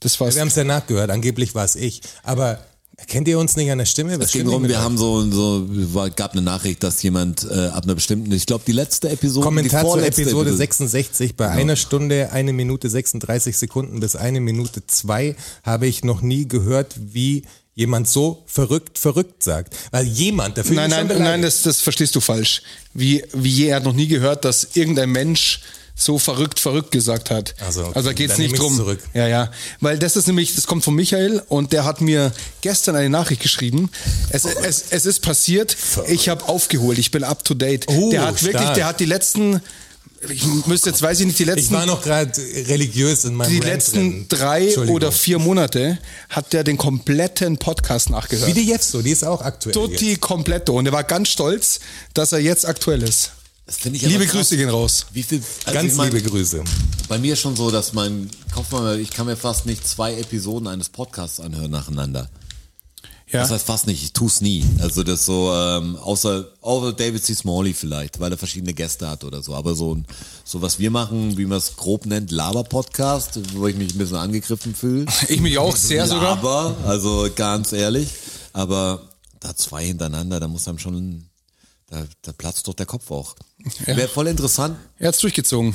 Das war's.
Wir haben es ja nachgehört, angeblich war es ich. Aber erkennt ihr uns nicht an der Stimme? Was
Es ging
stimmt
rum,
nicht mit
wir
euch?
haben so, so war, gab eine Nachricht, dass jemand äh, ab einer bestimmten, ich glaube die letzte Episode,
Kommentar
die
zur
vorletzte
Episode 66. Bei einer Stunde, eine Minute 36 Sekunden bis eine Minute zwei habe ich noch nie gehört, wie jemand so verrückt, verrückt sagt. Weil jemand, dafür
Nein, nein, nein, das, das verstehst du falsch. Wie, wie je, er hat noch nie gehört, dass irgendein Mensch so verrückt, verrückt gesagt hat.
Also, okay,
also da geht's
dann
nicht
nehme ich's
drum.
zurück.
Ja, ja. Weil das ist nämlich, das kommt von Michael und der hat mir gestern eine Nachricht geschrieben. Es, es, es ist passiert, ich habe aufgeholt, ich bin up to date.
Oh,
der hat wirklich,
stark.
der hat die letzten ich müsste jetzt, weiß ich nicht, die
Ich
letzten
war noch gerade religiös in meinem
die
Rant
letzten
drin.
drei
Entschuldigung.
oder vier Monate hat der den kompletten Podcast nachgehört.
Wie die jetzt so, die ist auch aktuell. jetzt.
Tutti completo. Und er war ganz stolz, dass er jetzt aktuell ist.
Das finde ich aber
Liebe
krass.
Grüße gehen raus.
Wie viel, also
Ganz
ich mein,
liebe Grüße.
Bei mir schon so, dass mein Kopf mal, ich kann mir fast nicht zwei Episoden eines Podcasts anhören nacheinander.
Ja.
Das heißt fast nicht, ich tu's nie. Also das so, ähm, außer, außer David C. Smalley vielleicht, weil er verschiedene Gäste hat oder so. Aber so, ein- so was wir machen, wie man es grob nennt, Laber-Podcast, wo ich mich ein bisschen angegriffen fühle.
ich mich auch sehr sogar.
Laber, also ganz ehrlich. Aber da zwei hintereinander, da muss einem schon, da, da platzt doch der Kopf auch. Wäre voll interessant,
Er hat's durchgezogen.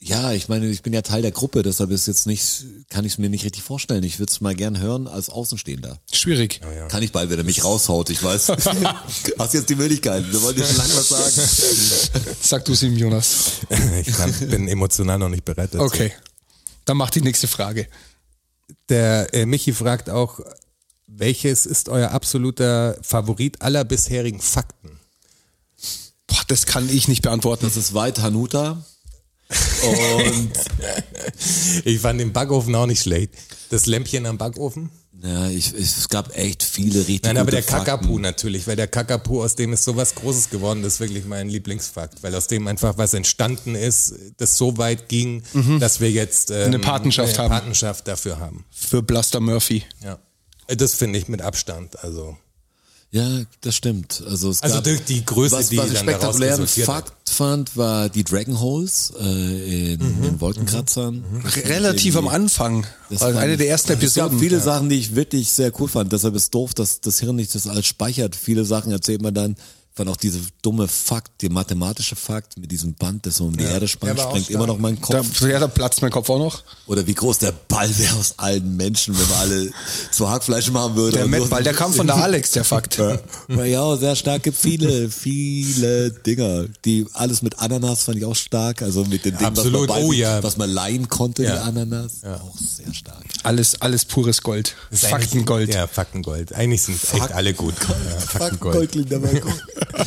ja, ich meine, ich bin ja Teil der Gruppe, deshalb ist jetzt nicht, kann ich es mir nicht richtig vorstellen. Ich würde es mal gern hören als Außenstehender.
Schwierig.
Kann ich bald, wenn er mich raushaut, ich weiß. Hast jetzt die Möglichkeit. Wir wollten dir schon lange was sagen.
Sag du es ihm, Jonas.
Ich kann, bin emotional noch nicht bereit dazu.
Okay. Dann mach die nächste Frage.
Der äh, Michi fragt auch, welches ist euer absoluter Favorit aller bisherigen Fakten?
Boah, das kann ich nicht beantworten.
Das ist weit Hanuta. Und
Ich fand den Backofen auch nicht schlecht. Das Lämpchen am Backofen?
ja, ich, ich, es gab echt viele richtig.
Nein, aber
gute
der
Fakten.
Kakapu natürlich, weil der Kakapu, aus dem ist sowas Großes geworden, das ist wirklich mein Lieblingsfakt, weil aus dem einfach was entstanden ist, das so weit ging, dass wir jetzt ähm,
Eine Patenschaft
eine
haben.
Patenschaft dafür haben.
Für Blaster Murphy.
Ja. Äh, Das finde ich mit Abstand. Also,
Ja, das stimmt. Also, es
Also
gab,
durch die Größe,
was,
die
was ich
dann daraus
spektakulären
resultiert hat.
Fakt fand, war die Dragon Holes äh, in
Mhm.
den Wolkenkratzern.
Relativ am Anfang.
Das
Also
fand
eine
ich-
der ersten
Es
Episoden.
gab viele Sachen, die ich wirklich sehr cool fand. Deshalb ist doof, dass das Hirn nicht das alles speichert. Viele Sachen erzählt man dann. Ich fand auch diese dumme Fakt, die mathematische Fakt mit diesem Band, das so um die Erde spannt,
der war auch
sprengt immer
stark.
noch meinen
da,
Kopf.
ja, da platzt mein Kopf auch noch.
Oder wie groß der Ball wäre aus allen Menschen, wenn wir alle zu Hackfleisch machen würden.
Der
Und so.
Mettball, der kam von der Alex, der Fakt.
Ja, ja, sehr stark. Gibt viele, viele Dinger. Die alles mit Ananas fand ich auch stark. Also mit den Dingen,
Absolut.
was man, bei
Oh
sich-
ja.
was man leihen konnte,
Ja.
die Ananas. Auch sehr stark.
Alles, alles pures Gold.
ist eigentlich-
Faktengold.
Ja, Faktengold. Eigentlich sind echt alle gut. Ja, Faktengold.
klingt aber gut.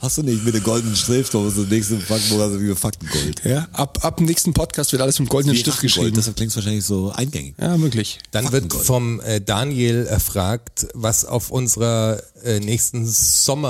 Hast du nicht mit der goldenen Schrift, aber so nächste Faktenbuch hast du wieder Faktengold.
Ja, ab, ab dem nächsten Podcast wird alles mit goldenen Stift geschrieben.
deshalb klingt es wahrscheinlich so eingängig.
ja, möglich.
Dann wird vom äh, Daniel erfragt, was auf unserer äh, nächsten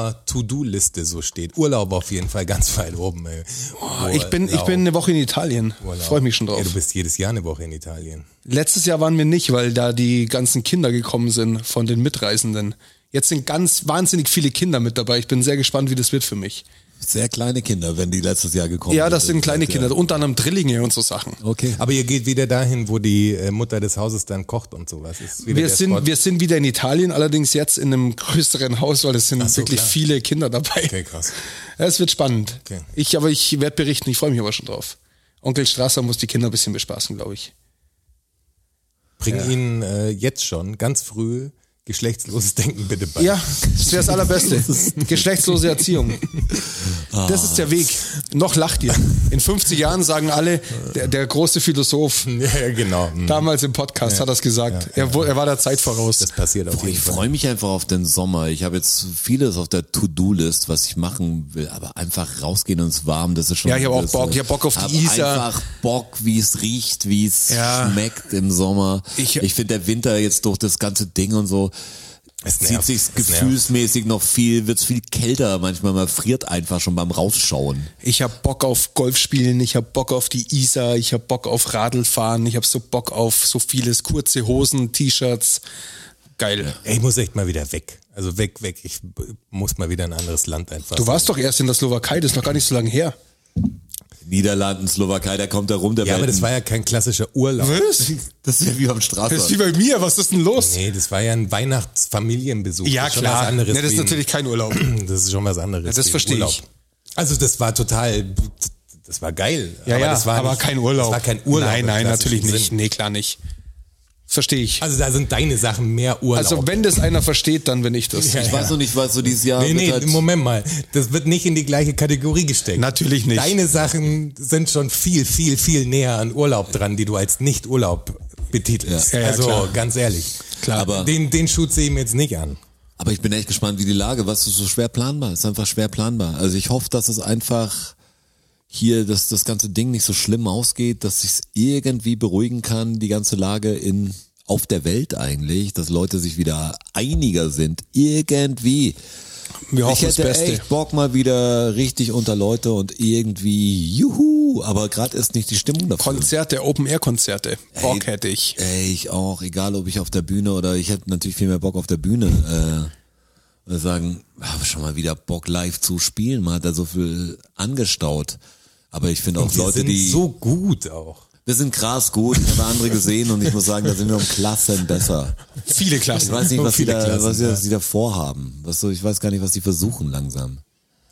Sommer-To-Do-Liste so steht. Urlaub auf jeden Fall ganz weit oben. Ey.
Oh, ich, bin, ich bin eine Woche in Italien. Freue mich schon
Ja,
drauf.
du bist jedes Jahr eine Woche in Italien.
Letztes Jahr waren wir nicht, weil da die ganzen Kinder gekommen sind von den Mitreisenden. Jetzt sind ganz wahnsinnig viele Kinder mit dabei. Ich bin sehr gespannt, wie das wird für mich.
Sehr kleine Kinder, wenn die letztes Jahr gekommen
Ja, das sind kleine
Ja.
Kinder, unter anderem Drillinge und so Sachen.
Okay.
Aber ihr geht wieder dahin, wo die äh, Mutter des Hauses dann kocht und sowas. Ist wieder
Wir
der
sind,
Spot.
wir sind wieder in Italien, allerdings jetzt in einem größeren Haus, weil es sind
so,
wirklich
klar.
viele Kinder dabei.
okay, krass.
Ja, es wird spannend.
Okay.
Ich, aber ich werde berichten, ich freue mich aber schon drauf. Onkel Strasser muss die Kinder ein bisschen bespaßen, glaube ich.
Bring ihnen äh, jetzt schon ganz früh geschlechtsloses Denken bitte bei.
Ja, das wäre das Allerbeste. Geschlechtslose Erziehung.
Ah.
Das ist der Weg. Noch lacht ihr. In 50 Jahren sagen alle, der, der große Philosoph,
ja genau. Hm.
damals im Podcast hat das gesagt. Er, wu- er war der Zeit voraus.
Das passiert auf
Boah,
jeden
ich
Fall.
freue mich einfach auf den Sommer. Ich habe jetzt vieles auf der To-Do-List, was ich machen will, aber einfach rausgehen und es warm, das ist schon.
Ja, ich habe auch
das,
Bock.
äh,
Ich habe Bock auf die
hab
Isar.
einfach Bock, wie es riecht, wie es
Ja.
schmeckt im Sommer.
Ich-
Ich, finde der Winter jetzt durch das ganze Ding und so.
Es
zieht
nervt,
sich
es
gefühlsmäßig noch viel, wird es viel kälter manchmal, man friert einfach schon beim Rausschauen.
Ich habe Bock auf Golfspielen, ich habe Bock auf die Isar, ich habe Bock auf Radlfahren, ich habe so Bock auf so vieles, kurze Hosen, T-Shirts. Geil.
Ey, Ich muss echt mal wieder weg. Also weg, weg. Ich b- muss mal wieder in ein anderes Land einfach.
Du warst doch erst in der Slowakei, das ist noch gar nicht so lange her.
Niederlanden, Slowakei, da kommt er rum, der
ja, aber
Welten.
das war ja kein klassischer Urlaub.
Was?
das ist ja wie beim
Das ist wie
Straße.
bei mir, was ist denn los?
Nee, das war ja ein Weihnachtsfamilienbesuch.
Ja,
das ist schon
klar.
Was anderes
Nee, das ist
wie ein-
natürlich kein Urlaub.
Das ist schon was anderes.
Ja, das
wie
verstehe
Urlaub.
ich.
Also das war total, das war geil.
Ja, aber ja,
das war
aber
nicht-
kein Urlaub.
Das war kein Urlaub.
Nein,
im
nein,
klassischen
natürlich nicht.
Sinn.
Nee, klar nicht. Verstehe ich.
Also da sind deine Sachen mehr Urlaub.
Also, wenn das einer versteht, dann bin ich das.
Ich weiß noch nicht, was so dieses Jahr
Nee,
wird
nee,
halt-
Moment mal. Das wird nicht in die gleiche Kategorie gesteckt.
Natürlich nicht.
Deine Sachen sind schon viel, viel, viel näher an Urlaub dran, die du als Nicht-Urlaub betitelst.
Ja, ja,
also
klar.
ganz ehrlich.
Klar,
aber-
Den, den Schuh ziehe ich mir jetzt nicht an.
Aber ich bin echt gespannt, wie die Lage, was ist so schwer planbar? Ist einfach schwer planbar. Also ich hoffe, dass es einfach hier dass das ganze Ding nicht so schlimm ausgeht, dass sich's irgendwie beruhigen kann, die ganze Lage in auf der Welt eigentlich, dass Leute sich wieder einiger sind, irgendwie.
Wir
Ich
hoffen das
hätte
Beste.
echt Bock mal wieder richtig unter Leute und irgendwie, juhu, aber gerade ist nicht die Stimmung dafür.
Konzerte, Open-Air-Konzerte. Bock hätte ich.
Ey, ich auch, egal ob ich auf der Bühne oder ich hätte natürlich viel mehr Bock auf der Bühne. Äh, und sagen, habe schon mal wieder Bock live zu spielen, man hat da so viel angestaut. Aber ich finde auch
Wir
Leute,
sind
die.
so gut auch.
wir sind krass gut, ich habe andere gesehen und ich muss sagen, da sind wir um Klassen besser.
Viele Klassen.
Ich weiß nicht, was die
Um Viele
da,
Klassen,
was die,
ja.
was die da vorhaben. Was so, ich weiß gar nicht, was die versuchen langsam.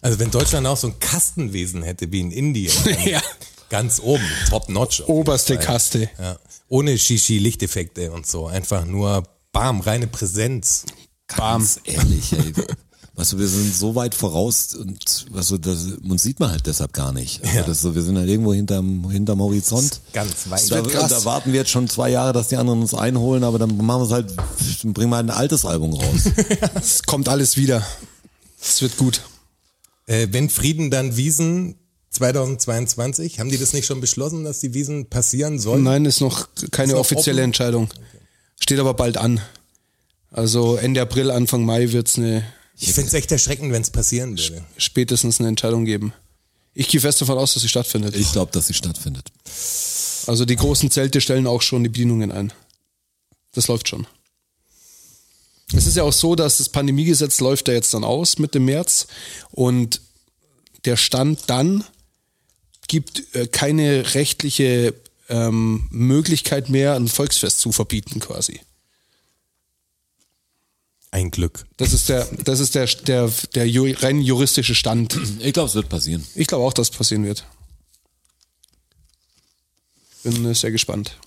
Also wenn Deutschland auch so ein Kastenwesen hätte wie in Indien, dann
Ja. Oh.
ganz oben, top notch. auf jeden
Oberste
Fall.
Kaste.
Ja. Ohne Shishi Lichteffekte und so, einfach nur bam, reine Präsenz.
Bam.
Ganz ehrlich, ey. Weißt du, wir sind so weit voraus und weißt du, das, uns sieht man halt deshalb gar nicht. Also das, ist so, wir sind halt irgendwo hinterm, hinterm Horizont.
Ganz
Und
weit.
Da,
wird krass.
und da warten wir jetzt schon zwei Jahre, dass die anderen uns einholen, aber dann machen wir es halt, dann bringen wir halt ein altes Album raus.
Es kommt alles wieder. Es wird gut.
Äh, wenn Frieden dann Wiesen 2022, haben die das nicht schon beschlossen, dass die Wiesen passieren sollen?
Nein, ist noch keine
Ist noch
offizielle
offen?
Entscheidung. Steht aber bald an. Also Ende April, Anfang Mai wird es eine,
Ich find's echt erschreckend, wenn's passieren würde.
spätestens eine Entscheidung geben. Ich gehe fest davon aus, dass sie stattfindet.
Ich glaube, dass sie stattfindet.
Also die großen Zelte stellen auch schon die Bedienungen ein. Das läuft schon. Es ist ja auch so, dass das Pandemiegesetz läuft ja jetzt dann aus mit dem März und der Stand dann gibt äh, keine rechtliche ähm, Möglichkeit mehr, ein Volksfest zu verbieten quasi.
Ein Glück.
Das ist der, das ist der, der, der ju rein juristische Stand.
Ich glaube, es wird passieren.
Ich glaube auch, dass passieren wird. Bin äh, sehr gespannt.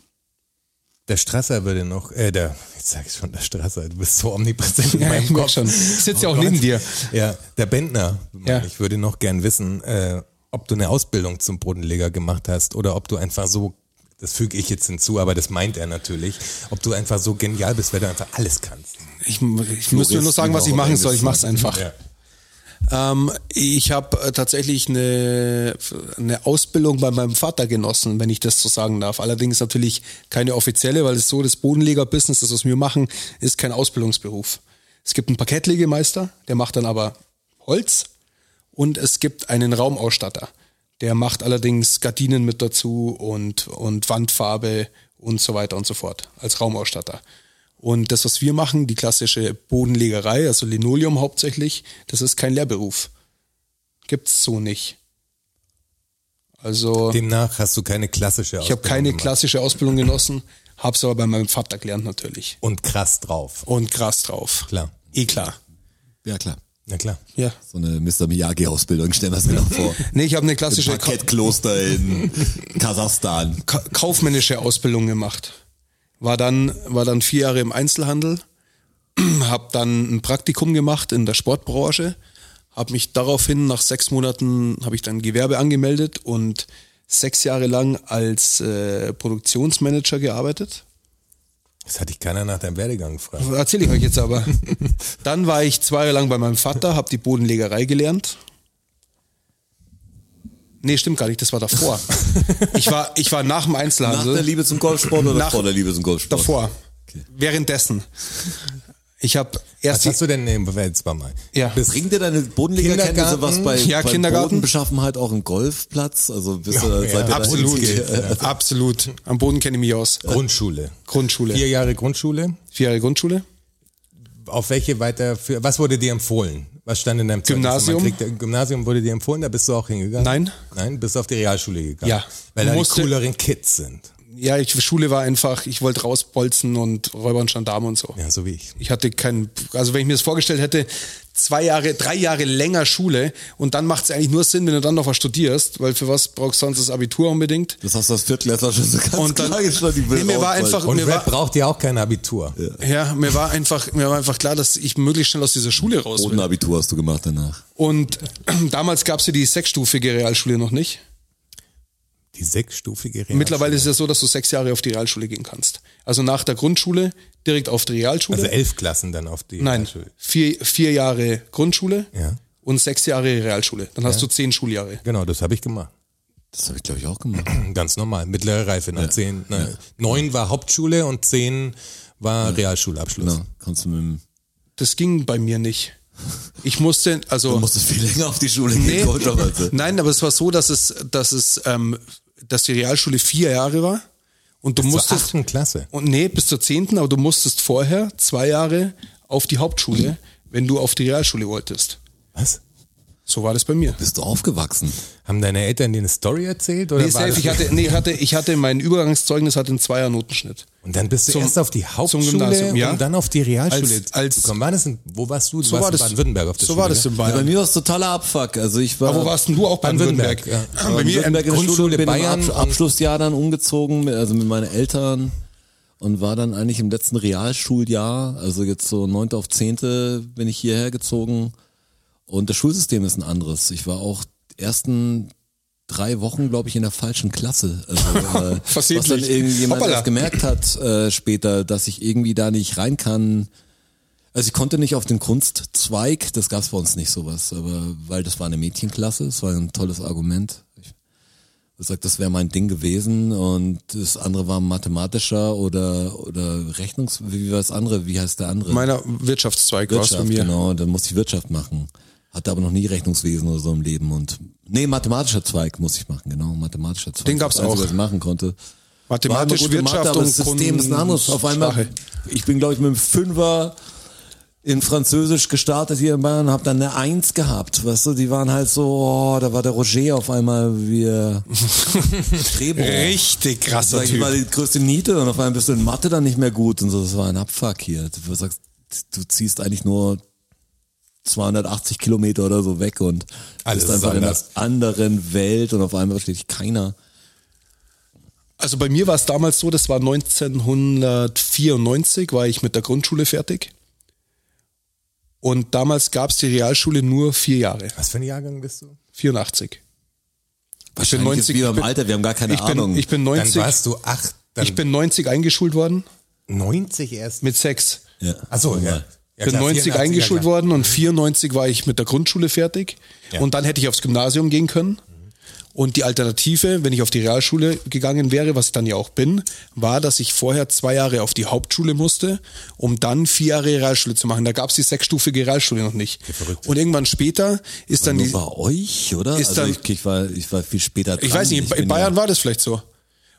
Der Strasser würde noch, äh, der, jetzt sag ich schon, der Strasser, du bist so omnipräsent in
Ja,
meinem
ich merk
Kopf.
schon. Ich sitz ja auch neben dir.
Ja, der Bentner,
Ja.
ich würde noch gern wissen, äh, ob du eine Ausbildung zum Bodenleger gemacht hast oder ob du einfach so, das füge ich jetzt hinzu, aber das meint er natürlich, ob du einfach so genial bist, weil du einfach alles kannst.
Ich, ich müsste nur noch sagen, was ich machen soll. Ich mach's einfach.
Ja.
Ähm, ich habe äh, tatsächlich eine, eine Ausbildung bei meinem Vater genossen, wenn ich das so sagen darf. Allerdings natürlich keine offizielle, weil es so das Bodenleger-Business, das was wir machen, ist kein Ausbildungsberuf. Es gibt einen Parkettlegemeister, der macht dann aber Holz und es gibt einen Raumausstatter. Der macht allerdings Gardinen mit dazu und, und Wandfarbe und so weiter und so fort als Raumausstatter. Und das, was wir machen, die klassische Bodenlegerei, also Linoleum hauptsächlich, das ist kein Lehrberuf. Gibt's so nicht. Also
Demnach hast du keine klassische Ausbildung.
ich habe keine
gemacht.
klassische Ausbildung genossen, hab's aber bei meinem Vater gelernt natürlich.
Und krass drauf.
Und krass drauf.
Klar.
Eh klar.
Ja, klar.
Na klar.
Ja.
So eine Mr. Miyagi-Ausbildung, stellen wir es mir noch vor.
Nee, ich habe eine
Im
klassische Ka
Parkettkloster in Kasachstan.
Ka kaufmännische Ausbildung gemacht. War dann, war dann vier Jahre im Einzelhandel, habe dann ein Praktikum gemacht in der Sportbranche, habe mich daraufhin nach sechs Monaten, habe ich dann Gewerbe angemeldet und sechs Jahre lang als äh, Produktionsmanager gearbeitet.
Das hatte ich keiner nach deinem Werdegang gefragt.
Erzähle ich euch jetzt aber. Dann war ich zwei Jahre lang bei meinem Vater, habe die Bodenlegerei gelernt. Nee, stimmt gar nicht, das war davor. Ich war, ich war nach dem
Nach
Einzelhandel.
der Liebe zum Golfsport oder
Also? Nach-
vor der Liebe zum Golfsport?
Davor. Währenddessen. Ich habe erst
Was
die,
hast du denn, nee, jetzt mal mal.
Ja.
Bis
Bringt dir deine Bodenlegerkenntnisse
Kindergarten?
was bei,
Ja,
bei
Kindergarten.
Bodenbeschaffenheit auch im Golfplatz? Also bist du,
Ja,
seid ihr da äh,
absolut,
hingegangen?
absolut. Am Boden kenne ich mich aus.
Grundschule.
Grundschule.
Vier
Vier,
Jahre Grundschule.
Jahre Grundschule.
Auf welche weiter, für, was wurde dir empfohlen? Was stand in deinem Zeugnis?
Gymnasium?
Man kriegt- äh, Gymnasium wurde dir empfohlen, da bist du auch hingegangen?
Nein.
Nein, bist auf die Realschule gegangen?
Ja.
Weil da die
Musste-
cooleren Kids sind.
Ja, ich, Schule war einfach, ich wollte rausbolzen und Räuber und Gendarme und so.
Ja, so wie ich.
Ich hatte keinen, also wenn ich mir das vorgestellt hätte, zwei Jahre, drei Jahre länger Schule und dann macht es eigentlich nur Sinn, wenn du dann noch was studierst, weil für was brauchst du sonst das Abitur unbedingt?
Das hast du als Viertklässler schon so ganz
Und dann-
klar gesagt, ich will
Nee, mir war
raus, weil-
einfach-
Und
Mir
Rap
war-
braucht ja auch kein Abitur.
Ja, mir war einfach, mir war einfach klar, dass ich möglichst schnell aus dieser Schule raus will.
Bodenabitur hast du gemacht danach.
Und damals gab's ja die sechsstufige Realschule noch nicht.
Die sechsstufige Realschule.
Mittlerweile ist es ja so, dass du sechs Jahre auf die Realschule gehen kannst. Also nach der Grundschule direkt auf die Realschule.
Also elf Klassen dann auf die
Nein,
Realschule.
vier, vier Jahre Grundschule
Ja.
und sechs Jahre Realschule. Dann hast du zehn Schuljahre.
Genau, das habe ich gemacht.
Das habe ich, glaube ich, auch gemacht.
Ganz normal, mittlere Reife. Ne? Zehn, ne? Neun war Hauptschule und zehn war Realschulabschluss.
Genau. Kannst du mit dem...
Das ging bei mir nicht. Ich musste, also.
Du musstest viel länger auf die Schule gehen,
Nee.
komischerweise.
Nein, aber es war so, dass es, dass es, ähm, dass die Realschule vier Jahre war und du
Zur
musstest
achten Klasse.
und nee bis zur zehnten, aber du musstest vorher zwei Jahre auf die Hauptschule, wenn du auf die Realschule wolltest.
Was?
So war das bei mir.
Bist du aufgewachsen?
Haben deine Eltern dir eine Story erzählt? Oder
Nee,
war
safe,
das-
ich hatte, nee, ich hatte, ich hatte mein Übergangszeugnis hatte einen Zweier Notenschnitt.
und dann bist du
zum-
erst auf die
zum
Hauptschule
Gymnasium, ja.
und dann auf die Realschule
Als- als-
gekommen. War das in, wo warst du? Du
So
warst
war das.
in Baden-Württemberg auf der
so
Schule.
war das
ne?
in
Ja, bei
Bayern.
mir war es totaler Abfuck. Also ich war.
aber wo warst denn du auch bei Württemberg?
Baden-Württemberg, ja.
Bei mir
in der
in
Grundschule
Grundschule
bin
Bayern
im
und-
Ab Abschlussjahr dann umgezogen, mit- also mit meinen Eltern und war dann eigentlich im letzten Realschuljahr, also jetzt so 9. auf 10. bin ich hierher gezogen und das Schulsystem ist ein anderes. Ich war auch die ersten drei Wochen, glaube ich, in der falschen Klasse. Also, äh, was dann
Versehentlich.
irgendjemand
Hoppala.
erst gemerkt hat äh, später, dass ich irgendwie da nicht rein kann. Also ich konnte nicht auf den Kunstzweig, das gab's bei uns nicht sowas, aber weil das war eine Mädchenklasse, das war ein tolles Argument. Ich gesagt, das wäre mein Ding gewesen und das andere war mathematischer oder oder Rechnungs wie war das andere, wie heißt der andere?
meiner Wirtschaftszweig war es bei
Wirtschaft,
mir.
genau, dann musste ich Wirtschaft machen. Hatte aber noch nie Rechnungswesen oder so im Leben und nee, mathematischer Zweig muss ich machen, genau, mathematischer Zweig.
Den gab's
das Einzige,
auch.
Was ich machen konnte.
Mathematisch,
War immer gute
Wirtschaft
Mathe, aber
und
das System ist ein anderes. Auf einmal,
Sprache.
ich bin glaube ich mit einem Fünfer in Französisch gestartet hier in Bayern und habe dann eine Eins gehabt, weißt du, die waren halt so, oh, da war der Roger auf einmal wie Strebo.
Richtig krasser
Sag ich mal,
Typ.
die größte Niete und auf einmal bist du in Mathe dann nicht mehr gut und so, das war ein Abfuck hier. Du sagst, du ziehst eigentlich nur 280 Kilometer oder so weg und
Alles
bist einfach
ist
in einer
anders.
anderen Welt und auf einmal versteht dich keiner.
Also bei mir war es damals so, das war 1994, war ich mit der Grundschule fertig. Und damals gab es die Realschule nur vier Jahre,
Was für ein Jahrgang bist du?
84.
Wahrscheinlich
90
ist wieder
ich
im
bin-
Alter, wir haben gar keine
ich
Ahnung.
bin, ich bin
Dann
90,
warst du acht, dann
ich bin 90 eingeschult worden
90 erst.
mit sechs.
ja.
Achso, ja. ja
Ich bin
klar,
90
84er
eingeschult
Jahrgang.
worden und 94 war ich mit der Grundschule fertig.
Ja. Mhm.
Und dann hätte ich aufs Gymnasium gehen können. Und die Alternative, wenn ich auf die Realschule gegangen wäre, was ich dann ja auch bin, war, dass ich vorher zwei Jahre auf die Hauptschule musste, um dann vier Jahre Realschule zu machen. Da gab es die sechsstufige Realschule noch nicht. Und irgendwann später ist dann
Nur
die.
bei euch, oder?
Ist
also
dann-
ich, ich, war, ich war viel später dran.
Ich weiß nicht, in, in
bin
Bayern
ja,
war das vielleicht so.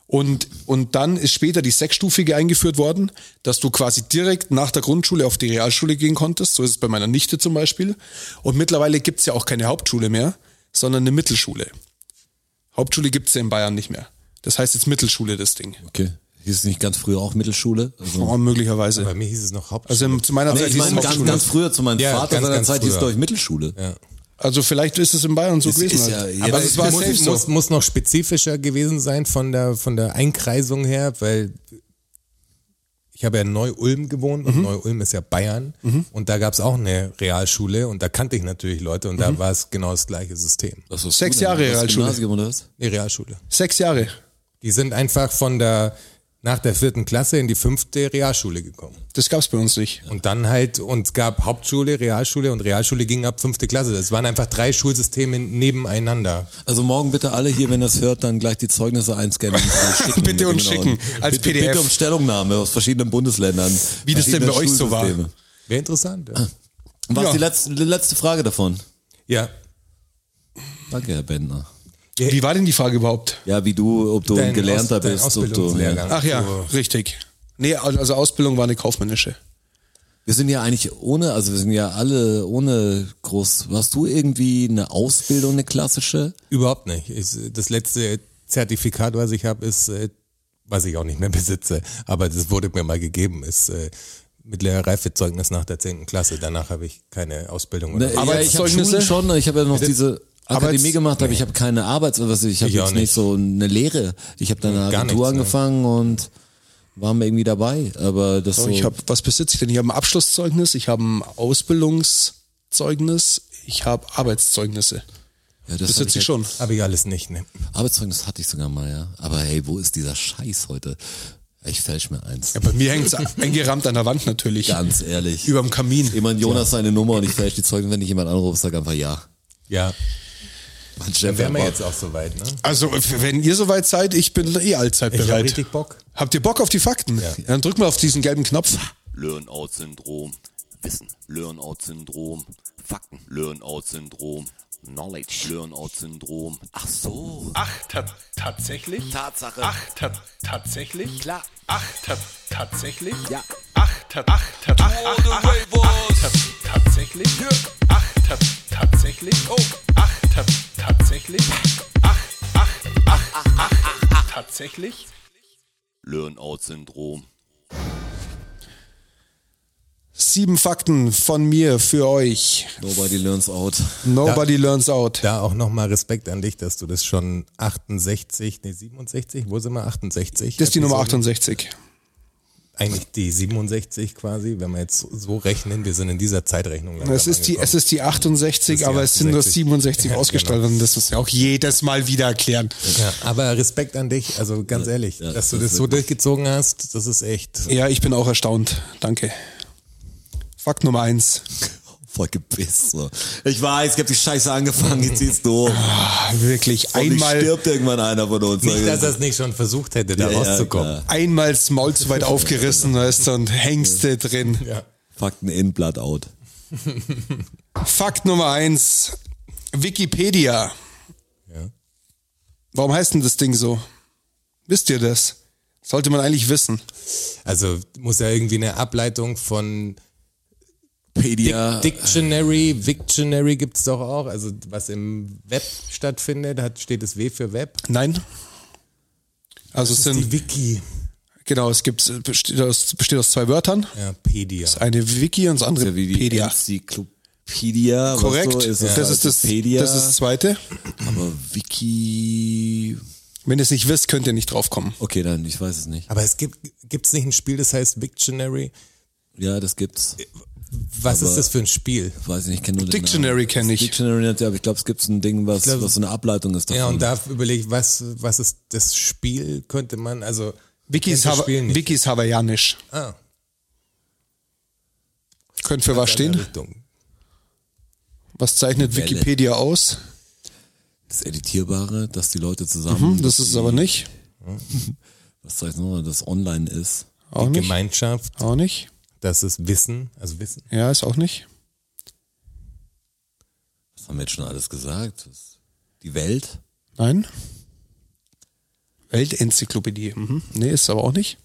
Und, und dann ist später die sechsstufige eingeführt worden, dass du quasi direkt nach der Grundschule auf die Realschule gehen konntest. So ist es bei meiner Nichte zum Beispiel. Und mittlerweile gibt's ja auch keine Hauptschule mehr, sondern eine Mittelschule. Hauptschule gibt's ja in Bayern nicht mehr. Das heißt jetzt Mittelschule, das Ding.
Okay. Hieß es nicht ganz früher auch Mittelschule? Also,
Oh, möglicherweise.
Bei mir hieß es noch Hauptschule.
Also zu meiner
nee,
Zeit
ich
hieß es
meine ganz,
Hauptschule.
ganz früher zu meinem
Ja,
Vater
ganz,
seiner
ganz
Zeit hieß es
früher.
durch Mittelschule.
Ja.
also vielleicht ist es in Bayern so
Es
gewesen.
ist
halt.
ja-
Aber
ja,
es war
muss-
safe
muss,
so.
muss, muss noch spezifischer gewesen sein von der, von der Einkreisung her, weil ich habe ja in Neu-Ulm gewohnt
Mhm.
und Neu-Ulm ist ja Bayern und da gab es auch eine Realschule und da kannte ich natürlich Leute und
Mhm.
da war es genau das gleiche System.
Was hast
Sechs
du denn?
Jahre
Hast du
Realschule.
Gymnasium oder was?
Die Realschule.
Sechs Jahre.
Die sind einfach von der, nach der vierten Klasse in die fünfte Realschule gekommen.
Das gab's bei uns nicht.
Und dann halt, und es gab Hauptschule, Realschule und Realschule ging ab fünfte Klasse. Das waren einfach drei Schulsysteme nebeneinander.
Also morgen bitte alle hier, wenn ihr es hört, dann gleich die Zeugnisse einscannen. und schicken.
Bitte uns schicken, als
bitte,
PDF.
Bitte um Stellungnahme aus verschiedenen Bundesländern.
Wie das denn bei euch so war.
Schulsysteme.
Wäre interessant.
Ah.
Ja.
Was
Ja.
die letzte, die letzte Frage davon?
ja.
Danke, Herr Bendner.
Wie war denn die Frage überhaupt?
Ja, wie du, ob du ein Gelernter
Aus- dein
bist. Ob du, ja.
Ausbildungslehrgang.
Ach ja,
So.
richtig. Also, äh, Nee, also Ausbildung war eine kaufmännische.
Wir sind ja eigentlich ohne, also wir sind ja alle ohne groß. Hast du irgendwie eine Ausbildung, eine klassische?
Überhaupt nicht. Ich, das letzte Zertifikat, was ich habe, ist, äh, was ich auch nicht mehr besitze, aber das wurde mir mal gegeben, ist äh, mittlere Reifezeugnis nach der 10. Klasse. Danach habe ich keine Ausbildung. Oder so.
aber-
ja, Ne, ich habe Schulen
Arbeitszeugnisse?
schon, ich habe ja noch diese Akademie
Arbeits-
gemacht, aber ich habe keine Arbeits, was ich habe
Ich auch
jetzt nicht.
nicht.
so eine Lehre. Ich habe dann eine
Gar
Agentur
nichts,
angefangen und waren wir irgendwie dabei, aber das so,
Ich habe, was besitze ich denn? Ich habe ein Abschlusszeugnis, ich habe ein Ausbildungszeugnis, ich habe Arbeitszeugnisse.
ja,
Das
hab halt-
besitze ich schon.
Habe ich alles nicht. Ne?
Arbeitszeugnis hatte ich sogar mal, ja. Aber hey, wo ist dieser Scheiß heute? Ich fälsch mir eins.
Ja, bei mir hängt es eingerammt an der Wand natürlich.
Ganz ehrlich.
Überm Kamin.
Jemand Jonas seine Nummer und ich fälsch die Zeugen, wenn ich jemand anrufe, sag einfach ja.
Ja.
Mann,
Dann
Stefan,
wären wir
wow.
jetzt auch soweit, ne?
Also, wenn ihr soweit seid, ich bin eh allzeit
Ich habe
bereit.
richtig Bock.
Habt ihr Bock auf die Fakten? Dann drückt mal auf diesen gelben Knopf.
Learn-out-Syndrom. Wissen. Learn-out-Syndrom. Fakten. Learn-out-Syndrom. Knowledge. Learn-out-Syndrom. Ach so.
Ach, ta tatsächlich?
Tatsache.
Ach, ta tatsächlich?
Klar.
Ach, ta tatsächlich?
Ja.
Ach, ta ach, ta ach, ach, ach, ach, ta tatsächlich? Ach, ta tatsächlich? Oh. Ach, ta tatsächlich? Ach, ach, ach, ach, ach, ach, tatsächlich?
Learn-out-Syndrom.
Sieben Fakten von mir für euch.
Nobody learns out.
Nobody learns out.
Da auch nochmal Respekt an dich, dass du das schon 68, nee 67, wo sind wir? 68?
Das ist die Nummer
Episode?
68.
Eigentlich die 67 quasi, wenn wir jetzt so- so rechnen, wir sind in dieser Zeitrechnung. langsam
Es ist die, es
angekommen.
ist die 68,
die
aber es sind nur
68.
67
Ja,
ausgestrahlt und das muss ja auch jedes Mal wieder erklären.
Ja, aber Respekt an dich, also ganz ehrlich, dass du das so durchgezogen hast, das ist echt.
Ja, ich bin auch erstaunt. Danke. Fakt Nummer eins.
Voll gebiss. So. Ich weiß, ich hab die Scheiße angefangen, jetzt siehst du.
Ah, wirklich
Einmal
einmal,
stirbt irgendwann einer von uns.
Nicht, dass er es nicht schon versucht hätte, da
Ja, ja,
rauszukommen.
klar.
einmal das Maul zu weit aufgerissen weißt, du, und hängst du drin.
Fakten in, Blood out.
Fakt Nummer eins. Wikipedia. Warum heißt denn das Ding so? Wisst ihr das? Sollte man eigentlich wissen.
Also muss ja irgendwie eine Ableitung von
Pedia.
Dictionary, Victionary gibt's doch auch. Also was im Web stattfindet, hat, steht das W für Web.
Nein? Also es sind,
Wiki.
genau, es gibt, besteht aus, besteht aus zwei Wörtern.
Ja, Pedia.
Eine Wiki und das andere
ja wie die
Pedia.
Enzyklopädia. was
Korrekt.
So ist es halt
das, ist das,
Pedia,
das ist das zweite.
aber Wiki.
Wenn ihr es nicht wisst, könnt ihr nicht draufkommen.
Okay, dann, ich weiß es nicht.
Aber es gibt gibt's nicht ein Spiel, das heißt Victionary?
Ja, das gibt's.
Was ist das für ein Spiel?
Weiß ich nicht, kenne nur den
Dictionary
Namen.
kenn ich.
Dictionary, nicht, aber ich glaube, es gibt so ein Ding, was,
glaub-
was so eine Ableitung ist.
Ja,
davon.
und da überlege ich, was, was ist das Spiel? Könnte man, also.
Wiki ist,
kennt das
Hawa
Spiel nicht.
Wiki ist hawaiianisch.
Ah,
Könnt für was
in der
stehen?
Richtung.
Was zeichnet
Welle.
Wikipedia aus?
das Editierbare, dass die Leute zusammen,
Mhm, Das ist es aber nicht.
was soll ich noch, das online ist.
Auch
Die
nicht.
Gemeinschaft,
Auch nicht.
das ist Wissen, also Wissen.
Ja, ist auch nicht.
Was haben wir jetzt schon alles gesagt? Das- Die Welt?
Nein. Weltenzyklopädie. Mhm. Nee, ist aber auch nicht.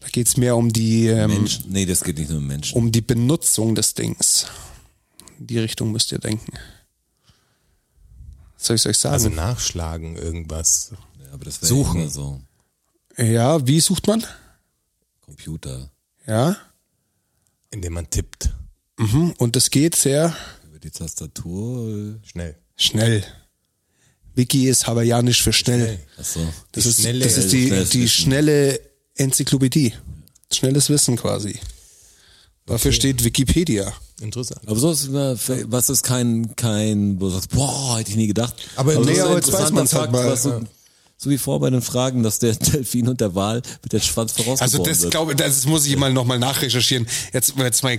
Da geht's mehr um die, ähm,
Menschen? Nee, das geht nicht nur um Menschen.
um die Benutzung des Dings. In die Richtung müsst ihr denken. Was soll ich euch sagen?
Also nachschlagen irgendwas.
um
Ja, ne, aber das wär
Suchen.
immer so.
ja, wie sucht man?
Computer.
Ja.
Indem man tippt.
Mhm. Und das geht sehr
Über die Tastatur.
Schnell.
schnell. Wiki ist hawaiianisch für schnell.
Achso.
Das
Die
ist,
schnelle-
das ist die,
schnelles
die
Wissen.
schnelle Enzyklopädie. Schnelles Wissen quasi. Dafür steht Wikipedia.
Interessant.
Aber so ist, na, fe- was ist kein, kein, wo du sagst, boah, hätte ich nie gedacht. Also
Aber
das
nee,
ist ein
aber jetzt weiß
interessanter
man's halt
Fakt,
mal,
was
ja.
so, so wie vor bei den Fragen, dass der Delfin und der Wal mit der Schwanz vorausgeboren
Also das
wird.
glaube das muss ich mal nochmal nachrecherchieren. Jetzt, jetzt, mal,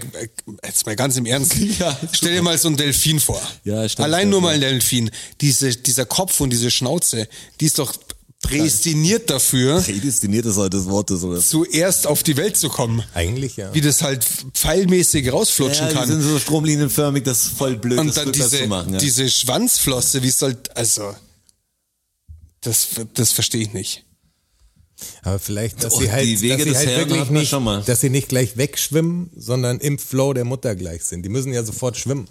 jetzt mal ganz im Ernst.
Ja.
Stell dir mal so einen Delfin vor.
Ja, stimmt.
Allein nur
Ja.
mal ein Delfin. Diese, dieser Kopf und diese Schnauze, die ist doch prädestiniert dafür,
Prädestiniert ist halt das Wort, das oder?
zuerst auf die Welt zu kommen.
Eigentlich ja.
Wie das halt pfeilmäßig rausflutschen
Ja, die
kann.
sind so stromlinienförmig, das ist voll blöd,
Und
das
dann
rückwärts
diese,
zu machen. Ja.
diese Schwanzflosse, wie soll, also, das, das verstehe ich nicht.
Aber vielleicht, dass
Oh,
Och,
sie halt,
die Wege
dass sie
des
halt
Herrn
wirklich
hatten wir
nicht,
schon mal.
dass sie nicht gleich wegschwimmen, sondern im Flow der Mutter gleich sind. Die müssen ja sofort schwimmen.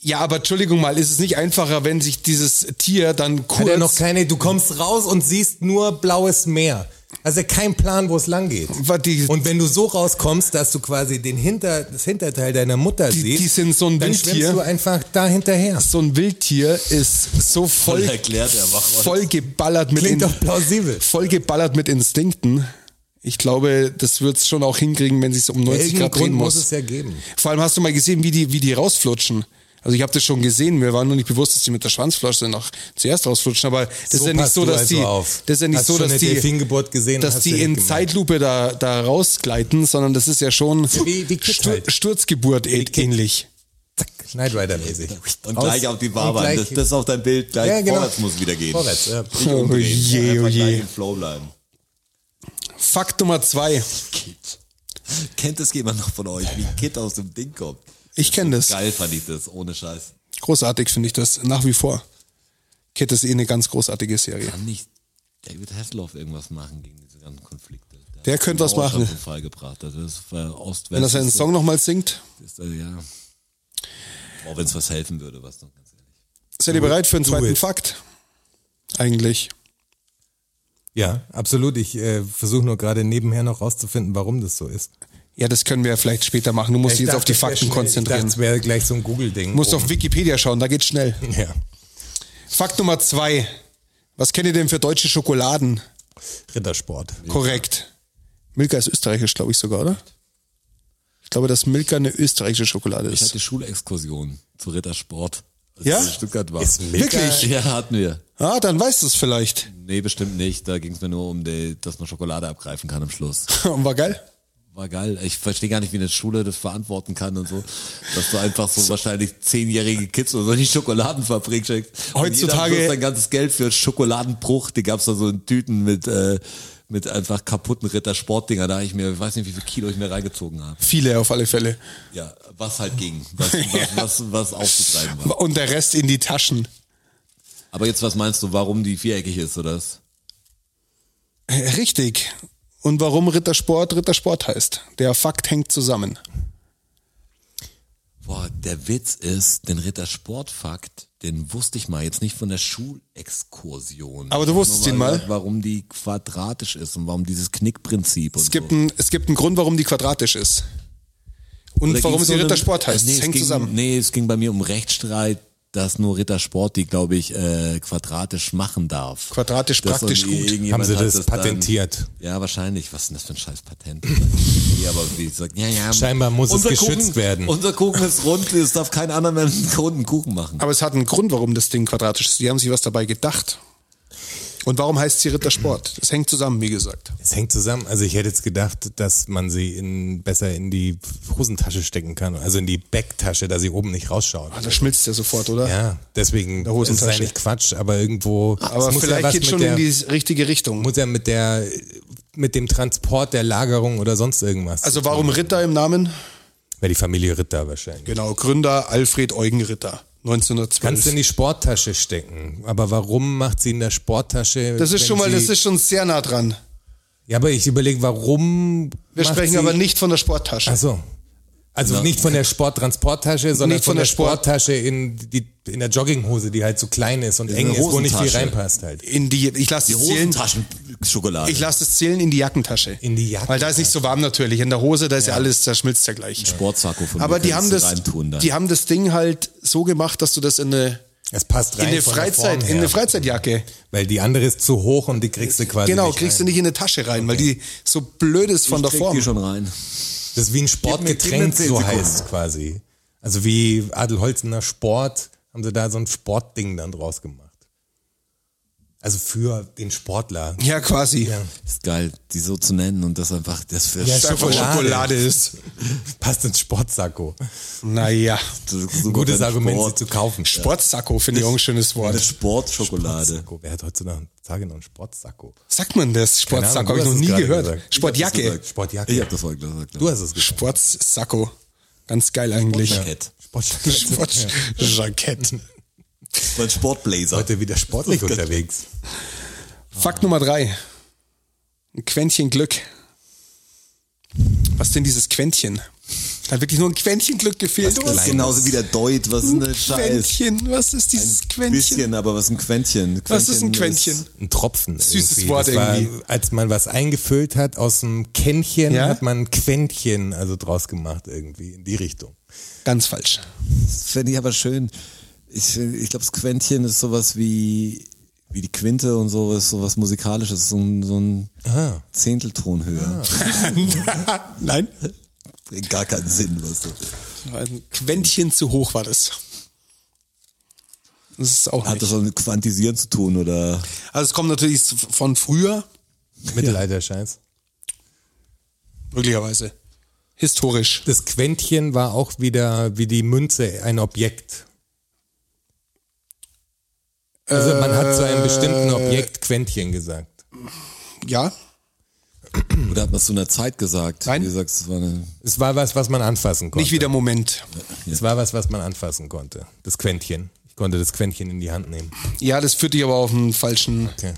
Ja, aber Entschuldigung mal, ist es nicht einfacher, wenn sich dieses Tier dann
Hat er noch
kurz,
keine, du kommst raus und siehst nur blaues Meer. Also kein Plan, wo es lang geht.
Was die-
und wenn du so rauskommst, dass du quasi den Hinter, das Hinterteil deiner Mutter
Die-
siehst,
die sind so ein
dann
Wildtier.
schwimmst du einfach da hinterher.
so ein Wildtier ist so voll,
Voll erklärt, der Wachmann.
voll geballert mit,
Klingt
In-
doch plausibel.
voll geballert mit Instinkten. Ich glaube, das wird's schon auch hinkriegen, wenn sich's um 90
Irgendeinen
Grad drehen
Grund muss
muss.
es ja geben.
Vor allem hast du mal gesehen, wie die, wie die rausflutschen. Also ich habe das schon gesehen, mir war nur nicht bewusst, dass die mit der Schwanzflosse noch zuerst rausflutschen, aber das ist ja nicht
passt
so,
du
dass
also
die,
auf.
das ist ja nicht
Hast
so,
schon
dass
eine
die,
Delfingeburt gesehen,
dass
hast
die
du
in
nicht gemerkt.
Zeitlupe da, da rausgleiten, sondern das ist ja schon
wie- wie Kids
Stur
halt.
Sturzgeburt ähnlich.
Zack. Knight Rider-mäßig.
Und
Aus-
gleich auf die
und
Fahrbahn.
gleich-
Das, das ist auf dein Bild. Gleich
Ja, genau.
vorwärts muss wieder gehen.
Vorwärts, ja.
Nicht umdrehen.
Oh je,
Einfach
oh je.
gleich im Flow bleiben.
Fakt Nummer zwei.
Kennt das jemand noch von euch, wie ein Kid aus dem Ding kommt?
Ich kenne das.
Geil fand ich das, ohne Scheiß.
Großartig finde ich das nach wie vor. Kid ist eh eine ganz großartige Serie.
Kann nicht David Hasselhoff irgendwas machen gegen diese ganzen Konflikte?
Der könnte was machen.
Zum Fall gebracht. Also Das war Ost
Wenn er seinen Song nochmal singt.
Ist, also, ja. Boah, wenn es was helfen würde, was noch ganz ehrlich.
Seid ihr bereit für einen
Do
zweiten
it.
Fakt? Eigentlich.
Ja, absolut. Ich äh, versuche nur gerade nebenher noch rauszufinden, warum das so ist.
Ja, das können wir ja vielleicht später machen. Du musst dich jetzt auf die Fakten
Ich
konzentrieren.
dachte, es wäre gleich so ein Google-Ding.
Du musst auf Wikipedia schauen, da geht's schnell.
ja.
Fakt Nummer zwei. Was kennt ihr denn für deutsche Schokoladen?
Rittersport.
Korrekt. Milka ist österreichisch, glaube ich sogar, oder? Ich glaube, dass Milka eine österreichische Schokolade
Ich
ist.
hatte Schulexkursion zu Rittersport. als
Ja?
ich in Stuttgart war.
Ist mega-
Wirklich?
Ja, hatten wir.
Ah, dann weißt du es vielleicht.
Nee, bestimmt nicht. Da ging es mir nur um, die, dass man Schokolade abgreifen kann am Schluss.
War geil.
War geil. Ich verstehe gar nicht, wie eine Schule das verantworten kann und so. Dass du einfach so wahrscheinlich zehnjährige Kids oder so in die Schokoladenfabrik schickst.
Heutzutage-
Und jeder sein ganzes Geld für Schokoladenbruch. Die gab's da so in Tüten mit, äh, mit einfach kaputten Ritter-Sportdinger. Da hab ich mir, ich weiß nicht, wie viel Kilo ich mir reingezogen habe.
Viele auf alle Fälle.
Ja, was halt ging. Was, was, was, was aufzutreiben war.
Und der Rest in die Taschen.
Aber jetzt, was meinst du, warum die viereckig ist, oder? was?
Äh, Richtig. Und warum Rittersport Rittersport heißt. Der Fakt hängt zusammen.
Boah, der Witz ist, den Rittersportfakt, den wusste ich mal jetzt nicht von der Schulexkursion.
Aber du
Ich hab
wusstest
nur
ihn mal?
gehört, Warum die quadratisch ist und warum dieses Knickprinzip und
Es gibt,
so.
ein, es gibt einen Grund, warum die quadratisch ist. Und
Oder
warum
ging's
sie
nur um-
Rittersport
Äh,
heißt.
Nee,
es
es
hängt
ging,
zusammen.
Nee, es ging bei mir um Rechtsstreit, dass nur Rittersport die, glaube ich, äh, quadratisch machen darf.
Quadratisch
Dass
praktisch
irgendwie
gut.
irgendjemand
Haben sie
hat
das
dann-
patentiert?
Ja, wahrscheinlich. Was ist denn das für ein scheiß Patent? Ja, aber wie gesagt, ja, ja.
Scheinbar muss es geschützt
Kuchen,
werden.
Unser Kuchen ist rund, es darf kein anderer mehr einen runden Kuchen machen.
Aber es hat einen Grund, warum das Ding quadratisch ist. Die haben sich was dabei gedacht. Und warum heißt sie Rittersport? Das hängt zusammen, wie gesagt.
Es hängt zusammen. Also ich hätte jetzt gedacht, dass man sie in, besser in die Hosentasche stecken kann. Also in die Backtasche, da sie oben nicht rausschaut.
Da schmilzt ja sofort, oder?
Ja, deswegen
Also, Der
ist es
Hosentasche.
eigentlich Quatsch, aber irgendwo
Aber
es muss ja
vielleicht
was
geht
mit
schon
der,
in die richtige Richtung.
muss ja mit der mit dem Transport der Lagerung oder sonst irgendwas.
Also warum Ritter im Namen?
Weil die Familie Ritter wahrscheinlich.
Genau, Gründer Alfred Eugen Ritter, 1912.
Kannst du in die Sporttasche stecken, aber warum macht sie in der Sporttasche?
das ist
wenn
schon mal,
sie,
das ist schon sehr nah dran.
Ja, aber ich überlege, warum.
Wir
macht
sprechen
sie,
aber nicht von der Sporttasche.
Ach so. Also nicht von der Sporttransporttasche, sondern
Nicht
von,
von
der
der Sport-
Sporttasche in die in der Jogginghose, die halt so klein ist und eng
eine
ist, wo nicht viel
Hosentasche.
reinpasst halt.
in die, ich lasse
Die
es zählen.
Hosentaschenschokolade.
Ich lasse es zählen in die Jackentasche.
In die Jacke.
Weil da ist nicht so warm natürlich. In der Hose, da ist ja, alles, da schmilzt ja gleich.
Sportsacko von
Aber
mir
die
kannst
haben
du
das,
reintun dann.
die haben das Ding halt so gemacht, dass du das in eine,
es passt
in
rein
eine
von der
Freizeit,
Form
in eine
her.
Freizeitjacke.
Weil die andere ist zu hoch und die kriegst du quasi
Genau,
nicht
kriegst du
rein.
nicht in eine Tasche rein, weil die so blöd ist von
Ich
der
krieg
Form.
die schon rein.
Das ist wie ein
Gib mir-
Sportgetränk
gib mir zehn
so
Sekunden.
heißt quasi. Also wie Adelholzener Sport haben sie da so ein Sportding dann draus gemacht. Also für den Sportler.
Ja, quasi.
Ja.
Ist geil, die so zu nennen und das einfach, das für
Ja,
Ist einfach
Schokolade.
Schokolade ist.
Passt ins Sportsacko.
Naja.
Ein gutes Argument, sie zu kaufen.
Sportsacko finde ich auch ein schönes
Eine
Wort.
Sportschokolade.
Sportsacko. Wer hat heutzutage noch einen Sportsacko?
Sagt man das?
Keine Ahnung,
Sportsacko habe
du
ich noch
hast es
nie
gerade
gehört.
gesagt.
Ich hab
Sportjacke.
das gesagt.
Sportjacke.
Ich hab das heute gesagt. ja.
Du hast es gesagt.
Sportsacko. Ganz geil eigentlich.
Jackett.
Sportjacke.
Sportjackett.
Mein Sportblazer.
Heute wieder sportlich unterwegs.
Fakt Nummer drei. Ein Quäntchen Glück. Was denn dieses Quäntchen? Hat wirklich nur ein Quäntchen Glück gefehlt.
Das ist genauso wie der Deut. Was ist denn
ein
der Scheiß?
Quäntchen. Was ist dieses
Ein
Quäntchen?
bisschen, aber was ist ein Quäntchen?
Was ist ein Quäntchen?
Ein Tropfen.
Süßes
irgendwie.
Wort
das war,
irgendwie.
Als man was eingefüllt hat aus einem Kännchen,
Ja?
hat man ein Quäntchen also draus gemacht irgendwie in die Richtung.
Ganz falsch.
Das fände ich aber schön. Ich, ich glaube, das Quäntchen ist sowas wie, wie die Quinte und sowas, sowas musikalisches, so ein, so ein
Ah.
Zehntelton höher.
Nein.
Bringt gar keinen Sinn, was du.
Ein Quäntchen zu hoch war das. Das ist auch
Hat
nicht.
das was mit Quantisieren zu tun oder?
Also es kommt natürlich von früher,
Mittelalterscheiß.
möglicherweise. Historisch.
Das Quäntchen war auch wieder wie die Münze ein Objekt. Also man hat zu einem
Äh.
bestimmten Objekt Quäntchen gesagt.
Ja.
Oder hat man es zu einer Zeit gesagt?
Hm. Nein.
Wie gesagt, es war eine,
Es war was, was man anfassen konnte.
Nicht wieder Moment.
Es war was, was man anfassen konnte. Das Quäntchen. Ich konnte das Quäntchen in die Hand nehmen.
Ja, das führt dich aber auf einen falschen.
Okay.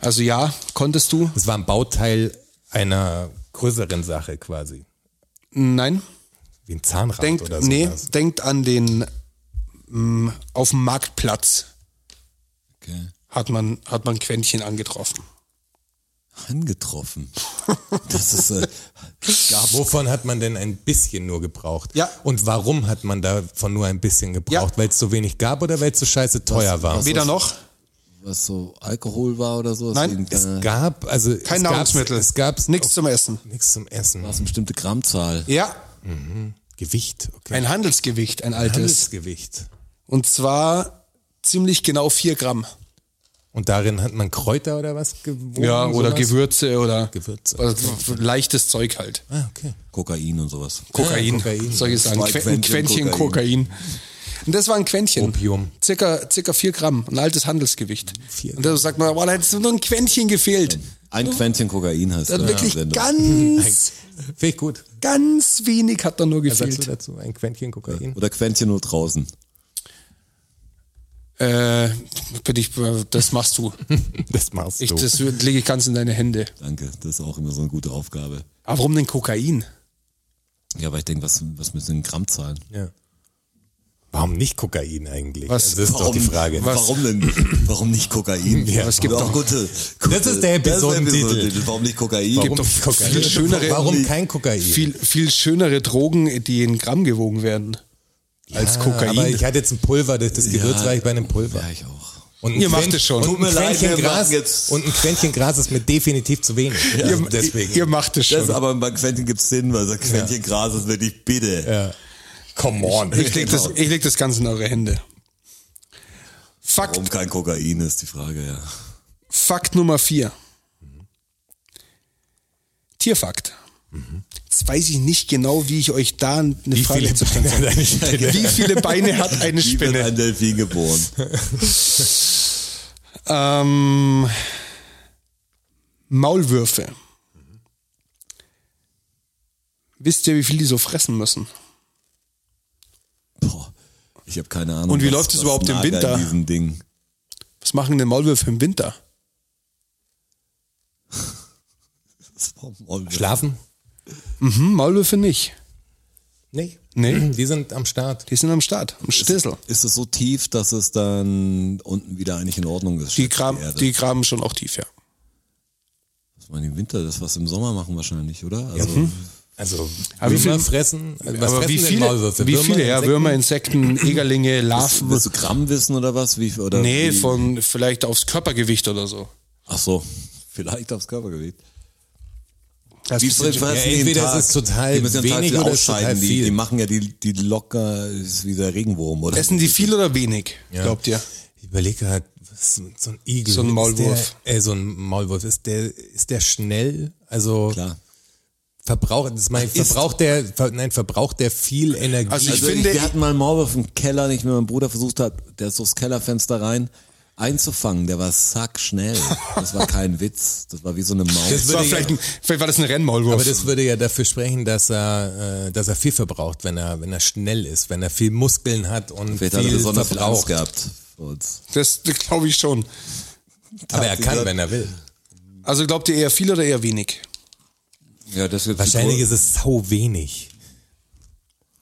Also ja, konntest du?
Es war ein Bauteil einer größeren Sache quasi.
Nein.
Wie ein Zahnrad
Denkt,
oder so.
nee, denkt an den mm, auf dem Marktplatz
okay.
hat man hat man Quäntchen angetroffen.
Angetroffen. Das ist äh, gab
Ah, Wovon hat man denn ein bisschen nur gebraucht?
Ja.
Und warum hat man davon nur ein bisschen gebraucht?
Ja.
Weil es so wenig gab oder weil es so scheiße teuer war?
was-
Weder noch.
was so Alkohol war oder so.
Nein,
es
es gab also
äh, Kein
es
Nahrungsmittel.
Gab's, es gab
Nichts zum Essen.
Nichts zum Essen.
war eine bestimmte Grammzahl.
Ja,
Gewicht. Okay.
ein Handelsgewicht, ein altes.
Handelsgewicht.
Und zwar ziemlich genau 4 Gramm.
Und darin hat man Kräuter oder was gewogen? sowas?
Gewürze oder
Gewürze.
Also leichtes Zeug halt.
Ah, okay.
Kokain und sowas.
Kokain,
Ah, Kokain.
soll ich sagen.
Zwei
Qu ein Quäntchen
Quäntchen
Kokain. Und das war ein Quäntchen.
Opium.
Circa, circa 4 Gramm, ein altes Handelsgewicht.
Vier
Und da sagt man, boah, da hättest du nur ein Quäntchen gefehlt.
Ein Quäntchen Kokain heißt
Das hat
der
wirklich
Sender.
ganz,
Finde ich gut.
ganz wenig hat da nur
Was sagst du
gefehlt.
dazu? Ein Quäntchen Kokain?
Oder Quäntchen nur draußen.
Äh, bitte ich, äh, das machst du.
Das machst
Ich,
du.
das lege ich ganz in deine Hände.
Danke, das ist auch immer so eine gute Aufgabe.
Aber warum denn Kokain?
Ja, weil ich denke, was, was müssen denn Grammzahlen?
ja. Warum nicht Kokain eigentlich?
Was-
Also das ist doch die Frage.
Warum denn? Warum nicht Kokain?
Ja, es gibt
Doch
doch-
gute,
Das ist der Episodentitel.
Episodentitel. Warum nicht Kokain?
Warum,
doch
Kokain?
viel schönere-
warum kein Kokain?
Viel, viel schönere Drogen, die in Gramm gewogen werden, als
Ah,
Kokain.
Aber ich hatte jetzt ein Pulver, das, das Gewürz war ich bei einem Pulver.
Ja, ich auch.
Und ein
Ihr macht
Quänt-
es schon.
Und
Tut mir
ein,
leid,
Quäntchen
wir
Gras,
machen jetzt-
und ein Quäntchen Gras ist mir definitiv zu wenig.
ihr,
Also deswegen.
ihr macht es
Das
schon.
ist aber bei Quentin gibt's Sinn, weil so Quentin Gras ist wirklich bitte.
Come on.
Ich leg, das,
genau.
ich leg das Ganze in eure Hände. Fakt,
Warum kein Kokain ist die Frage, ja.
Fakt Nummer vier. Tierfakt. Jetzt weiß ich nicht genau, wie ich euch da eine
Wie
Frage
viele
zu
Beine hat eine Spinne?
Wie viele Beine hat eine
Wie wird
Spinne?
ein Delfin geboren?
Ähm, Maulwürfe. Wisst ihr, wie viel die so fressen müssen?
Boah, ich habe keine Ahnung.
Und wie
was-
läuft es
was
überhaupt im
nagt
Winter?
An diesem Ding.
Was machen denn Maulwürfe im Winter?
Schlafen?
Hm, Maulwürfe nicht.
Nee.
Nee.
Die sind am Start.
Die sind am Start, am Stissel.
Ist es so tief, dass es dann unten wieder eigentlich in Ordnung ist?
Die,
schätzt
Gram,
Erde?
die graben schon auch tief, ja.
Muss man im Winter das, was sie im Sommer machen wahrscheinlich, oder? Also,
Also
Aber wie
Würmer
viel-
fressen. Also, was
Aber
fressen
wie
denn
viele,
Maulwürfe?
wie
Würmer,
viele ja,
Insekten?
Würmer, Insekten, Egerlinge, Larven.
Willst du Gramm wissen oder was? Wie, oder
Nee,
wie?
von vielleicht aufs Körpergewicht oder so.
Ach so, vielleicht aufs Körpergewicht.
Das
Wie
ist-
viel fressen
ja,
die
entweder
am Tag?
ist es total
die müssen am Tag
wenig
viel
oder es ist
ausscheiden.
total
Die,
viel.
die machen ja die, die locker, ist wie der Regenwurm, oder?
Essen die viel oder wenig, glaubt ihr?
Ich überlege gerade, was- so ein Igel.
So ein
ist
Maulwurf.
Der, äh, so ein Maulwurf. Ist der, ist der schnell? Also
Klar.
verbraucht, das meine ich, verbraucht der, ver, nein, verbraucht der viel Energie?
Also ich
Also
finde,
wir hatten mal einen Maulwurf im Keller, nicht mehr mein Bruder versucht hat, der ist durchs Kellerfenster rein einzufangen. Der war sackschnell. Das war kein Witz. Das war wie so eine Maus.
Das
Das war
würde
vielleicht, ein,
ja,
vielleicht war das ein
aber
Rennmaulwurf.
das würde ja dafür sprechen, dass er, äh, dass er viel verbraucht, wenn er, wenn er schnell ist, wenn er viel Muskeln hat und
Vielleicht hat er
viel
besonders viel Angst
verbraucht.
gehabt. vor uns.
Das, glaube ich schon.
aber er kann, wenn er will.
Also glaubt ihr eher viel oder eher wenig?
Ja, das wird
Wahrscheinlich
die-
ist es sau wenig.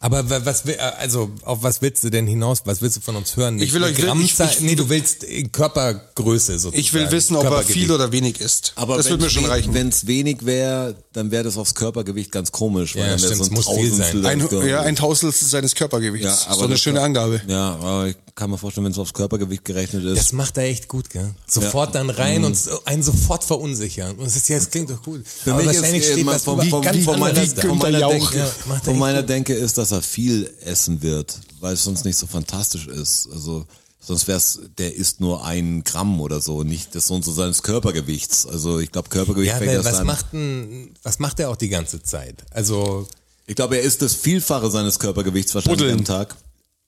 Aber wa- was will, also auf was willst du denn hinaus? Was willst du von uns hören?
Ich will
Eine
euch- ich-
Grammzahl-
ich-
nee, du willst äh, Körpergröße sozusagen.
Ich will wissen, ob er
Körpergewicht.
viel oder wenig ist.
Aber
das wird mir schon reichen.
Wenn es wenig wäre, dann wäre das aufs Körpergewicht ganz komisch.
Ja,
weil dann wär's
stimmt,
so ein
es muss viel sein.
Tausendstel
Ein,
des
ja,
Körpers.
ein Tausendstel seines Körpergewichts.
Ja, aber
so eine
das-
schöne Angabe.
Ja, aber ich kann mir vorstellen, wenn es aufs Körpergewicht gerechnet ist.
Das macht er echt gut, gell? Sofort dann rein
Mhm.
und so- einen sofort verunsichern. Und das ist ja, das klingt doch gut.
Für mich
wahrscheinlich
ist
steht
eben
was
von,
über-
von,
ganz
von meiner,
anderes da.
von meiner, Denke,
Ja, macht er
von
echt
meiner
gut.
Denke ist, dass er viel essen wird, weil es sonst nicht so fantastisch ist. Also Sonst wär's, der ist nur ein Gramm oder so, nicht das so und so seines Körpergewichts. Also ich glaube Körpergewicht
Ja,
fängt
weil
erst
was
an.
macht denn, was macht er auch die ganze Zeit? Also,
Ich glaube, er ist das Vielfache seines Körpergewichts wahrscheinlich
Buddeln.
am Tag.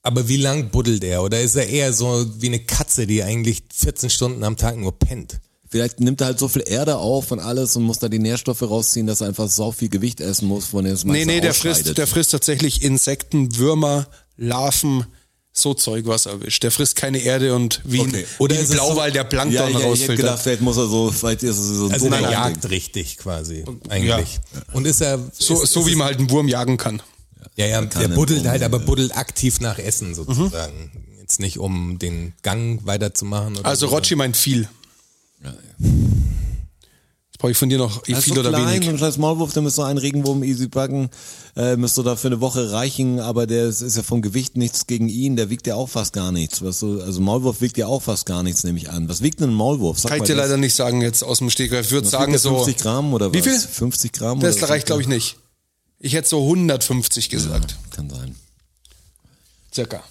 aber wie lang buddelt er? Oder ist er eher so wie eine Katze, die eigentlich 14 Stunden am Tag nur pennt?
Vielleicht nimmt er halt so viel Erde auf und alles und muss da die Nährstoffe rausziehen, dass er einfach so viel Gewicht essen muss, von dem es
Nee,
meiste
nee, der
ausscheidet.
frisst, der frisst tatsächlich Insekten, Würmer, Larven, so Zeug, was er wischt. Der frisst keine Erde und wie ein,
Okay.
Oder
wie ein
ist es so-
Blauwal, der
ja,
Plankton
ja, ich hätte
rausfiltert.
gedacht, vielleicht muss er so, vielleicht ist es so ein
Also der
Bumerang-Ding.
jagt richtig quasi, eigentlich. Und ist er,
so
ist,
so
ist
wie man halt einen Wurm jagen kann.
Ja, ja, der
Kannen
buddelt
um-
halt, aber buddelt aktiv nach Essen sozusagen. Jetzt nicht, um den Gang weiterzumachen. Oder
Also
so.
Rocci meint viel. Jetzt brauche ich von dir noch
Er ist
viel
so
oder
klein,
wenig.
so ein scheiß Maulwurf, der müsste einen Regenwurm easy packen, äh, müsste da für eine Woche reichen, aber der ist, ist ja vom Gewicht nichts gegen ihn, der wiegt ja auch fast gar nichts. Weißt du? Also Maulwurf wiegt ja auch fast gar nichts, nehme ich an. Was wiegt denn ein Maulwurf? Sag
Kann ich
mal
dir
das.
leider nicht sagen jetzt aus dem Stegreif. Ich würde
Was
sagen
wiegt der,
so.
50 Gramm oder was?
Wie viel?
50 Gramm?
Das
oder
reicht, glaube ich, nicht. Ich hätte so 150 gesagt.
Kann sein.
Circa.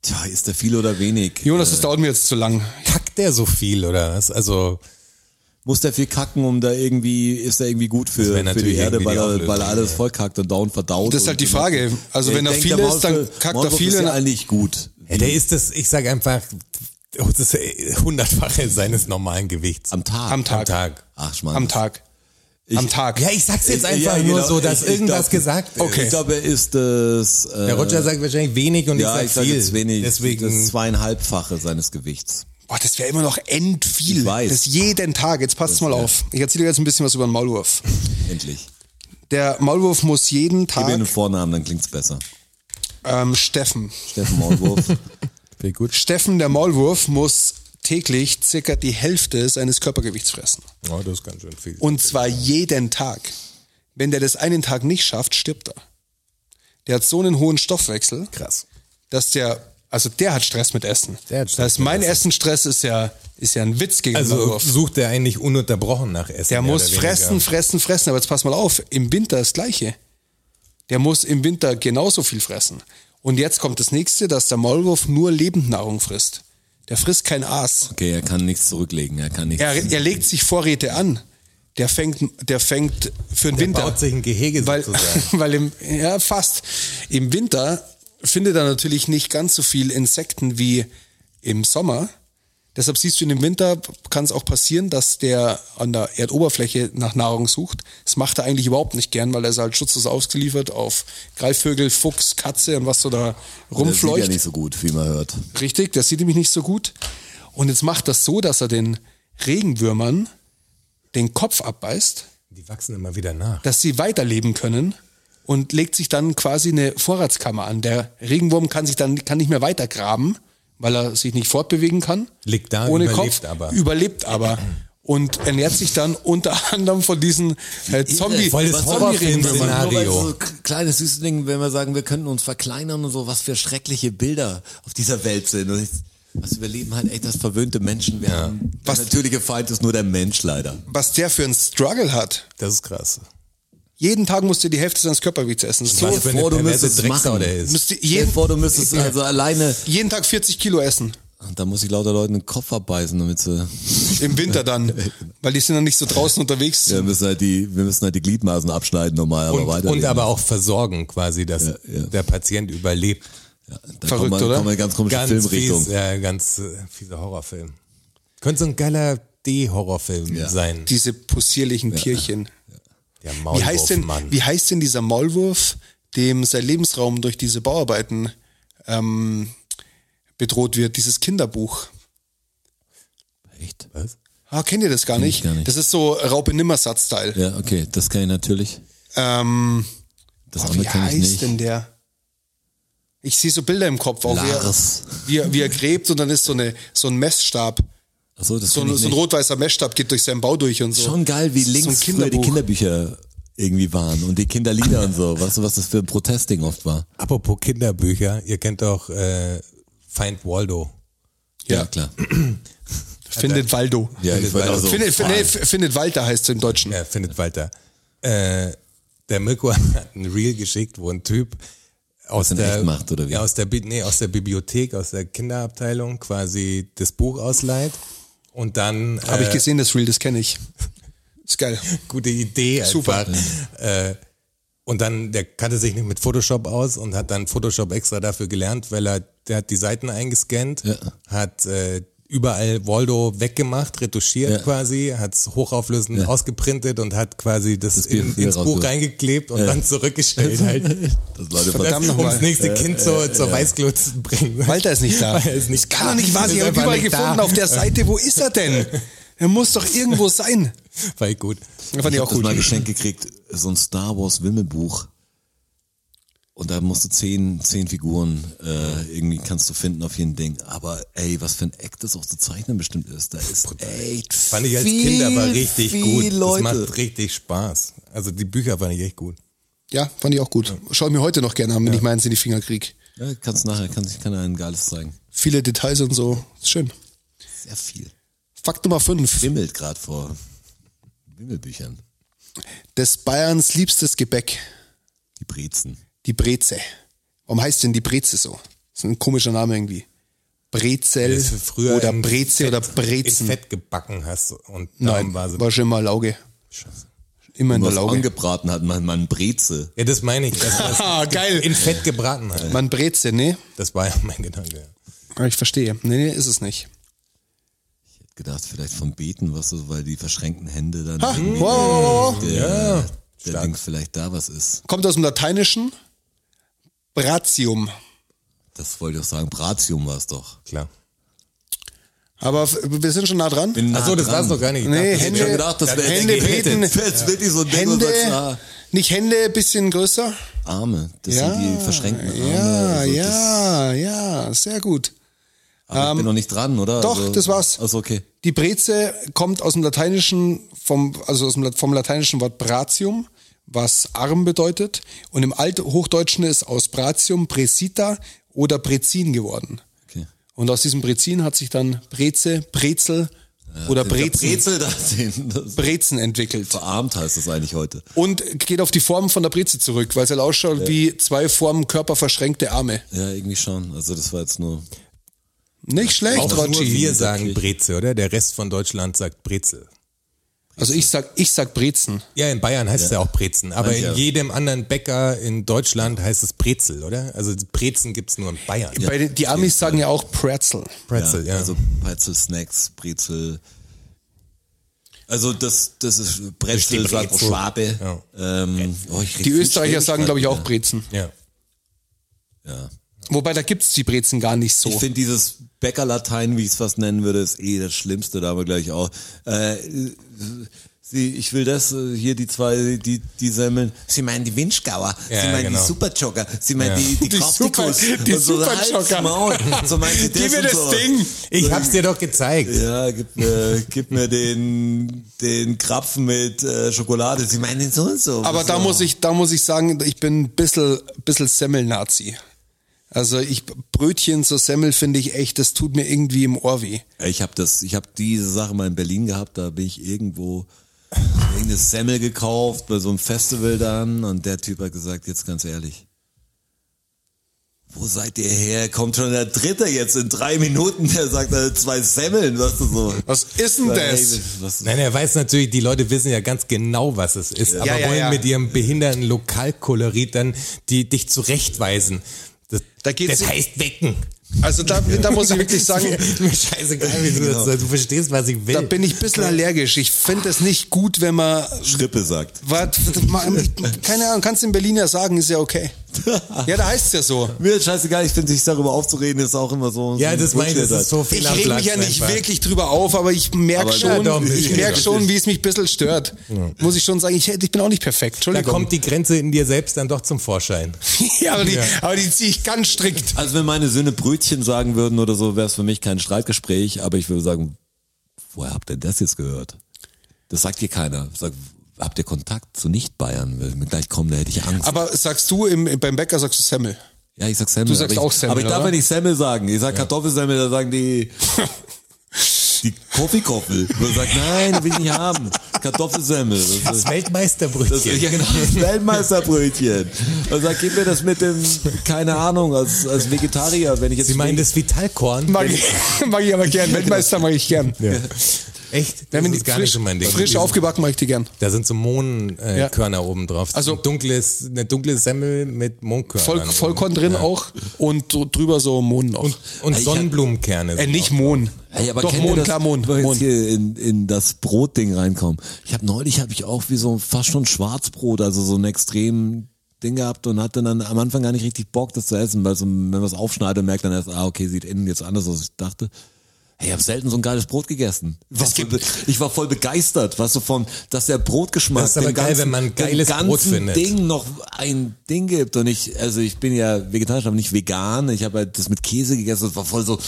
Tja, ist der viel oder wenig?
Jonas, das dauert mir jetzt zu lang.
kackt der so viel oder was? Also
Muss der viel kacken, um da irgendwie, ist er irgendwie gut für,
wär
für die
natürlich
Erde,
irgendwie
weil
die
er,
Auflösung,
weil er alles vollkackt und down verdaut.
Das ist
und-
halt die Frage. Also
Ja,
wenn
ich
da
denk,
viel
der
ist, dann
Maulwurf-
kackt da
Maulwurf
viel
Ist
in
ja eigentlich gut.
ja, der ist das, ich sage einfach, oh, das ist hundertfache seines normalen Gewichts.
Am Tag. Ah,
am Tag.
Tag.
Ach, Schmarrn.
Am Tag. Am Tag.
Ja, ich sag's jetzt
Ich-
einfach
ja,
nur
genau.
so, dass
Ich- ich
irgendwas
glaub-
gesagt ist.
Ich glaube, er ist das. Äh,
Der Roger sagt wahrscheinlich wenig und
ja,
ich
ich
sag
sage
viel.
jetzt wenig.
Deswegen
das zweieinhalbfache seines Gewichts.
Boah, das wäre immer noch end viel.
Ich weiß.
Das jeden Tag. Jetzt passt mal auf. Ich erzähle dir jetzt ein bisschen was über den Maulwurf.
Endlich.
Der Maulwurf muss jeden
Gib mir
Tag
einen Vornamen, dann klingt's besser.
ähm, Steffen.
Steffen Maulwurf.
Viel gut.
Steffen, der Maulwurf, muss täglich circa die Hälfte seines Körpergewichts fressen.
Oh, das ist ganz schön viel.
Und zwar jeden Tag. Wenn der das einen Tag nicht schafft, stirbt er. Der hat so einen hohen Stoffwechsel,
krass.
dass der, also der hat Stress mit Essen.
Der hat Stress
das
mit
mein
Essen.
Essenstress ist ja, ist ja ein Witz gegen den
Also
Maulwurf.
sucht er eigentlich ununterbrochen nach Essen.
Der
mehr
muss
oder weniger.
fressen, fressen, fressen. Aber jetzt pass mal auf, im Winter das Gleiche. Der muss im Winter genauso viel fressen. Und jetzt kommt das nächste, dass der Maulwurf nur Lebendnahrung frisst. Der frisst kein Aas.
Okay, er kann nichts zurücklegen. Er kann nichts.
Er, er legt sich Vorräte an. Der fängt, der fängt für den
Der
Winter.
baut sich ein Gehege
weil,
sozusagen.
weil im, ja, fast. Im Winter findet er natürlich nicht ganz so viel Insekten wie im Sommer. Deshalb siehst du, in dem Winter kann es auch passieren, dass der an der Erdoberfläche nach Nahrung sucht. Das macht er eigentlich überhaupt nicht gern, weil er ist halt schutzlos ausgeliefert auf Greifvögel, Fuchs, Katze und was so da
das sieht ja
rumfleucht.
nicht so gut, wie man hört.
Richtig, das sieht nämlich nicht so gut. Und jetzt macht das so, dass er den Regenwürmern den Kopf abbeißt,
Die wachsen immer wieder nach.
dass sie weiterleben können und legt sich dann quasi eine Vorratskammer an. Der Regenwurm kann sich dann kann nicht mehr weitergraben, weil er sich nicht fortbewegen kann.
Liegt da,
ohne
überlebt
Kopf,
aber.
überlebt aber und ernährt sich dann unter anderem von diesen äh, Zombie,
Voll das
Zombie-Regenwürmern.
Horrorfilm-Szenario. Szenario.
Nur weil so kleines süßes Ding, wenn wir sagen, wir könnten uns verkleinern und so, was für schreckliche Bilder auf dieser Welt sind. Und ich, was wir leben halt echt das verwöhnte Menschen. Wir haben, was der natürliche Feind ist nur der Mensch leider.
Was der für einen Struggle hat.
Das ist krass.
Jeden Tag musst du die Hälfte seines Körpergewichts essen. So,
Was für eine
vor, du
perverse
müsstest es
Drecksau
machen.
der ist.
müsst ihr
Stell dir
jeden,
vor, du müsstest also alleine,
jeden Tag 40 Kilo essen.
da muss ich lauter Leuten den Kopf abbeißen, damit sie,
Im Winter dann, weil die sind dann nicht so draußen unterwegs.
wir müssen halt die, wir müssen halt die Gliedmaßen abschneiden normal, aber
und,
weiter.
und aber auch versorgen quasi, dass
ja.
der Patient überlebt.
verrückt,
da kommen wir,
oder?
Kommen wir in ganz komische
Ganz
Filmrichtung.
fies, ja, ganz äh, fieser Horrorfilm. Könnte so ein geiler D-Horrorfilm
Ja.
sein.
Diese possierlichen Tierchen.
Der
Wie heißt, denn,
Maulwurfmann.
wie heißt denn dieser Maulwurf, dem sein Lebensraum durch diese Bauarbeiten ähm, bedroht wird? Dieses Kinderbuch.
Echt?
Was?
Ah, kennt ihr das gar
ich
nicht?
gar nicht.
Das ist so Raupe-Nimmer-Satz-Teil.
Ja, okay, das kann ich natürlich.
Ähm,
Das
boah,
andere
wie
kann ich nicht.
heißt denn der? Ich sehe so Bilder im Kopf, auch wie er,
Lars.
wie, er, wie er gräbt und dann ist so, eine, so ein Messstab,
Achso, das
so
kann
ein,
ich
so ein
nicht.
rot-weißer Messstab geht durch seinen Bau durch und so.
Schon geil, wie
So ein
links früher die
Kinderbuch.
Kinderbücher irgendwie waren und die Kinderlieder und so. Weißt du, was das für ein Protestding oft war?
Apropos Kinderbücher, ihr kennt doch äh, Find Waldo.
Ja.
klar.
Findet Waldo.
Ja, ich wollte also
findet, nee, f- findet Walter heißt es im Deutschen.
Ja, findet Walter. Äh, der Mirko hat ein Reel geschickt, wo ein Typ aus
in
der,
echt macht, oder wie?
Ja, aus der, Bi- nee, aus der Bibliothek, aus der Kinderabteilung quasi das Buch ausleiht und dann
Habe
äh,
ich gesehen, das Reel, das kenne ich. Ist geil.
gute Idee einfach.
Super.
Äh, und dann, der kannte sich nicht mit Photoshop aus und hat dann Photoshop extra dafür gelernt, weil er, der hat die Seiten eingescannt,
Ja.
hat äh, überall Waldo weggemacht, retuschiert
Ja.
quasi, hat es hochauflösend ausgeprintet und hat quasi das, in,
Bier
ins Buch
rausgeholt.
reingeklebt und dann zurückgestellt halt.
Das Leute
Das,
Verdammt
um
nochmal.
das nächste Kind zur, zur Weißglut zu bringen.
Walter ist nicht da.
Walter ist nicht
das kann
da.
doch nicht wahr sein. Ich
Ist
habe ihn
einfach
überall
nicht da.
gefunden auf der Seite. Wo ist er denn? Er muss doch irgendwo sein.
War ich gut.
Das fand ich
ich
auch
habe das mal
gut.
geschenkt gekriegt, so ein Star Wars Wimmelbuch. Und da musst du zehn, zehn Figuren äh, irgendwie kannst du finden auf jedem Ding. Aber ey, was für ein Eck das auch zu zeichnen bestimmt ist. Da ist echt
Fand ich als
viel,
Kind aber richtig
viel
gut.
Leute.
Das macht richtig Spaß. Also die Bücher fand ich echt gut.
Ja, fand ich auch gut. Schau ich mir heute noch gerne an, wenn ich meins in die Finger kriege.
ja, ne, kannst nachher, kann ich kann dir ein geiles zeigen.
Viele Details und so. Ist schön.
Sehr viel.
Fakt Nummer 5.
Wimmelt gerade vor Wimmelbüchern.
Des Bayerns liebstes Gebäck,
Die Brezen.
die Breze. Warum heißt denn die Breze so? ist ein komischer Name irgendwie. Brezel
Das ist früher
oder
in
Breze
Fett-
oder
In
Brezen.
Fett gebacken hast und darum
Nein,
war sie.
war, schon mal Lauge. Immer in der
Was
Lauge.
angebraten hat, man, man Breze.
Ja, das meine ich. Dass das
Ah, geil.
In Fett gebraten halt.
Man Breze, ne?
Das war ja mein Gedanke.
Ah, Ich verstehe. Nee, nee, ist es nicht.
Ich hätte gedacht, vielleicht vom Beten, was so, weil die verschränkten Hände dann
Ha, Ah, Hm. wow, wow,
irgendwie
wow.
der, ja, der Ding vielleicht da was ist.
Kommt aus dem Lateinischen. Bratium.
Das wollte ich auch sagen, Bratium war es doch.
Klar.
Aber f- wir sind schon nah dran.
Bin nah
Achso, das
dran.
war's noch gar nicht. Ich
Nee,
dachte, das
Hände-
wäre-
schon gedacht, das wäre
Hände
der
beten.
Das ist wirklich so ein Ding, wo du sagst,
Hände,
ah,
nicht Hände, bisschen größer.
Arme, das
Ja,
sind die verschränkten Arme.
Ja,
also Das,
ja, ja, sehr gut.
aber ich bin noch nicht dran, oder?
doch,
also,
das war's.
Also okay.
Die Breze kommt aus dem Lateinischen, vom, also aus dem, Lat- vom lateinischen Wort Bratium, was arm bedeutet. Und im Althochdeutschen ist aus Bratium Presita oder Brezin geworden.
okay.
Und aus diesem Brezin hat sich dann Breze, Brezel oder Brezen,
Brezel da sehen. Das
Brezen entwickelt.
verarmt heißt das eigentlich heute.
Und geht auf die Form von der Breze zurück, weil es halt ausschaut wie zwei Formen körperverschränkte Arme.
Ja, irgendwie schon. Also das war jetzt nur.
Nicht schlecht,
Auch nur
Rotschi.
wir sagen Breze, oder? Der Rest von Deutschland sagt Brezel.
Also ich sag, ich sag Brezen.
Ja, in Bayern heißt es ja auch Brezen, aber
Manche-
in jedem anderen Bäcker in Deutschland heißt es Brezel, oder? Also Brezen gibt's nur in Bayern.
Bei den, die Amis sagen ja auch Pretzel.
Brezel, ja.
Also Brezel Snacks, Brezel. Also das, das ist
die
Brezel, sagt auch
Brezel.
Schwabe.
Ja.
Ähm, oh, ich red
Die
viel
Österreicher
Schwäbisch
sagen, glaube ich,
heute,
auch Brezen.
ja.
Ja.
Wobei, da gibt's die Brezen gar nicht
Ich
so.
finde dieses Bäckerlatein, wie ich es fast nennen würde, ist eh das Schlimmste, da haben wir gleich auch. Äh, sie, ich will das, äh, hier die zwei, die, die Semmeln. Sie meinen die Winschgauer,
Ja,
sie meinen
genau.
die Superjogger, sie meinen
Ja.
die, die,
Die
Kraftikus
Super- die
und so halt's
Superjogger.
Maul. So meinen sie das
Gib mir
und
das
so.
Ding.
Ich hab's dir doch gezeigt.
Ja, gib mir, gib mir den, den Krapfen mit äh, Schokolade. Sie meinen den so und so.
Aber da
so.
muss ich, da muss ich sagen, ich bin ein bisschen, bisschen Semmel-Nazi. Also ich, Brötchen zur Semmel finde ich echt, das tut mir irgendwie im Ohr weh.
Ich habe das, ich habe diese Sache mal in Berlin gehabt, da bin ich irgendwo irgendeine Semmel gekauft bei so einem Festival dann und der Typ hat gesagt, jetzt ganz ehrlich, wo seid ihr her? Kommt schon der Dritte jetzt in drei Minuten, der sagt, äh, zwei Semmeln, was du so.
Was ist denn das?
Was,
Nein, er weiß natürlich, die Leute wissen ja ganz genau, was es ist, aber
Ja, ja,
wollen
ja.
mit ihrem behinderten Lokalkolorit dann die, dich zurechtweisen. Das,
Da geht's-
das heißt wecken.
Also da, da muss ich wirklich sagen,
mir scheißegal, wie du das sagst. Du verstehst, was ich will.
Genau. da bin ich ein bisschen allergisch. Ich finde es nicht gut, wenn man,
Schrippe sagt.
was, keine Ahnung, kannst in Berlin ja sagen, ist ja okay. Ja, da heißt es ja so.
Mir ist scheißegal, ich finde, sich darüber aufzuregen, ist auch immer so.
ja,
so
das meine ich, das
Bullshit halt.
ist so viel
Ich
am
reg mich
Platz
ja nicht
einfach.
wirklich drüber auf, aber ich merke
Aber
schon,
doch ein
ich
bisschen.
merk schon, wie es mich ein bisschen stört. Muss ich schon sagen, ich, ich bin auch nicht perfekt.
Da
Entschuldigung.
kommt die Grenze in dir selbst dann doch zum Vorschein.
ja, aber die,
Ja.
aber die ziehe ich ganz strikt.
Also wenn meine Söhne Brötchen sagen würden oder so, wäre es für mich kein Streitgespräch, aber ich würde sagen, woher habt ihr das jetzt gehört? Das sagt dir keiner. Sag, habt ihr Kontakt zu Nicht-Bayern? Wenn wir gleich kommen, da hätte ich Angst.
Aber sagst du im, beim Bäcker sagst du Semmel.
ja, ich sag Semmel.
Du sagst
aber ich,
auch Semmel,
Aber ich darf
oder?
ja nicht Semmel sagen. Ich sag Kartoffelsemmel, da sagen die, Die Koffeekoffel. Wo er sagt, nein, will ich nicht haben. Kartoffelsemmel. Das ist,
Das Weltmeisterbrötchen.
das ist ja genau das Weltmeisterbrötchen. Und sagt, gib mir das mit dem, keine Ahnung, als, als Vegetarier, wenn ich jetzt.
Sie meinen das Vitalkorn?
Mag ich, mag ich aber gern. Weltmeister mag ich gern.
Ja. Echt? Das
Wenn die
ist gar
frisch,
nicht so mein Ding.
frisch aufgebacken mag ich die gern.
Da sind so Mohnkörner
Ja.
äh, Körner oben drauf.
Also-
ein dunkles, eine dunkle Semmel mit Mohnkörnern.
Voll,
oben.
Vollkorn drin auch und so drüber so Mohn noch.
Und, und Sonnenblumenkerne.
äh,
sind
nicht Mohn.
Ey, aber
Doch
kennt ihr
Mohn,
das,
klar Mohn.
Wo wir jetzt
Mohn.
hier in, in das Brotding reinkommen. Ich habe neulich habe ich auch wie so fast schon Schwarzbrot, also so ein extrem Ding gehabt und hatte dann am Anfang gar nicht richtig Bock, das zu essen, weil so, wenn man es aufschneidet, merkt dann erst, ah, okay, sieht innen jetzt anders aus, als ich dachte. Hey, ich habe selten so ein geiles Brot gegessen. Ich war, voll, be- ich war voll begeistert, was so von, dass der Brotgeschmack
Das ist aber
dem
geil,
ganzen,
wenn man
dem
geiles
ganzen
Brot findet.
Ding noch ein Ding gibt. Und ich, also ich bin ja vegetarisch, aber nicht vegan. Ich habe halt das mit Käse gegessen. Das war voll so,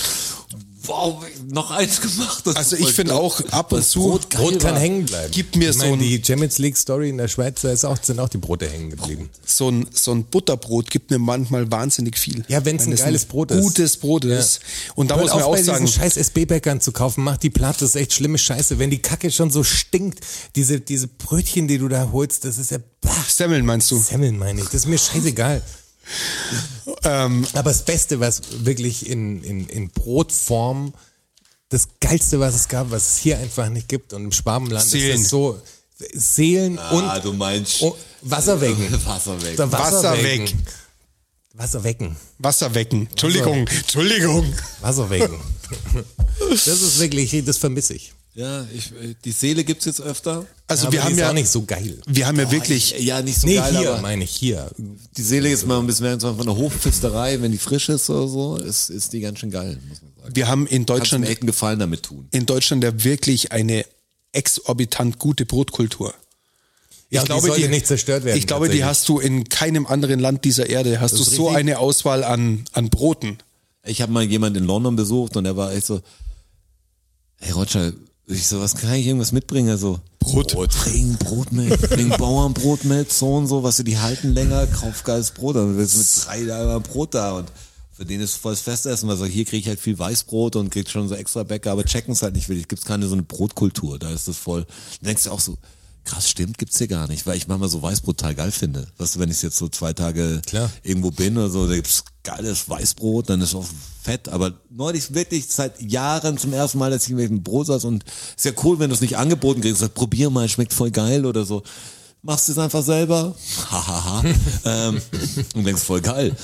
wow, noch eins gemacht. Das
Also
ist voll
ich finde
geil.
auch ab und
Das
zu
Brot
drauf. Brot kann
war.
hängen bleiben.
Gib mir
ich
so
meine,
ein-
die Champions League Story in der Schweiz, da ist auch, sind auch die Brote hängen geblieben.
so ein, so ein Butterbrot gibt mir manchmal wahnsinnig viel.
Ja, wenn's ein geiles Brot ist.
Gutes Brot ist. Und da
Hört
muss man
auf,
auch
bei diesen
sagen,
scheiß SB-Bäckern zu kaufen, macht die platt, das ist echt schlimme Scheiße. Wenn die Kacke schon so stinkt, diese, diese Brötchen, die du da holst, das ist ja, bah,
Semmeln meinst du?
Semmeln meine ich, das ist mir scheißegal.
Ähm.
Aber das Beste, was wirklich in, in, in Brotform, das Geilste, was es gab, was es hier einfach nicht gibt und im Schwabenland ist
Seelen.
das so, Seelen
Ah,
und
du meinst
oh, Wasserwecken.
Wasserweg.
Wasser,
Wasser
wecken.
weg.
Wasser wecken.
Wasser
Also,
wecken. Entschuldigung, Entschuldigung.
Wasser wecken. das ist wirklich, das vermisse ich.
Ja, ich, äh, die Seele gibt's jetzt öfter.
Also
Aber
wir haben
die ist
ja,
auch nicht so geil.
wir haben ja wirklich,
Ja, nicht so
Nee,
geil,
hier
aber
meine ich, hier.
die Seele ist mal ein bisschen mehr von der Hofpfisterei, wenn die frisch ist oder so, ist, ist die ganz schön geil, muss man sagen.
wir haben in
Kannst du einen
Deutschland,
echten Gefallen damit tun.
in Deutschland ja wirklich eine exorbitant gute Brotkultur.
Ja, ich glaube, die sollte nicht zerstört werden.
Ich glaube, die
tatsächlich.
hast du in keinem anderen Land dieser Erde, hast du
ist
so
richtig.
eine Auswahl an, an Broten.
Ich habe mal jemanden in London besucht und der war echt so, hey Roger, ich so, was kann ich irgendwas mitbringen? Also Brot. Bring Brot mit, bring Bauernbrot mit, so und so, was du die halten länger, kauf geiles Brot. Dann bist du mit drei Tagen Brot da und für den ist volles Festessen, weil so hier krieg ich halt viel Weißbrot und krieg schon so extra Bäcker, aber checken's halt nicht wirklich. Gibt's keine so eine Brotkultur, da ist das voll. Dann denkst du auch so, krass, stimmt, gibt's hier gar nicht, weil ich manchmal so Weißbrot total geil finde. Weißt du, wenn ich jetzt so zwei Tage
Klar.
irgendwo bin oder so, da gibt's geiles Weißbrot, dann ist auch fett. Aber neulich wirklich seit Jahren zum ersten Mal, dass ich mit dem Brot saß und ist ja cool, wenn du es nicht angeboten kriegst, sag, probier mal, schmeckt voll geil oder so. Machst du es einfach selber, hahaha, ähm, und denkst voll geil.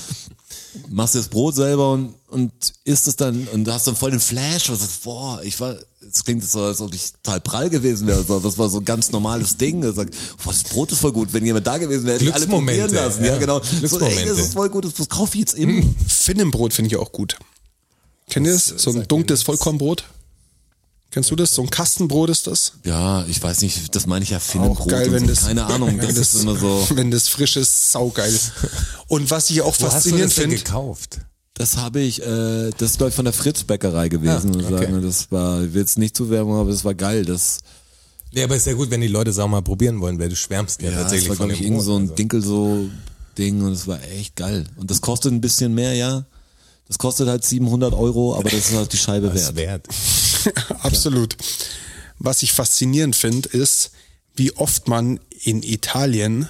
Machst dir das Brot selber und, und isst es dann und hast dann voll den Flash, was ist, boah, ich war, es klingt so, als ob ich total prall gewesen wäre, so, das war so ein ganz normales Ding, das sagt, boah, das Brot ist voll gut, wenn jemand da gewesen wäre, hätte ich alle probieren
Glücksmomente,
lassen, ja,
ja.
genau. So, ey, das
Glücksmomente.
ist voll gut, das kaufe ich jetzt eben.
Finnenbrot finde ich auch gut. Kennt ihr das? So ein dunkles Vollkornbrot? Kennst du das? So ein Kastenbrot ist das?
Ja, ich weiß nicht, das meine ich ja Finnenbrot
Auch geil,
und
wenn
so.
das.
keine Ahnung, das,
wenn
ist immer so,
Wenn das frisch ist, saugeil. Und was ich auch
Wo hast du
faszinierend
das denn
finde,
gekauft?
das habe ich, äh, das ist glaube ich von der Fritz Bäckerei gewesen,
Ah,
und
okay.
sagen, das war, ich will jetzt nicht zu Werbung, aber das war geil, das,
Ja, aber ist ja gut, wenn die Leute es auch mal probieren wollen, weil du schwärmst ja,
ja,
tatsächlich
das war
von
glaube
dem
ich irgend
Brot,
so ein
also.
Dinkel so Ding und es war echt geil. Und das kostet ein bisschen mehr, ja. Das kostet halt 700 Euro, aber das ist halt die Scheibe
Das ist
wert.
wert.
absolut. Was ich faszinierend finde, ist, wie oft man in Italien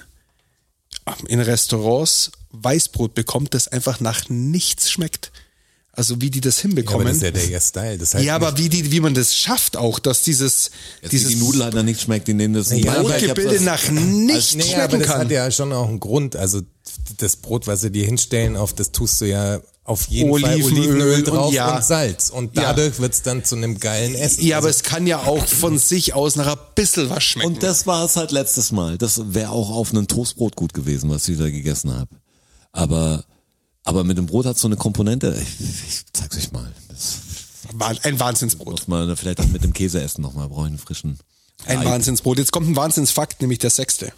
ähm, in Restaurants Weißbrot bekommt, das einfach nach nichts schmeckt. Also wie die das
Ja, aber
hinbekommen.
das ist ja der ihr Style. Das heißt
Ja, aber
nicht-
wie, die, wie man das schafft auch, dass dieses,
Jetzt
dieses
die Nudel hat dann nicht geschmeckt, die nehmen das
Ja, aber ich hab Also,
Brotgebilde nach nichts
nee, aber
schmecken
das
kann.
hat ja schon auch einen Grund. Also das Brot, was sie dir hinstellen, auf das tust du ja auf jeden Fall
Olivenöl
Olivenöl
und
drauf und,
ja.
Salz. Und
Ja.
dadurch wird's dann zu einem geilen Essen.
Ja, aber
Also,
es kann ja auch von sich aus nach ein bisschen was schmecken.
Und das war es halt letztes Mal. Das wäre auch auf einem Toastbrot gut gewesen, was ich da gegessen habe. Aber, aber mit dem Brot hat so eine Komponente. Ich, ich zeig's euch mal. Das
Wah- ein Wahnsinnsbrot.
muss man vielleicht auch mit dem Käse essen nochmal. Brauche ich einen frischen.
Ein Wahnsinnsbrot. Jetzt kommt ein Wahnsinnsfakt, nämlich der sechste.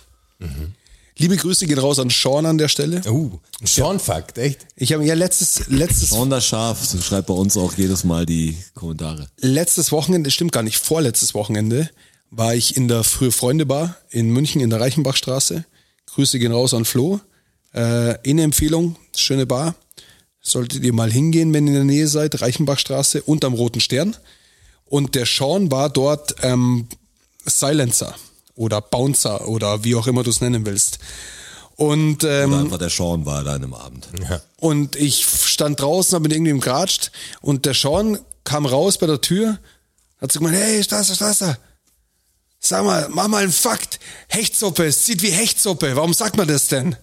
Liebe Grüße gehen raus an Sean an der Stelle.
Uh, ein Schornfakt, echt?
Ich habe ja letztes, letztes,
Sonderscharf, so schreibt bei uns auch jedes Mal die Kommentare.
letztes Wochenende, stimmt gar nicht, vorletztes Wochenende war ich in der Frühe Freunde Bar in München in der Reichenbachstraße. Grüße gehen raus an Flo. Äh, eine Empfehlung, schöne Bar. Solltet ihr mal hingehen, wenn ihr in der Nähe seid, Reichenbachstraße unterm Roten Stern. Und der Sean war dort ähm, Silencer oder Bouncer oder wie auch immer du es nennen willst. Und ähm,
Oder
Mhm.
einfach der Sean war da an dem Abend.
und ich stand draußen, habe mit irgendjemandem geratscht und der Sean kam raus bei der Tür, hat so gemeint, hey, Strasser, Strasser, sag mal, mach mal einen Fakt, Hechtsuppe, es sieht wie Hechtsuppe, warum sagt man das denn?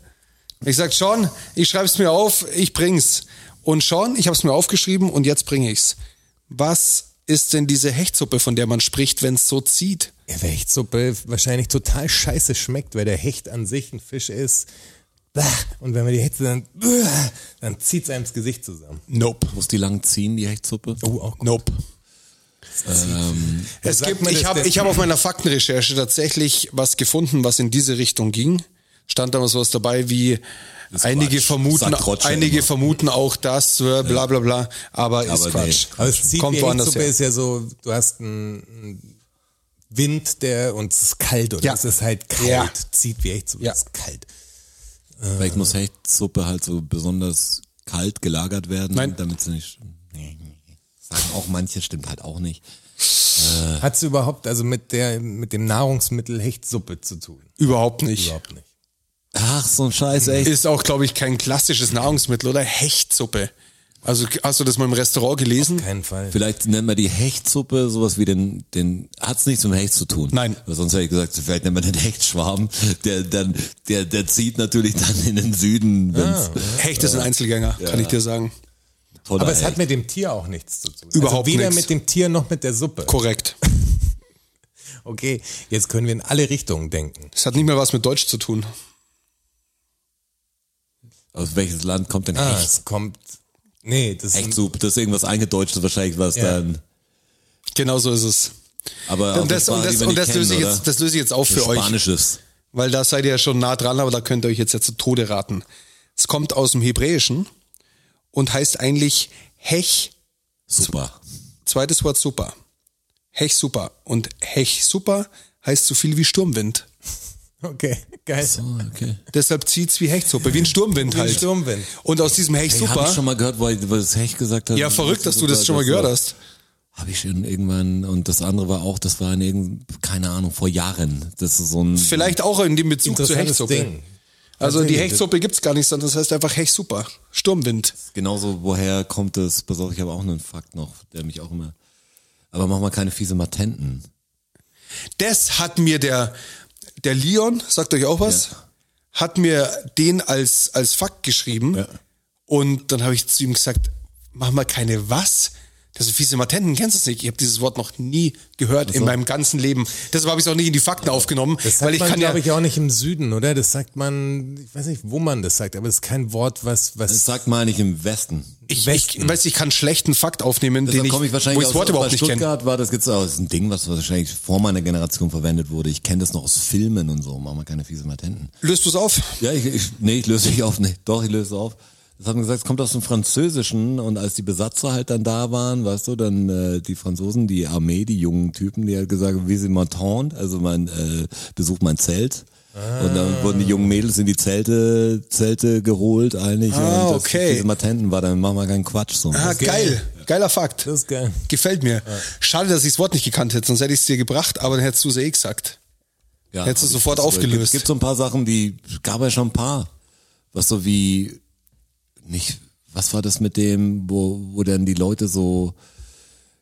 Ich sag, Sean, ich schreib's mir auf, ich bring's. Und Sean, ich hab's mir aufgeschrieben und jetzt bring ich's. Was ist denn diese Hechtsuppe, von der man spricht, wenn's so zieht?
Ja, weil Hechtsuppe wahrscheinlich total scheiße schmeckt, weil der Hecht an sich ein Fisch ist. Bah, Und wenn man die Hechte dann, uah, dann zieht es einem das Gesicht zusammen.
Nope.
Muss die lang ziehen, die Hechtsuppe?
Oh, auch
Nope.
Ähm,
Es
Sagt
gibt,
man
ich
das
habe
denn?
ich hab auf meiner Faktenrecherche tatsächlich was gefunden, was in diese Richtung ging. Stand damals sowas dabei wie einige
Quatsch.
vermuten,
Sagt Roger
einige
immer.
vermuten auch das, äh, bla bla bla, aber ist
Aber
Quatsch.
nee.
Aber es zieht
Kommt
wie
woanders
Hechtsuppe
her.
ist ja so, du hast einen einen Wind, der und es ist kalt und
Ja.
es ist halt kalt.
Ja.
Zieht wie Hechtsuppe,
Ja.
es ist kalt.
vielleicht muss Hechtsuppe halt so besonders kalt gelagert werden,
Nein.
damit sie nicht... Nee, nee. Sagen auch manche, stimmt halt auch nicht.
Hat es überhaupt also mit der mit dem Nahrungsmittel Hechtsuppe zu tun?
Überhaupt nicht.
Überhaupt nicht.
Ach, so ein Scheiß, echt.
Ist auch, glaube ich, kein klassisches Nahrungsmittel, oder? Hechtsuppe. Also hast du das mal im Restaurant gelesen?
Keinen Fall.
Vielleicht nennen wir die Hechtsuppe sowas wie den, den hat's nichts mit dem Hecht zu tun.
Nein.
Weil sonst hätte ich gesagt, vielleicht nennen wir den Hechtschwarm, der dann, der, der zieht natürlich dann in den Süden, wenn's
Hecht ist ein Einzelgänger, kann ich dir sagen.
toller
Aber es
Hecht.
hat mit dem Tier auch nichts zu tun.
Überhaupt
also weder
nichts.
mit dem Tier noch mit der Suppe.
Korrekt.
Okay, jetzt können wir in alle Richtungen denken.
Es hat nicht mehr was mit Deutsch zu tun.
Aus welches Land kommt denn
Ah,
Hecht?
es kommt. Nee, das ist
Hechtsuppe, das ist irgendwas eingedeutschtes wahrscheinlich, was
Ja.
dann,
Genau so ist es.
aber auch
Und Um das, und
waren die,
das,
wenn
und
ich
das, löse, ich
kenne,
jetzt,
oder?
das löse ich jetzt auf für euch.
Spanisches.
weil da seid ihr ja schon nah dran, aber da könnt ihr euch jetzt ja zu Tode raten. Es kommt aus dem Hebräischen und heißt eigentlich Hech,
Super.
zweites Wort super. Hech super. Und Hech super heißt so viel wie Sturmwind.
Okay, geil.
So,
Oh,
okay.
Deshalb zieht's wie Hechtsuppe, wie ein Sturmwind
Wie ein
halt.
Sturmwind.
Und aus diesem Hech
Hey, hab ich
super.
schon mal gehört, weil weil das Hecht gesagt hat.
ja, verrückt, dass du das schon mal gehört hast.
Habe ich schon irgendwann, und das andere war auch, das war in irgendein, keine Ahnung, vor Jahren. Das ist so ein,
Vielleicht auch in dem Bezug zur
Interessantes
Hechtsuppe.
Ding.
Also die
Natürlich.
Hechtsuppe gibt's gar nicht, sondern das heißt einfach Hech super. Sturmwind.
genauso, woher kommt das, pass auf, ich habe auch einen Fakt noch, der mich auch immer, aber mach mal keine fiese Matenten.
Das hat mir der, der Leon, sagt euch auch was, hat mir den als, als Fakt geschrieben. Und dann habe ich zu ihm gesagt, mach mal keine was? Das sind fiese Matenten, kennst du es nicht? Ich habe dieses Wort noch nie gehört in meinem ganzen Leben. Deshalb habe ich es auch nicht in die Fakten aufgenommen,
Das sagt
weil ich
man,
kann ja...
glaube ich, auch nicht im Süden, oder? Das sagt man, ich weiß nicht, wo man das sagt, aber das ist kein Wort, was,
Das
was
sagt mal nicht im Westen.
ich, ich
Westen.
weiß, ich kann schlechten Fakt aufnehmen, den
Deshalb
ich,
komme ich
wo
wahrscheinlich
ich das
aus,
Wort überhaupt
bei
nicht kenne.
Stuttgart war das jetzt auch das ist ein Ding, was wahrscheinlich vor meiner Generation verwendet wurde. Ich kenne das noch aus Filmen und so. Mach mal keine fiese Matenten.
Löst du es auf?
Ja, ich, ich nee, ich löse nicht auf. Nee, doch, ich löse auf. Das haben gesagt, es kommt aus dem Französischen und als die Besatzer halt dann da waren, weißt du, dann äh, die Franzosen, die Armee, die jungen Typen, die hat gesagt, wie sie Matant, also man äh, besucht mein Zelt. Und dann wurden die jungen Mädels in die Zelte, Zelte geholt eigentlich.
Ah,
und
okay.
Diese Matenten war dann, mach mal keinen Quatsch. So.
Ah, geil. Geiler Fakt.
das ist geil.
Gefällt mir. Schade, dass ich das Wort nicht gekannt hätte, sonst hätte ich es dir gebracht, aber dann hättest du es eh gesagt.
Ja,
Hättest du
hab ich
sofort
das-
aufgelöst.
Gibt, gibt so ein paar Sachen, die gab ja schon ein paar. Was so wie nicht, was war das mit dem, wo, wo dann die Leute so,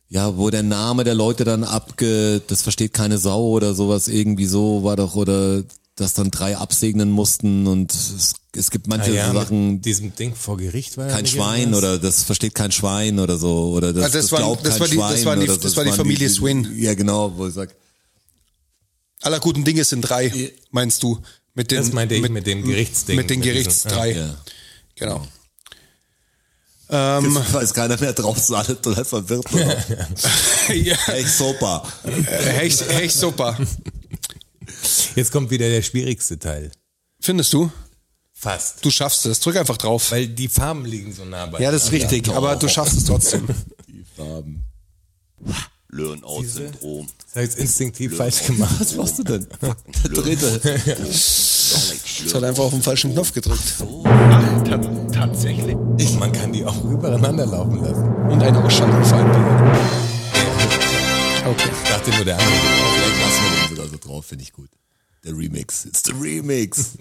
ja, wo der Name der Leute dann abge, das versteht keine Sau oder sowas irgendwie so war doch oder dass dann drei absegnen mussten und es, es gibt manche
ja,
Sachen,
mit diesem Ding vor Gericht war ja
kein
nicht
Schwein
irgendwas.
oder das versteht kein Schwein oder so oder das,
Ah, das
das,
waren-
glaubt
das
kein
war die- das
Schwein
waren die-
oder
das war die Familie Swin.
Ja genau, wo ich sag,
Aller guten Dinge sind drei, meinst du? Mit den,
Das meinte ich mit dem Gerichtsding.
Mit den
Mit diesem-
Gerichts drei.
ja.
Genau.
Jetzt weiß keiner mehr drauf, sind alle total verwirrt. nur noch.
ja.
Echt super.
Hecht, Hecht super.
Jetzt kommt wieder der schwierigste Teil.
Findest du?
Fast.
Du schaffst es. Drück einfach drauf.
Weil die Farben liegen so nah bei.
Ja, das ist richtig, aber du schaffst es trotzdem.
Learn-out-Syndrom.
Das habe ich jetzt instinktiv falsch gemacht.
Was machst du denn? Der dritte.
Ich hat einfach auf den falschen Knopf gedrückt.
Ach, ta- tatsächlich?
Und man kann die auch übereinander laufen lassen.
Und eine Ausschaltung vereinbaren. Okay.
Ich dachte nur, der andere.
Vielleicht lassen wir den sogar so drauf, finde ich gut. Der Remix. It's the Remix.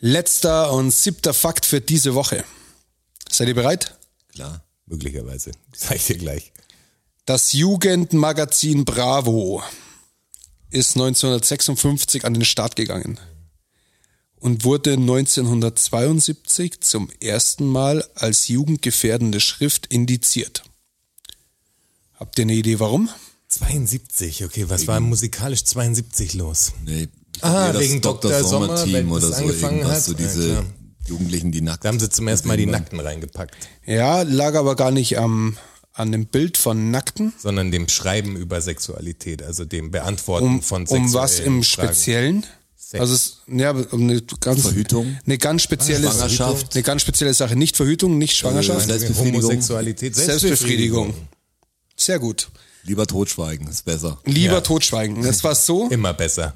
Letzter und siebter Fakt für diese Woche. Seid ihr bereit?
Klar.
Möglicherweise. Das sag ich dir gleich.
Das Jugendmagazin Bravo ist 1956 an den Start gegangen und wurde 1972 zum ersten Mal als jugendgefährdende Schrift indiziert. Habt ihr eine Idee, warum?
72, okay, was war musikalisch 72 los?
Nee.
Ah,
nee, das
wegen
Dr.
Dr. Sommer,
Sommer-Team
wenn
oder
das
so
angefangen
irgendwas.
hat.
So
Ja,
diese
klar.
Jugendlichen, die nackt
Da haben sie zum ersten Mal die
irgendwann-
Nackten reingepackt,
Ja, lag aber gar nicht am, an dem Bild von Nackten.
sondern dem Schreiben über Sexualität, also dem Beantworten
Um,
von sexuellen
um was im
Fragen.
Speziellen?
Sex.
Also es, ja, um eine ganz,
Verhütung?
Eine ganz spezielle,
Schwangerschaft?
eine ganz spezielle Sache. Nicht Verhütung,
Äh,
nicht Schwangerschaft.
Selbstbefriedigung.
Homosexualität,
Selbstbefriedigung. Sehr gut.
Lieber totschweigen, ist besser.
Lieber
Ja.
totschweigen. Es war so,
Immer besser.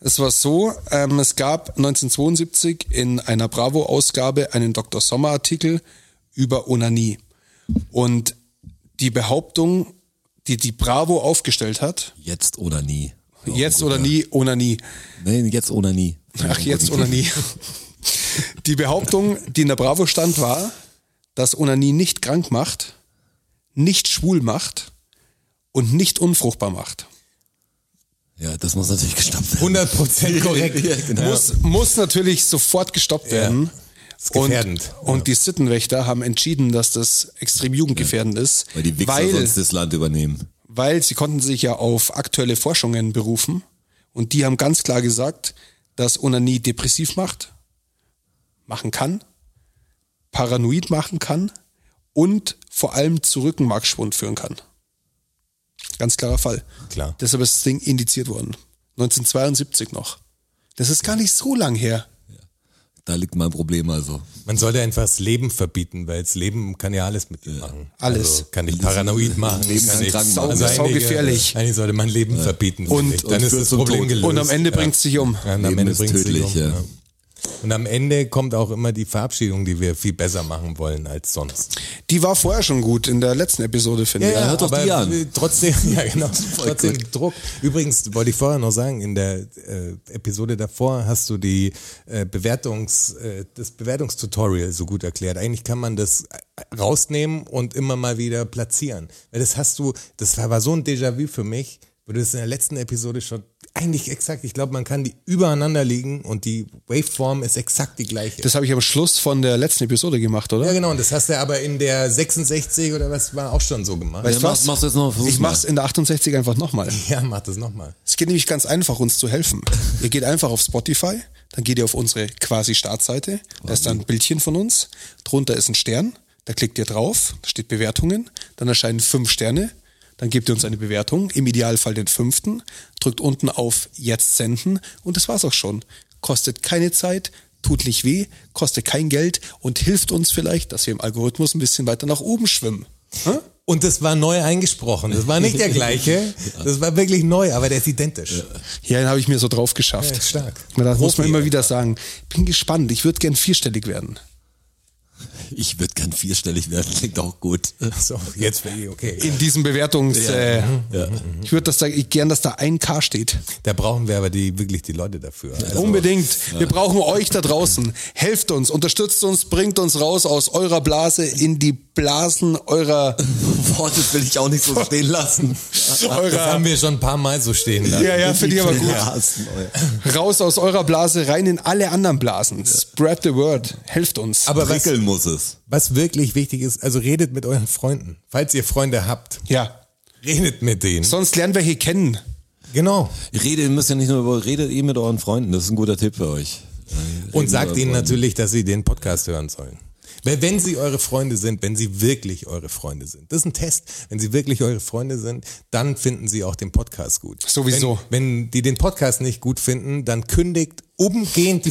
es war so, ähm, es gab 1972 in einer Bravo-Ausgabe einen Dr. Sommer-Artikel über Onanie. Und die Behauptung, die die Bravo aufgestellt hat,
Jetzt oder nie. Ja,
jetzt
gut,
oder
ja.
nie, Onanie.
Nein, jetzt oder nie.
oh Ach, jetzt Onanie. Die Behauptung, die in der Bravo stand, war, dass Onanie nicht krank macht, nicht schwul macht und nicht unfruchtbar macht.
Ja, das muss natürlich gestoppt werden.
100% korrekt.
Ja, genau.
Muss, muss natürlich sofort gestoppt werden.
Ist gefährdend.
Und, und die Sittenwächter haben entschieden, dass das extrem jugendgefährdend ist,
Weil die Wichser
weil,
sonst das Land übernehmen.
weil sie konnten sich ja auf aktuelle Forschungen berufen und die haben ganz klar gesagt, dass Onanie depressiv macht, machen kann, paranoid machen kann und vor allem zu Rückenmarksschwund führen kann. Ganz klarer Fall.
Klar.
Deshalb ist das Ding indiziert worden. 1972 noch. Das ist gar nicht so lang her.
Da liegt mein Problem also.
Man sollte einfach das Leben verbieten, weil das Leben kann ja alles mit dir machen.
Alles.
Also kann dich paranoid machen.
Leben
kann
kann
dich-
krank machen.
Also
Sau-
einige-
saugefährlich.
Eigentlich sollte man Leben verbieten.
Und-
finde ich. dann
und
ist
führt
das
zum
Problem
Tod.
gelöst.
Und am Ende bringt's dich um.
Ja, und am
Leben
Ende
ist
bringt's dich
tödlich,
um,
ja.
Und am Ende kommt auch immer die Verabschiedung, die wir viel besser machen wollen als sonst.
Die war vorher schon gut in der letzten Episode, finde ich.
hört doch
aber
die an.
äh, Trotzdem, ja genau, trotzdem Druck. Übrigens wollte ich vorher noch sagen, in der äh, Episode davor hast du die äh, Bewertungs, äh, das Bewertungstutorial so gut erklärt. Eigentlich kann man das äh, rausnehmen und immer mal wieder platzieren. Weil das hast du, das war, war so ein Déjà-vu für mich, wo du das in der letzten Episode schon eigentlich exakt, ich glaube, man kann die übereinander liegen und die Waveform ist exakt die gleiche.
Das habe ich am Schluss von der letzten Episode gemacht, oder?
ja genau, und das hast du aber in der 66 oder was war auch schon so gemacht.
Weißt du
mach-
was?
mach's jetzt noch einen Versuch
ich mach's in der 68 einfach nochmal.
ja, mach das nochmal.
Es geht nämlich ganz einfach, uns zu helfen. Ihr geht einfach auf Spotify, dann geht ihr auf unsere quasi Startseite, da ist dann ein Bildchen von uns, drunter ist ein Stern, da klickt ihr drauf, da steht Bewertungen, dann erscheinen fünf Sterne, dann gebt ihr uns eine Bewertung, im Idealfall den fünften, drückt unten auf Jetzt senden und das war's auch schon. Kostet keine Zeit, tut nicht weh, kostet kein Geld und hilft uns vielleicht, dass wir im Algorithmus ein bisschen weiter nach oben schwimmen. Hm?
Und das war neu eingesprochen. Das war nicht der gleiche. Das war wirklich neu, aber der ist identisch.
Ja, den habe ich mir so drauf geschafft.
Ja, stark.
Na, Das muss man
Profi.
immer wieder sagen. Bin gespannt. Ich würde gern vierstellig werden.
Ich würde gern vierstellig werden, klingt auch gut.
So, jetzt bin ich okay.
In diesem Bewertungs... Äh,
Ja.
ich würde das da, ich gern, dass da ein K steht.
Da brauchen wir aber die, wirklich die Leute dafür. Also,
Unbedingt. Wir brauchen euch da draußen. Helft uns, unterstützt uns, bringt uns raus aus eurer Blase in die Blasen eurer...
Worte will ich auch nicht so stehen lassen.
das haben wir schon ein paar Mal so stehen lassen.
Ja, ja, finde ich aber gut.
Hassen, euer.
Raus aus eurer Blase, rein in alle anderen Blasen. Spread the word. Helft uns.
Aber was,
Prickeln muss es.
was wirklich wichtig ist, also redet mit euren Freunden. Falls ihr Freunde habt,
ja.
redet mit denen.
Sonst lernen wir hier kennen.
Genau.
Redet, ihr müsst ja nicht nur über, redet ihr mit euren Freunden, das ist ein guter Tipp für euch.
Und sagt ihnen natürlich, dass sie den Podcast hören sollen. Weil wenn sie eure Freunde sind, wenn sie wirklich eure Freunde sind, das ist ein Test, wenn sie wirklich eure Freunde sind, dann finden sie auch den Podcast gut.
Sowieso.
Wenn, wenn die den Podcast nicht gut finden, dann kündigt umgehend die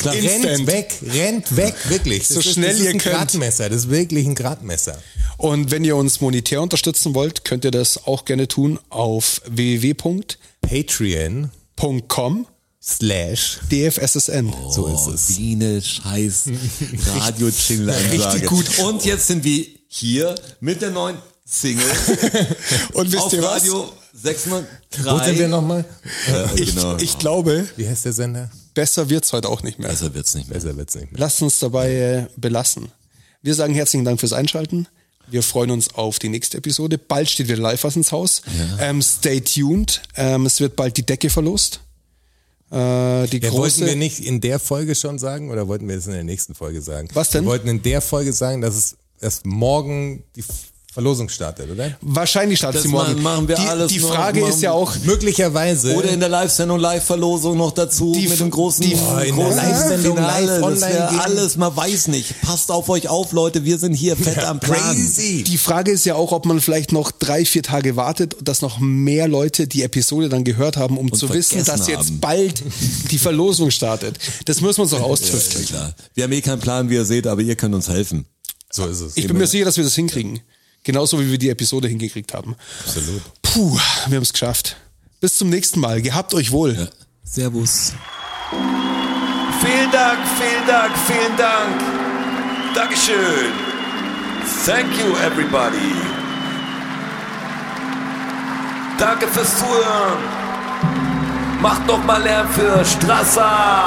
Klar.
rennt
Instant.
weg, rennt weg, wirklich.
So schnell
das ist
ihr
ein
könnt.
Gradmesser, das ist wirklich ein Gradmesser.
Und wenn ihr uns monetär unterstützen wollt, könnt ihr das auch gerne tun auf www.com
Patreon slash,
dfssn.
Oh.
so ist es.
Biene, Scheiß, radio jingle ansage
Richtig gut.
Und jetzt sind wir hier mit der neuen Single
Und wisst
auf
ihr was?
Radio 693.
Wo sind wir nochmal?
Äh,
Ich,
genau.
ich glaube,
Wie heißt der Sender?
besser wird's heute auch nicht mehr.
Besser wird's nicht mehr.
Besser wird's nicht mehr.
Lasst uns dabei äh, belassen. Wir sagen herzlichen Dank fürs Einschalten. Wir freuen uns auf die nächste Episode. Bald steht wieder live was ins Haus. Ähm, stay tuned. Ähm, es wird bald die Decke verlost. Äh, die
Ja, wollten wir
große.
nicht in der Folge schon sagen oder wollten wir es in der nächsten Folge sagen?
Was denn?
Wir wollten in der Folge sagen, dass es erst morgen die Verlosung startet, oder?
Wahrscheinlich startet
Das
sie morgen.
ma- machen wir
die,
alles
die
noch,
Frage
machen-
ist ja auch,
Möglicherweise.
Oder in der Live-Sendung, Live-Verlosung noch dazu
Die
mit dem
F-
großen,
die F-
Oh, in der
großen
Live-Sendung
Finale.
live
Das
online
wär
gehen.
alles, man weiß nicht. Passt auf euch auf, Leute, wir sind hier fett am Plan.
Crazy.
die Frage ist ja auch, ob man vielleicht noch drei, vier Tage wartet, dass noch mehr Leute die Episode dann gehört haben, um zu wissen,
vergessen
dass
haben.
jetzt bald die Verlosung startet. Das müssen wir uns noch
Ja,
austüfteln.
klar. Wir haben eh keinen Plan, wie ihr seht, aber ihr könnt uns helfen.
so ist es.
Ich bin mir sicher, dass wir das hinkriegen. Genauso wie wir die Episode hingekriegt haben.
absolut.
Puh, wir haben es geschafft. Bis zum nächsten Mal. Gehabt euch wohl.
Servus.
Vielen Dank, vielen Dank, vielen Dank. Dankeschön. Thank you, everybody. Danke fürs Zuhören. Macht noch mal Lärm für Strasser.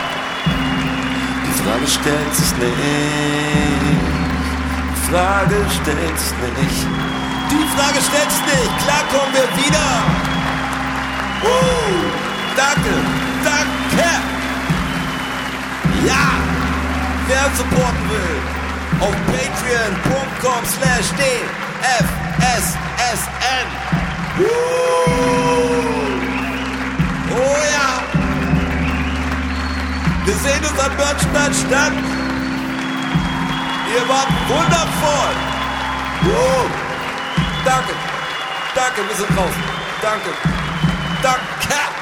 Die Frage stellt sich nicht. Die Frage stellt sich nicht.
Die Frage stellst nicht. Klar kommen wir wieder.
Uh, danke, danke. Ja, wer uns supporten will, auf patreon.com slash dfssn. Uh, oh ja. Wir sehen uns an Börnstein statt. Ihr wart wundervoll. Uh, danke, danke, wir sind draußen. Danke. Danke.